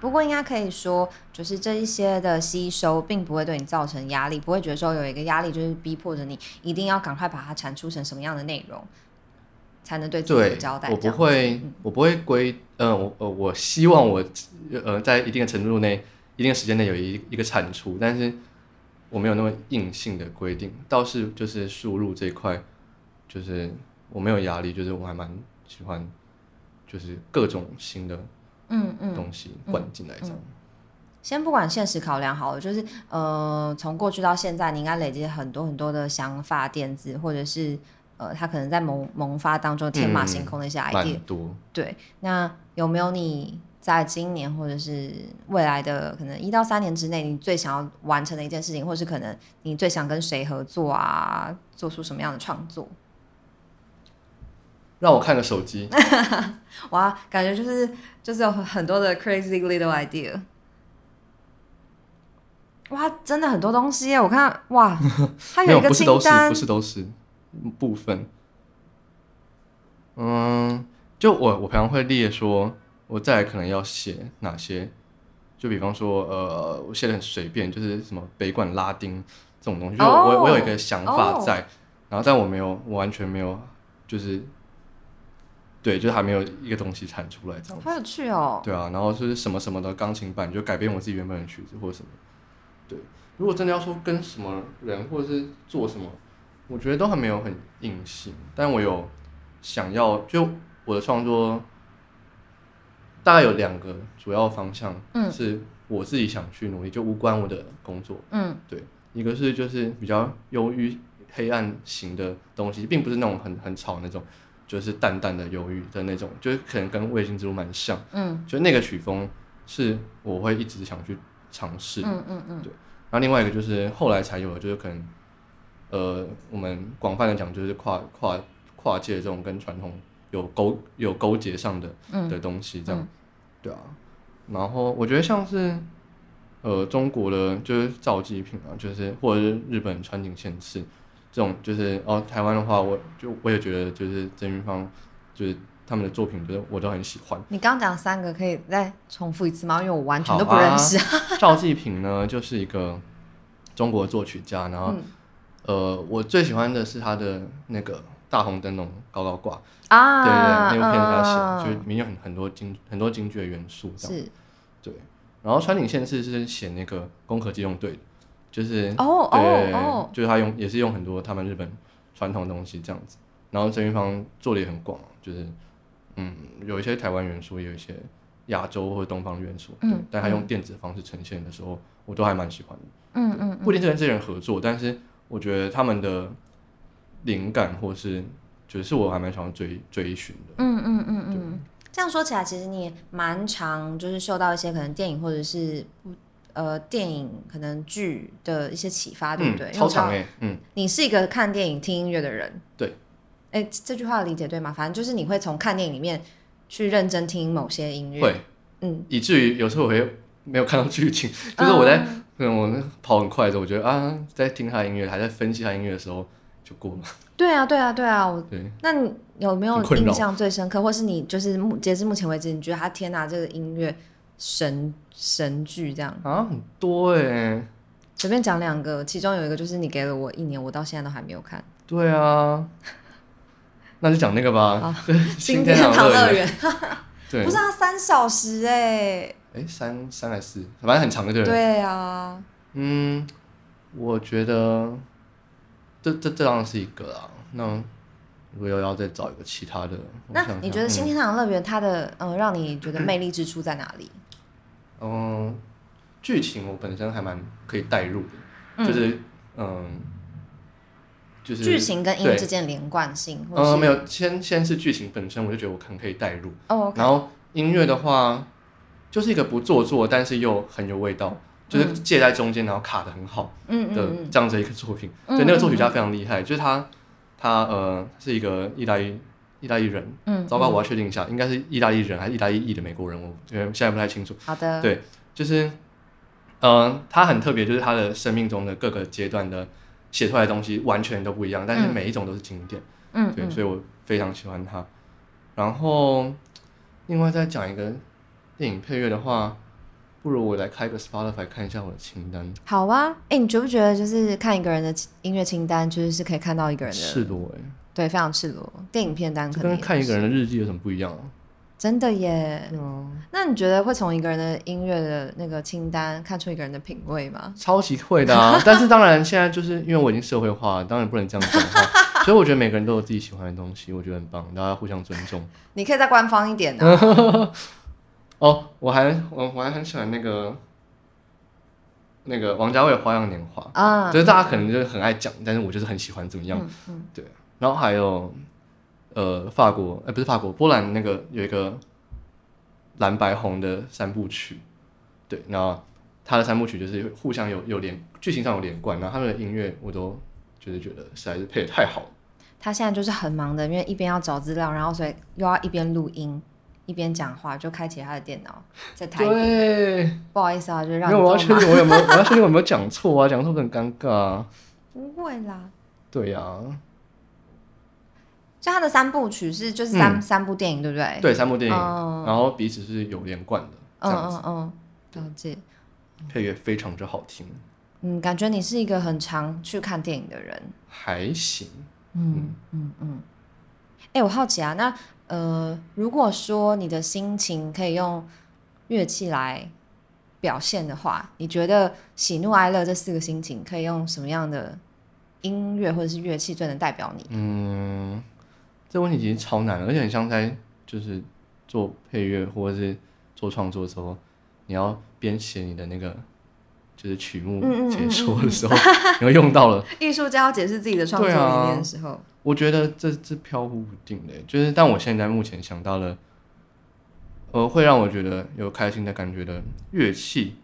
[SPEAKER 1] 不过应该可以说，就是这一些的吸收，并不会对你造成压力，不会觉得说有一个压力就是逼迫着你一定要赶快把它产出成什么样的内容，才能对自己有
[SPEAKER 2] 对
[SPEAKER 1] 交，代。
[SPEAKER 2] 我不
[SPEAKER 1] 这样子
[SPEAKER 2] 会
[SPEAKER 1] 嗯，
[SPEAKER 2] 我不会归，呃，我呃，我希望我呃在一定的程度内、一定的时间内有一一个产出，但是我没有那么硬性的规定，倒是就是输入这一块，就是我没有压力，就是我还蛮喜欢，就是各种新的
[SPEAKER 1] 嗯嗯，
[SPEAKER 2] 东西灌进来这样。
[SPEAKER 1] 先不管现实考量好了，就是呃，从过去到现在，你应该累积很多很多的想法、点子，或者是呃，他可能在萌萌发当中天马行空的一些 idea、
[SPEAKER 2] 嗯蛮多，
[SPEAKER 1] 对，那有没有你在今年或者是未来的可能一到三年之内，你最想要完成的一件事情，或是可能你最想跟谁合作啊，做出什么样的创作？
[SPEAKER 2] 让我看个手机，
[SPEAKER 1] 哇，感觉就是就是有很多的 crazy little idea。哇，真的很多东西耶！我看哇，它
[SPEAKER 2] 没
[SPEAKER 1] 有一个
[SPEAKER 2] 不是
[SPEAKER 1] 清
[SPEAKER 2] 都是，
[SPEAKER 1] 单
[SPEAKER 2] 不，是都是部分。嗯，就我我平常会列说，我再来可能要写哪些，就比方说，呃，我写的很随便，就是什么北管拉丁这种东西，就
[SPEAKER 1] 哦
[SPEAKER 2] 我、我有一个想法
[SPEAKER 1] 哦
[SPEAKER 2] 在，然后但我没有，我完全没有，就是，对，就是还没有一个东西产出来这样子
[SPEAKER 1] 好有趣哦。
[SPEAKER 2] 对啊，然后就是什么什么的钢琴版，就改变我自己原本的曲子或者什么。对，如果真的要说跟什么人或者是做什么，我觉得都还没有很硬性，但我有想要，就我的创作大概有两个主要方向，
[SPEAKER 1] 嗯
[SPEAKER 2] 是我自己想去努力，就无关我的工作，
[SPEAKER 1] 嗯
[SPEAKER 2] 对，一个是就是比较忧郁黑暗型的东西，并不是那种很很吵那种，就是淡淡的忧郁的那种，就是可能跟卫星之路蛮像，
[SPEAKER 1] 嗯
[SPEAKER 2] 就那个曲风是我会一直想去尝试，
[SPEAKER 1] 嗯嗯嗯
[SPEAKER 2] 然后另外一个就是后来才有的，就是可能，呃，我们广泛的讲就是跨跨跨界这种跟传统有勾有勾结上的的
[SPEAKER 1] 嗯
[SPEAKER 2] 东西，这样，
[SPEAKER 1] 嗯
[SPEAKER 2] 对啊。然后我觉得像是，呃，中国的就是造祭品啊，就是或者是日本川井宪次这种，就是哦，台湾的话，我就我也觉得就是曾云芳，就是他们的作品，就是我都很喜欢。
[SPEAKER 1] 你刚刚讲三个，可以再重复一次吗？因为我完全都不
[SPEAKER 2] 好啊
[SPEAKER 1] 认识。
[SPEAKER 2] 赵季平呢，就是一个中国作曲 家，然后、
[SPEAKER 1] 嗯
[SPEAKER 2] 呃，我最喜欢的是他的那个《大红灯笼高高挂》，对
[SPEAKER 1] 啊，
[SPEAKER 2] 对对，那部片是他写的，就是
[SPEAKER 1] 嗯
[SPEAKER 2] 里面有很很多京很多京剧的元素这样。
[SPEAKER 1] 是
[SPEAKER 2] 对，然后川井宪次是写那个《攻壳机动队》的，就是
[SPEAKER 1] 哦哦
[SPEAKER 2] 对
[SPEAKER 1] 哦
[SPEAKER 2] 就是他用也是用很多他们日本传统的东西这样子。然后郑云芳做的也很广，就是嗯，有一些台湾元素，也有一些亚洲或东方元素，对
[SPEAKER 1] 嗯
[SPEAKER 2] 但他用电子方式呈现的时候，我都还蛮喜欢的。
[SPEAKER 1] 嗯嗯
[SPEAKER 2] 不一定是跟这些人合作，但是我觉得他们的灵感或是就是我还蛮想要追追寻的。
[SPEAKER 1] 嗯嗯嗯嗯。这样说起来，其实你也蛮常就是受到一些可能电影或者是不呃电影可能剧的一些启发，啊对不对？
[SPEAKER 2] 嗯，
[SPEAKER 1] 因为
[SPEAKER 2] 超
[SPEAKER 1] 我知道
[SPEAKER 2] 长哎、嗯，
[SPEAKER 1] 你是一个看电影听音乐的人，
[SPEAKER 2] 对。
[SPEAKER 1] 哎，这句话理解对吗？反正就是你会从看电影里面去认真听某些音乐，
[SPEAKER 2] 会，
[SPEAKER 1] 嗯，
[SPEAKER 2] 以至于有时候我会没有看到剧情，就是我在
[SPEAKER 1] 嗯
[SPEAKER 2] 可能我跑很快的时候，我觉得啊，在听他的音乐，还在分析他音乐的时候就过了。
[SPEAKER 1] 对啊，对啊，对啊，我
[SPEAKER 2] 对，
[SPEAKER 1] 那你有没有
[SPEAKER 2] 很困扰
[SPEAKER 1] 印象最深刻，或是你就是目截至目前为止，你觉得他天哪，这个音乐神神剧这样？
[SPEAKER 2] 啊，很多哎、
[SPEAKER 1] 随便讲两个，其中有一个就是你给了我一年，我到现在都还没有看。
[SPEAKER 2] 对啊，那就讲那个吧，
[SPEAKER 1] 新
[SPEAKER 2] 天
[SPEAKER 1] 堂乐
[SPEAKER 2] 乐
[SPEAKER 1] 园，
[SPEAKER 2] 对
[SPEAKER 1] 不，是啊，三小时哎、
[SPEAKER 2] 哎，三三还是四，反正很长的对了。
[SPEAKER 1] 对啊，
[SPEAKER 2] 嗯，我觉得这这这当然是一个啦。那如果要再找一个其他的，我
[SPEAKER 1] 那
[SPEAKER 2] 想想嗯
[SPEAKER 1] 你觉得新天堂乐园它的嗯、呃让你觉得魅力之处在哪里？
[SPEAKER 2] 嗯嗯剧、情我本身还蛮可以代入的，
[SPEAKER 1] 嗯
[SPEAKER 2] 就是嗯，就是
[SPEAKER 1] 剧情跟音
[SPEAKER 2] 对
[SPEAKER 1] 之间的连贯性，或者是、
[SPEAKER 2] 呃没有先先是剧情本身，我就觉得我很可以代入。
[SPEAKER 1] 哦，OK，
[SPEAKER 2] 然后音乐的话，就是一个不做作，但是又很有味道，就是
[SPEAKER 1] 嗯
[SPEAKER 2] 介在中间，然后卡的很好。
[SPEAKER 1] 嗯嗯
[SPEAKER 2] 的
[SPEAKER 1] 嗯
[SPEAKER 2] 这样子一个作品。
[SPEAKER 1] 嗯
[SPEAKER 2] 对，那个作曲
[SPEAKER 1] 嗯
[SPEAKER 2] 家
[SPEAKER 1] 嗯
[SPEAKER 2] 非常厉害，就是他，他呃是一个意大利意大利人，
[SPEAKER 1] 嗯，
[SPEAKER 2] 糟糕，
[SPEAKER 1] 嗯
[SPEAKER 2] 我要确定一下，应该是意大利人还是意大利裔的美国人，我因为现在不太清楚。
[SPEAKER 1] 好的，
[SPEAKER 2] 对就是，呃，他很特别，就是他的生命中的各个阶段的写出来的东西完全都不一样，但是
[SPEAKER 1] 嗯
[SPEAKER 2] 每一种都是经典。
[SPEAKER 1] 嗯，
[SPEAKER 2] 对，
[SPEAKER 1] 嗯
[SPEAKER 2] 所以我非常喜欢他。然后，另外再讲一个电影配乐的话，不如我来开个 Spotify 看一下我的清单。
[SPEAKER 1] 好啊，哎、你觉不觉得就是看一个人的音乐清单，就是是可以看到一个人的，
[SPEAKER 2] 赤裸哎、
[SPEAKER 1] 对，非常赤裸。电影片单
[SPEAKER 2] 这
[SPEAKER 1] 可能
[SPEAKER 2] 跟
[SPEAKER 1] 也
[SPEAKER 2] 看一个
[SPEAKER 1] 是
[SPEAKER 2] 人的日记有什么不一样、啊？
[SPEAKER 1] 真的耶。
[SPEAKER 2] 嗯，
[SPEAKER 1] 那你觉得会从一个人的音乐的那个清单看出一个人的品味吗？
[SPEAKER 2] 超级会的啊！但是当然，现在就是因为我已经社会化了，当然不能这样讲话。所以我觉得每个人都有自己喜欢的东西，我觉得很棒，大家互相尊重。
[SPEAKER 1] 你可以再官方一点啊
[SPEAKER 2] 嗯
[SPEAKER 1] 呢、
[SPEAKER 2] 哦，我还我我还很喜欢那个那个王家卫《花样年华》
[SPEAKER 1] 啊。
[SPEAKER 2] 就是大家可能就是很爱讲，但是我就是很喜欢怎么样。
[SPEAKER 1] 嗯嗯
[SPEAKER 2] 对，然后还有呃法国，哎、不是法国，波兰那个有一个蓝白红的三部曲，对，那它的三部曲就是互相有有连剧情上有连贯，然后他们的音乐我都就是觉得实在是配的太好了，
[SPEAKER 1] 他现在就是很忙的，因为一边要找资料，然后所以又要一边录音，一边讲话，就开启他的电脑在台北。
[SPEAKER 2] 对，
[SPEAKER 1] 不好意思啊，就是让
[SPEAKER 2] 没有我要
[SPEAKER 1] 你
[SPEAKER 2] 确
[SPEAKER 1] 做
[SPEAKER 2] 定
[SPEAKER 1] 忙。
[SPEAKER 2] 我有没有我要确定我有没有讲错啊，讲错会很尴尬、啊，
[SPEAKER 1] 不会啦，
[SPEAKER 2] 对啊呀、
[SPEAKER 1] 就他的三部曲是就是三、
[SPEAKER 2] 嗯
[SPEAKER 1] 三部电影，对不对？
[SPEAKER 2] 对，三部电影，
[SPEAKER 1] 哎哦
[SPEAKER 2] 然后彼此是有连贯的，这
[SPEAKER 1] 嗯
[SPEAKER 2] 样子、
[SPEAKER 1] 嗯嗯，了解。
[SPEAKER 2] 配乐非常之好听，
[SPEAKER 1] 嗯，感觉你是一个很常去看电影的人。
[SPEAKER 2] 还行，
[SPEAKER 1] 嗯嗯嗯。哎、我好奇啊，那呃，如果说你的心情可以用乐器来表现的话，你觉得喜怒哀乐这四个心情可以用什么样的音乐或者是乐器最能代表你？
[SPEAKER 2] 嗯，这问题其实超难的，而且很像在就是做配乐或者是做创作的时候，你要编写你的那个就是曲目
[SPEAKER 1] 嗯嗯嗯
[SPEAKER 2] 解
[SPEAKER 1] 嗯
[SPEAKER 2] 说的 时候，你会用到了。
[SPEAKER 1] 艺术家要解释自己的创作
[SPEAKER 2] 对啊
[SPEAKER 1] 理念的时候，
[SPEAKER 2] 我觉得这是飘忽不定的，就是但我现在目前想到了，呃，会让我觉得有开心的感觉的乐器，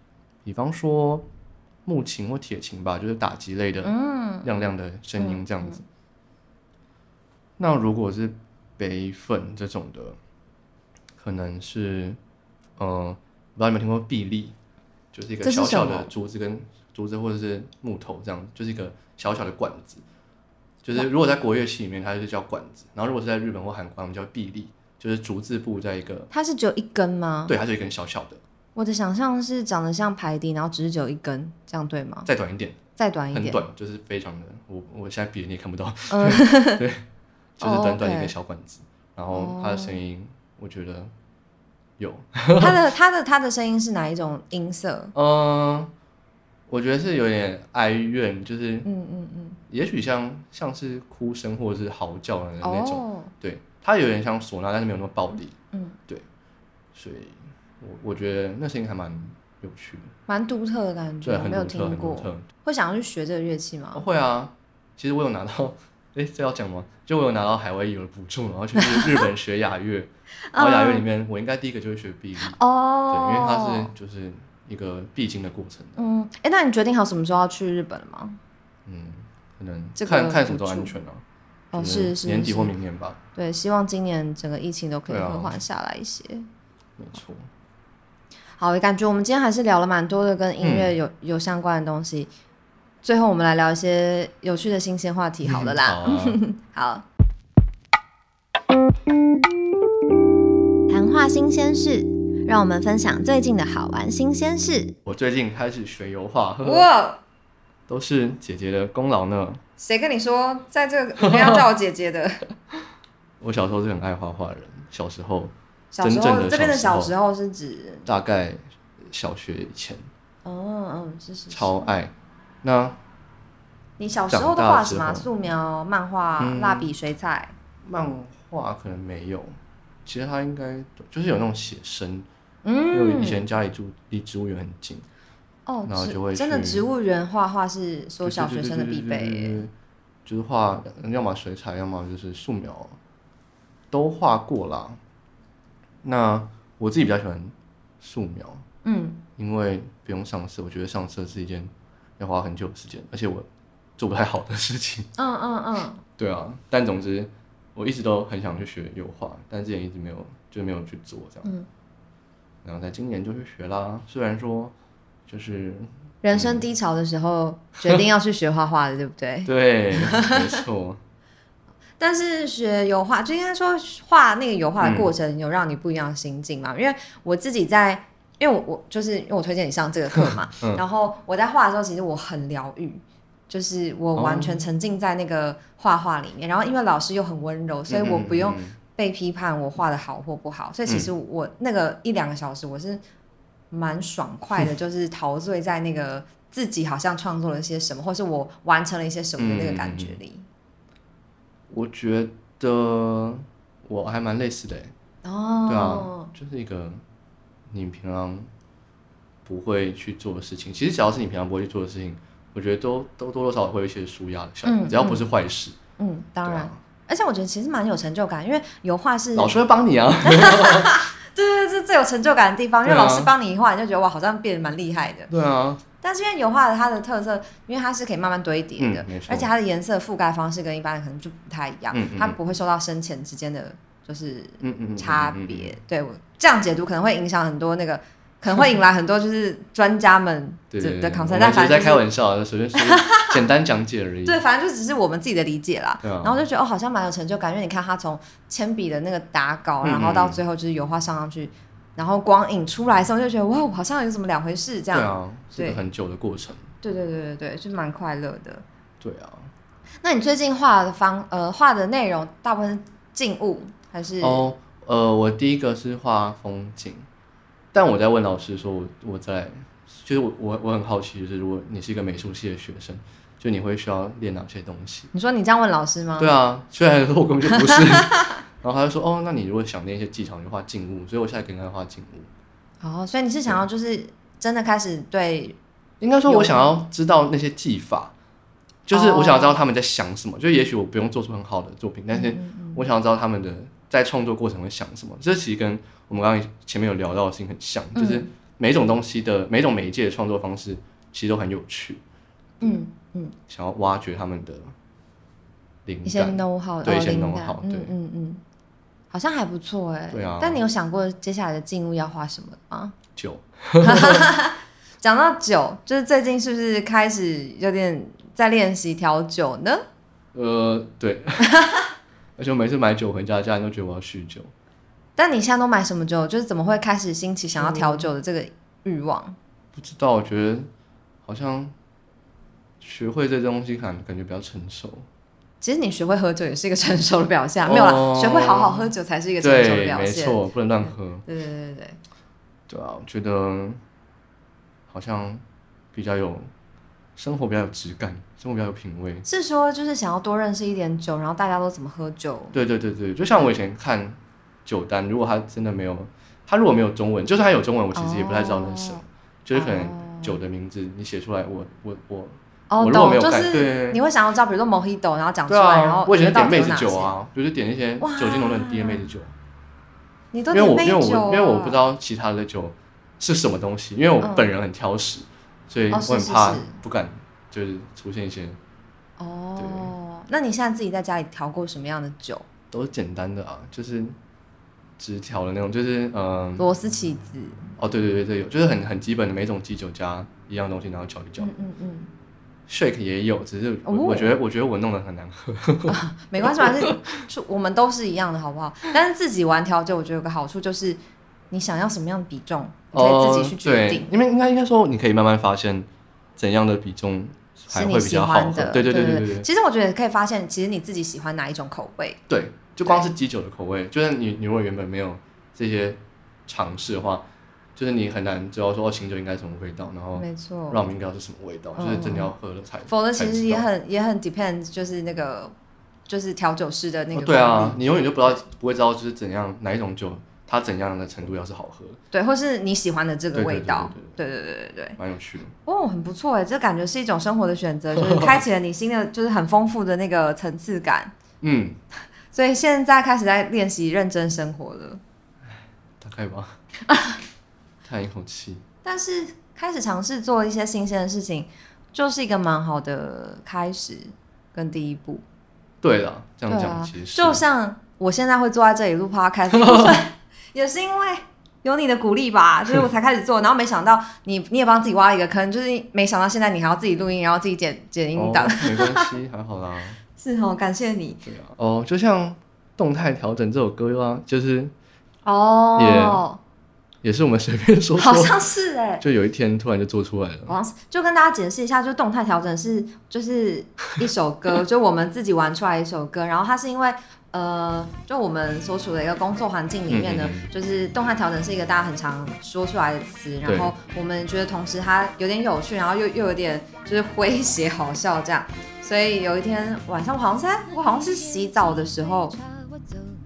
[SPEAKER 2] 比方说木琴或铁琴吧，就是打击类的
[SPEAKER 1] 嗯，
[SPEAKER 2] 亮亮的声音这样子。那如果是北粉这种的，可能是，呃，不知道你们听过臂力，就是一个
[SPEAKER 1] 这是
[SPEAKER 2] 小小
[SPEAKER 1] 什
[SPEAKER 2] 的
[SPEAKER 1] 么
[SPEAKER 2] 竹子跟竹子或者是木头这样，就是一个小小的管子。就是如果在国乐器里面，它就是叫管子；然后如果是在日本或韩国，我们叫臂力，就是竹字部在一个，
[SPEAKER 1] 它是只有一根吗？
[SPEAKER 2] 对，它是一根小小的，
[SPEAKER 1] 我的想象是长得像排笛，然后只是只有一根，这样对吗？
[SPEAKER 2] 再短一点，
[SPEAKER 1] 再嗯短一
[SPEAKER 2] 很
[SPEAKER 1] 点，
[SPEAKER 2] 短，就是非常的，我我现在比你也看不到，
[SPEAKER 1] 嗯
[SPEAKER 2] 对，就是
[SPEAKER 1] 哦
[SPEAKER 2] 短短一
[SPEAKER 1] ，OK
[SPEAKER 2] 个小管子，然后它的声音，我觉得有，
[SPEAKER 1] 它的它的它的声音是哪一种音色？
[SPEAKER 2] 嗯，我觉得是有点哀怨，就是
[SPEAKER 1] 嗯嗯嗯，
[SPEAKER 2] 也许像像是哭声或者是嚎叫的那种，
[SPEAKER 1] 哦，
[SPEAKER 2] 对，它有点像唢呐，但是没有那么暴力，
[SPEAKER 1] 嗯，
[SPEAKER 2] 所以我我觉得那声音还蛮有趣的，
[SPEAKER 1] 蛮独特的感觉，
[SPEAKER 2] 对，
[SPEAKER 1] 我嗯
[SPEAKER 2] 很
[SPEAKER 1] 没有
[SPEAKER 2] 独特，
[SPEAKER 1] 听
[SPEAKER 2] 很独
[SPEAKER 1] 过，
[SPEAKER 2] 特。
[SPEAKER 1] 会想要去学这个乐器
[SPEAKER 2] 哦
[SPEAKER 1] 吗？
[SPEAKER 2] 会啊，其实我有拿到，诶，这要讲吗？就我有拿到海外艺友的补助，然后去日 日本学雅乐，然后雅乐里面我应该第一个就会学臂力，对，
[SPEAKER 1] 嗯哦，
[SPEAKER 2] 因为它是就是一个必经的过程，
[SPEAKER 1] 嗯，哎，那你决定好什么时候要去日本了吗？
[SPEAKER 2] 嗯，可能
[SPEAKER 1] 这个
[SPEAKER 2] 看看什么时候
[SPEAKER 1] 补助
[SPEAKER 2] 安全啊，
[SPEAKER 1] 哦，
[SPEAKER 2] 可
[SPEAKER 1] 是
[SPEAKER 2] 能
[SPEAKER 1] 是
[SPEAKER 2] 年底
[SPEAKER 1] 是
[SPEAKER 2] 或明年吧，
[SPEAKER 1] 对，希望今年整个疫情都可以
[SPEAKER 2] 对啊
[SPEAKER 1] 缓缓下来一些。
[SPEAKER 2] 没错，
[SPEAKER 1] 好，感觉我们今天还是聊了蛮多的跟音乐
[SPEAKER 2] 嗯
[SPEAKER 1] 有、有相关的东西。最后，我们来聊一些有趣的新鲜话题，好了啦。
[SPEAKER 2] 好啊
[SPEAKER 1] 好。谈话新鲜事，让我们分享最近的好玩新鲜事。
[SPEAKER 2] 我最近开始学油画，呵呵
[SPEAKER 1] 哇，
[SPEAKER 2] 都是姐姐的功劳呢。
[SPEAKER 1] 谁跟你说在这个不要叫我姐姐 的？
[SPEAKER 2] 我小时候是很爱画画的人，小时候
[SPEAKER 1] 小时
[SPEAKER 2] 真
[SPEAKER 1] 候
[SPEAKER 2] 正的
[SPEAKER 1] 这边的小
[SPEAKER 2] 小
[SPEAKER 1] 时
[SPEAKER 2] 时
[SPEAKER 1] 候是指，
[SPEAKER 2] 大概小学以前
[SPEAKER 1] 哦嗯，是是是。
[SPEAKER 2] 超爱，那
[SPEAKER 1] 你小时候
[SPEAKER 2] 长
[SPEAKER 1] 都
[SPEAKER 2] 大
[SPEAKER 1] 画什
[SPEAKER 2] 之
[SPEAKER 1] 么啊？
[SPEAKER 2] 后
[SPEAKER 1] 素描、漫画、
[SPEAKER 2] 嗯
[SPEAKER 1] 蜡笔、水彩。
[SPEAKER 2] 漫画可能没有，其实他应该就是有那种写生，因为我
[SPEAKER 1] 嗯，
[SPEAKER 2] 以前家里住离植物园很近，
[SPEAKER 1] 哦，
[SPEAKER 2] 嗯然后
[SPEAKER 1] 植
[SPEAKER 2] 就会
[SPEAKER 1] 真的
[SPEAKER 2] 去
[SPEAKER 1] 植物园画画是所有
[SPEAKER 2] 对
[SPEAKER 1] 小学生的必备。
[SPEAKER 2] 对对对对对
[SPEAKER 1] 耶。
[SPEAKER 2] 对就是画要么水彩，要么就是素描，都画过啦。那我自己比较喜欢素描，
[SPEAKER 1] 嗯，
[SPEAKER 2] 因为不用上色，我觉得上色是一件要花很久的时间，而且我做不太好的事情。
[SPEAKER 1] 嗯嗯嗯，
[SPEAKER 2] 对啊，但总之我一直都很想去学油画，但之前一直没有，就没有去做这样。
[SPEAKER 1] 嗯
[SPEAKER 2] 然后在今年就去学啦，虽然说就是
[SPEAKER 1] 人生低潮的时候决定要去学画画的，对不对？
[SPEAKER 2] 对，没错，
[SPEAKER 1] 但是学油画，就应该说画那个油画
[SPEAKER 2] 嗯
[SPEAKER 1] 的过程，有让你不一样的心境嘛？因为我自己在，因为我我就是因为我推荐你上这个课嘛，
[SPEAKER 2] 嗯
[SPEAKER 1] 然后我在画的时候，其实我很疗愈，就是我完全沉浸在那个画画里面。然后因为老师又很温柔， 所以我不用
[SPEAKER 2] 嗯嗯嗯嗯
[SPEAKER 1] 被批判我画的好或不好，所以其实我那个一两个小时我是蛮爽快 的，就是陶醉在那个自己好像创作了些什么，或是我完成了一些什么的那个感觉里。
[SPEAKER 2] 我觉得我还蛮类似的欸，
[SPEAKER 1] 哦，
[SPEAKER 2] 对啊，就是一个你平常不会去做的事情。其实只要是你平常不会去做的事情，我觉得都都多多少少会有一些舒压的效果，
[SPEAKER 1] 嗯
[SPEAKER 2] 只要不是坏事。
[SPEAKER 1] 嗯，当
[SPEAKER 2] 对
[SPEAKER 1] 然，
[SPEAKER 2] 啊，
[SPEAKER 1] 而且我觉得其实蛮有成就感，因为油画是，
[SPEAKER 2] 老师会帮你啊。
[SPEAKER 1] 对对对，是最有成就感的地方，因为
[SPEAKER 2] 对啊
[SPEAKER 1] 老师帮你一画，你就觉得哇，好像变得蛮厉害的。
[SPEAKER 2] 对啊，
[SPEAKER 1] 但是因为油画的它的特色，因为它是可以慢慢堆叠的，
[SPEAKER 2] 嗯没错
[SPEAKER 1] 而且它的颜色覆盖方式跟一般的可能就不太一样，
[SPEAKER 2] 嗯嗯
[SPEAKER 1] 它不会受到深浅之间的就是
[SPEAKER 2] 嗯嗯嗯嗯，
[SPEAKER 1] 差
[SPEAKER 2] 嗯
[SPEAKER 1] 别。对我这样解读可能会影响很多那个，可能会引来很多就是专家们
[SPEAKER 2] 对
[SPEAKER 1] 的
[SPEAKER 2] 对
[SPEAKER 1] 的
[SPEAKER 2] 对
[SPEAKER 1] concern，
[SPEAKER 2] 我们
[SPEAKER 1] 但
[SPEAKER 2] 只
[SPEAKER 1] 反正
[SPEAKER 2] 是在
[SPEAKER 1] 就
[SPEAKER 2] 开
[SPEAKER 1] 是
[SPEAKER 2] 玩笑，啊随 便随便简单讲解而已。
[SPEAKER 1] 对，反正就只是我们自己的理解啦。
[SPEAKER 2] 对啊
[SPEAKER 1] 然后就觉得哦，好像蛮有成就感，因为你看他从铅笔的那个打稿，
[SPEAKER 2] 嗯
[SPEAKER 1] 然后到最后就是油画上上去，然后光影出来的时候就觉得哇，好像有什么两回事这
[SPEAKER 2] 对
[SPEAKER 1] 样。
[SPEAKER 2] 啊，是一
[SPEAKER 1] 对
[SPEAKER 2] 个很久的过程。
[SPEAKER 1] 对对对对对，就蛮快乐的。
[SPEAKER 2] 对啊，
[SPEAKER 1] 那你最近画的方呃画的内容大部分是静物还是？
[SPEAKER 2] 哦，呃，我第一个是画风景，但我在问老师说我，我在，就是我我我很好奇，就是如果你是一个美术系的学生，就你会需要练哪些东西。
[SPEAKER 1] 你说你这样问老师吗？
[SPEAKER 2] 对啊，虽然说我根本就不是， 然后他就说哦，那你如果想练一些技巧，你就画静物，所以我现在跟他画静物。
[SPEAKER 1] 哦，所以你是想要就是真的开始对
[SPEAKER 2] 应该说，
[SPEAKER 1] 有
[SPEAKER 2] 我想要知道那些技法，就是我
[SPEAKER 1] 哦
[SPEAKER 2] 想要知道他们在想什么。就也许我不用做出很好的作品，但
[SPEAKER 1] 嗯
[SPEAKER 2] 是我想要知道他们的在创作过程会想什么。这其实跟我们刚刚前面有聊到的事情很像，就是
[SPEAKER 1] 嗯
[SPEAKER 2] 每一种东西的每一种媒介的创作方式其实都很有趣，
[SPEAKER 1] 嗯嗯
[SPEAKER 2] 想要挖掘他们的灵
[SPEAKER 1] 一些
[SPEAKER 2] 感。
[SPEAKER 1] know how
[SPEAKER 2] 对一些
[SPEAKER 1] 灵
[SPEAKER 2] know
[SPEAKER 1] 感
[SPEAKER 2] how，
[SPEAKER 1] 嗯
[SPEAKER 2] 对
[SPEAKER 1] 嗯嗯，好像还不错哎。
[SPEAKER 2] 对啊
[SPEAKER 1] 但你有想过接下来的静物要画什么吗？
[SPEAKER 2] 就
[SPEAKER 1] 讲到酒，就是最近是不是开始有点在练习调酒呢？
[SPEAKER 2] 呃， 对，而且我每次买酒回家，家人都觉得我要酗酒。
[SPEAKER 1] 但你现在都买什么酒？就是怎么会开始兴起
[SPEAKER 2] 嗯
[SPEAKER 1] 想要调酒的这个欲望？
[SPEAKER 2] 不知道，我觉得好像学会这东西，感感觉比较成熟。
[SPEAKER 1] 其实你学会喝酒也是一个成熟的表现啊，没有啦，
[SPEAKER 2] 哦
[SPEAKER 1] 学会好好喝酒才是一个成熟的
[SPEAKER 2] 对，
[SPEAKER 1] 表
[SPEAKER 2] 没
[SPEAKER 1] 现。
[SPEAKER 2] 错，不能乱喝。
[SPEAKER 1] 对对对对对，
[SPEAKER 2] 对啊，我觉得好像比较有生活比较有质感，生活比较有品味。
[SPEAKER 1] 是说就是想要多认识一点酒，然后大家都怎么喝酒？
[SPEAKER 2] 对对对对，就像我以前看酒单，如果它真的没有，它如果没有中文，就算它有中文，我其实也不太知道那是什么，
[SPEAKER 1] 哦
[SPEAKER 2] 就是可能
[SPEAKER 1] 哦
[SPEAKER 2] 酒的名字你写出来，我我我
[SPEAKER 1] 哦，
[SPEAKER 2] 我如果
[SPEAKER 1] 懂，
[SPEAKER 2] 没有
[SPEAKER 1] 就
[SPEAKER 2] 看
[SPEAKER 1] 是
[SPEAKER 2] 对
[SPEAKER 1] 你会想要知道，比如说 Mojito，然后讲出
[SPEAKER 2] 对
[SPEAKER 1] 来，然后
[SPEAKER 2] 啊，我以前
[SPEAKER 1] 到
[SPEAKER 2] 点
[SPEAKER 1] 底有
[SPEAKER 2] 妹子
[SPEAKER 1] 哪些
[SPEAKER 2] 酒，啊，就是点一些
[SPEAKER 1] 哇
[SPEAKER 2] 酒精浓度很低的妹子酒。
[SPEAKER 1] 你都
[SPEAKER 2] 因
[SPEAKER 1] 点
[SPEAKER 2] 为我
[SPEAKER 1] 妹
[SPEAKER 2] 因为
[SPEAKER 1] 酒、啊
[SPEAKER 2] 我因为我不知
[SPEAKER 1] 道，
[SPEAKER 2] 道其他的酒是什么东西，因为我
[SPEAKER 1] 嗯
[SPEAKER 2] 本人很挑食，所以
[SPEAKER 1] 哦
[SPEAKER 2] 我
[SPEAKER 1] 是
[SPEAKER 2] 很
[SPEAKER 1] 是
[SPEAKER 2] 怕
[SPEAKER 1] 是
[SPEAKER 2] 不敢就是出现一些
[SPEAKER 1] 哦，那你现在自己在家里调过什么样的酒？
[SPEAKER 2] 都是简单的啊，就是直调的那种，就是嗯、
[SPEAKER 1] 螺丝起子，
[SPEAKER 2] 哦对对对对有，就是很很基本的每种基酒加一样东西，然后搅一搅、
[SPEAKER 1] 嗯嗯嗯，
[SPEAKER 2] shake 也有，只是我、
[SPEAKER 1] 哦
[SPEAKER 2] 我觉得我觉得我弄得很难喝，
[SPEAKER 1] 没关系嘛，是就我们都是一样的，好不好？但是自己玩调酒，我觉得有个好处就是，你想要什么样的比重，你可以自己去决定
[SPEAKER 2] 哦、对，因为应该应该说你可以慢慢发现怎样的比重
[SPEAKER 1] 是
[SPEAKER 2] 还
[SPEAKER 1] 你
[SPEAKER 2] 会比
[SPEAKER 1] 喜
[SPEAKER 2] 较好
[SPEAKER 1] 欢
[SPEAKER 2] 喝
[SPEAKER 1] 的。，
[SPEAKER 2] 对对
[SPEAKER 1] 对
[SPEAKER 2] 对对对
[SPEAKER 1] 对。其实我觉得可以发现，其实你自己喜欢哪一种口味，
[SPEAKER 2] 对，就光是基酒的口味，就是你你如果原本没有这些尝试的话，就是你很难知道说哦，清酒应该什么味道，然后
[SPEAKER 1] 没错。
[SPEAKER 2] 让饮料是什么味道，
[SPEAKER 1] 嗯
[SPEAKER 2] 就是真的要喝了才。
[SPEAKER 1] 否则
[SPEAKER 2] 才
[SPEAKER 1] 其实
[SPEAKER 2] 知
[SPEAKER 1] 也
[SPEAKER 2] 道
[SPEAKER 1] 很也很 depend，就是那个就是调酒师的那个、
[SPEAKER 2] 哦对啊，，你永远就不知道不会知道就是怎样哪一种酒它怎样的程度要是好喝，
[SPEAKER 1] 对，或是你喜欢的这个
[SPEAKER 2] 对对
[SPEAKER 1] 味道，对
[SPEAKER 2] 对
[SPEAKER 1] 对对对对，
[SPEAKER 2] 蛮有趣的。
[SPEAKER 1] 哦，很不错哎，这感觉是一种生活的选择，就是开启了你新的就是很丰富的那个层次感，
[SPEAKER 2] 嗯，
[SPEAKER 1] 所以现在开始在练习认真生活了，
[SPEAKER 2] 大概 吧。叹一口气，
[SPEAKER 1] 但是开始尝试做一些新鲜的事情，就是一个蛮好的开始跟第一步，
[SPEAKER 2] 对啦，这样
[SPEAKER 1] 对
[SPEAKER 2] 讲
[SPEAKER 1] 啊
[SPEAKER 2] 其，实
[SPEAKER 1] 就像我现在会坐在这里录 podcast，也是因为有你的鼓励 吧，所以我才开始做。然后没想到你你也帮自己挖了一个坑，就是没想到现在你还要自己录音，然后自己剪剪音
[SPEAKER 2] 哦
[SPEAKER 1] 档，
[SPEAKER 2] 没关系，还好啦。
[SPEAKER 1] 是哦，感谢你
[SPEAKER 2] 对啊，哦，就像《动态调整》这首歌啊，就是
[SPEAKER 1] 哦，
[SPEAKER 2] 也是我们随便说说
[SPEAKER 1] 好，像是哎、
[SPEAKER 2] 就有一天突然就做出来了。
[SPEAKER 1] 好像是，就跟大家解释一下，就动态调整是就是一首 歌，就我们自己玩出来一首歌，然后它是因为呃，就我们所处的一个工作环境里面呢，
[SPEAKER 2] 嗯嗯
[SPEAKER 1] 就是动态调整是一个大家很常说出来的词，
[SPEAKER 2] 对
[SPEAKER 1] 然后我们觉得同时它有点有趣，然后又又有点就是诙谐好笑这样，所以有一天晚上我好像是在我好像是洗澡的时候，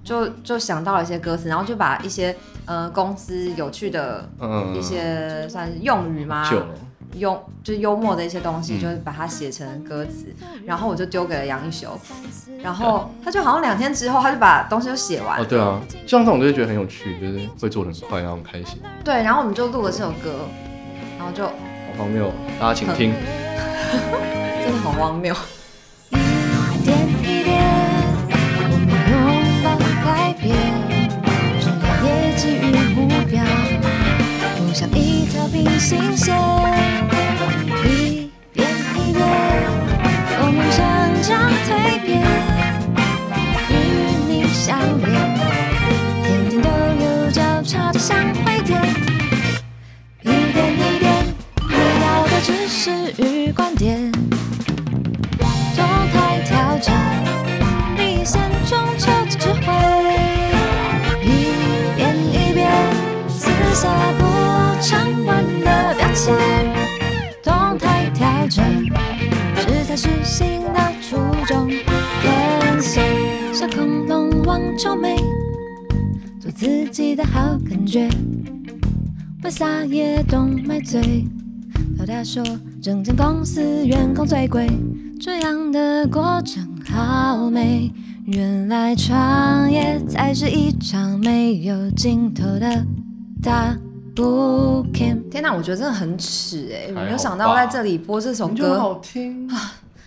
[SPEAKER 1] 就就想到了一些歌词，然后就把一些呃公司有趣的。
[SPEAKER 2] 嗯，
[SPEAKER 1] 一些算是用语吗？
[SPEAKER 2] 久了，
[SPEAKER 1] 幽就是幽默的一些东西，
[SPEAKER 2] 嗯
[SPEAKER 1] 就是把它写成歌词，然后我就丢给了杨一修，然后他就好像两天之后他就把东西都写完，
[SPEAKER 2] 哦，对啊，像这种就会觉得很有趣，就是会做的很快，然后很开心，
[SPEAKER 1] 对，然后我们就录了这首歌，然后就
[SPEAKER 2] 好荒谬哦，大家请听。
[SPEAKER 1] 真的很荒谬，
[SPEAKER 4] 一点一点，我们拥抱改变，只要业绩与目标，不像一条平行线。一点一点，我们成长蜕变，与你相连，天天都有交叉的相会点。一点一点，围绕的知识与观点。动态调整，你现中求的智慧，一遍一遍撕下不常完的标签，己的好感觉，为啥也懂买醉？老大说整间公司员工最贵，这样的过程好美。原来创业才是一场没有尽头的大不 k
[SPEAKER 1] 天哪，我觉得真的很耻哎、我没
[SPEAKER 2] 还
[SPEAKER 1] 有
[SPEAKER 2] 好
[SPEAKER 1] 想到在
[SPEAKER 2] 吧
[SPEAKER 1] 这里播这首
[SPEAKER 2] 你就
[SPEAKER 1] 歌。
[SPEAKER 2] 好听，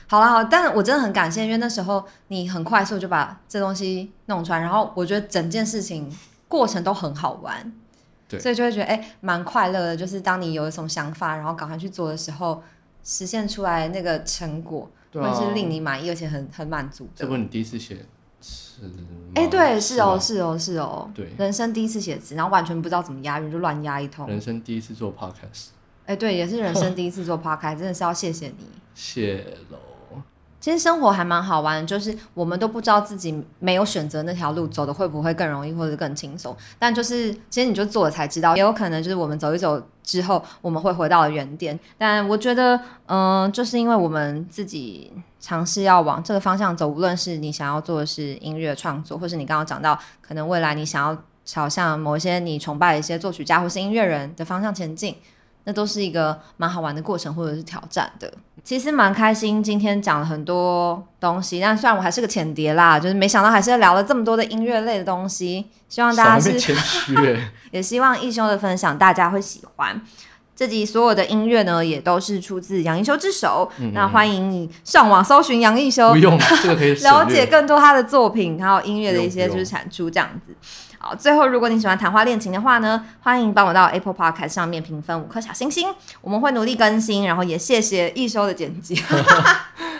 [SPEAKER 1] 好啦好，但我真的很感谢，因为那时候你很快速就把这东西弄出来，然后我觉得整件事情过程都很好玩，
[SPEAKER 2] 对
[SPEAKER 1] 所以就会觉得哎蛮、快乐的。就是当你有一种想法，然后赶快去做的时候，实现出来那个成果，
[SPEAKER 2] 对
[SPEAKER 1] 会、
[SPEAKER 2] 啊，
[SPEAKER 1] 是令你满意而且很很满足的
[SPEAKER 2] 这。不是你第一次写词吗？
[SPEAKER 1] 哎、对，是哦，
[SPEAKER 2] 吗
[SPEAKER 1] 是哦，是哦，
[SPEAKER 2] 啊对
[SPEAKER 1] 人生第一次写词，然后完全不知道怎么押韵，就乱押一通。
[SPEAKER 2] 人生第一次做 podcast，
[SPEAKER 1] 哎、对，也是人生第一次做 podcast，真的是要谢谢你。
[SPEAKER 2] 谢喽。
[SPEAKER 1] 其实生活还蛮好玩，就是我们都不知道自己没有选择那条路走的会不会更容易或者更轻松，但就是其实你就做了才知道，也有可能就是我们走一走之后，我们会回到原点。但我觉得，嗯、就是因为我们自己尝试要往这个方向走，无论是你想要做的是音乐创作，或是你刚刚讲到可能未来你想要朝向某一些你崇拜的一些作曲家或是音乐人的方向前进，那都是一个蛮好玩的过程或者是挑战的。其实蛮开心，今天讲了很多东西，但虽然我还是个浅碟啦，就是没想到还是聊了这么多的音乐类的东西，希望大家
[SPEAKER 2] 少在那
[SPEAKER 1] 是
[SPEAKER 2] 边谦 虚欸，
[SPEAKER 1] 也希望一休的分享大家会喜欢。这集所有的音乐呢，也都是出自杨一修之手。那欢迎你上网搜寻杨一修
[SPEAKER 2] 嗯不，用，这个可以省
[SPEAKER 1] 了解
[SPEAKER 2] 略
[SPEAKER 1] 更多他的作品，还有音乐的一些
[SPEAKER 2] 不用不用
[SPEAKER 1] 就是产出这样子。好，最后如果你喜欢谈话恋情的话呢，欢迎帮我到 Apple Podcast 上面评分五颗小星星，我们会努力更新，然后也谢谢一休的剪 辑。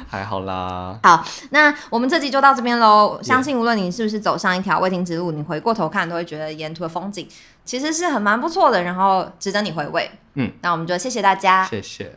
[SPEAKER 2] 还好啦。
[SPEAKER 1] 那我们这集就到这边喽。相信无论你是不是走上一条未停之路，你回过头看都会觉得沿途的风景其实是很蛮不错的，然后值得你回味。
[SPEAKER 2] 嗯，
[SPEAKER 1] 那我们就谢谢大家，
[SPEAKER 2] 谢谢。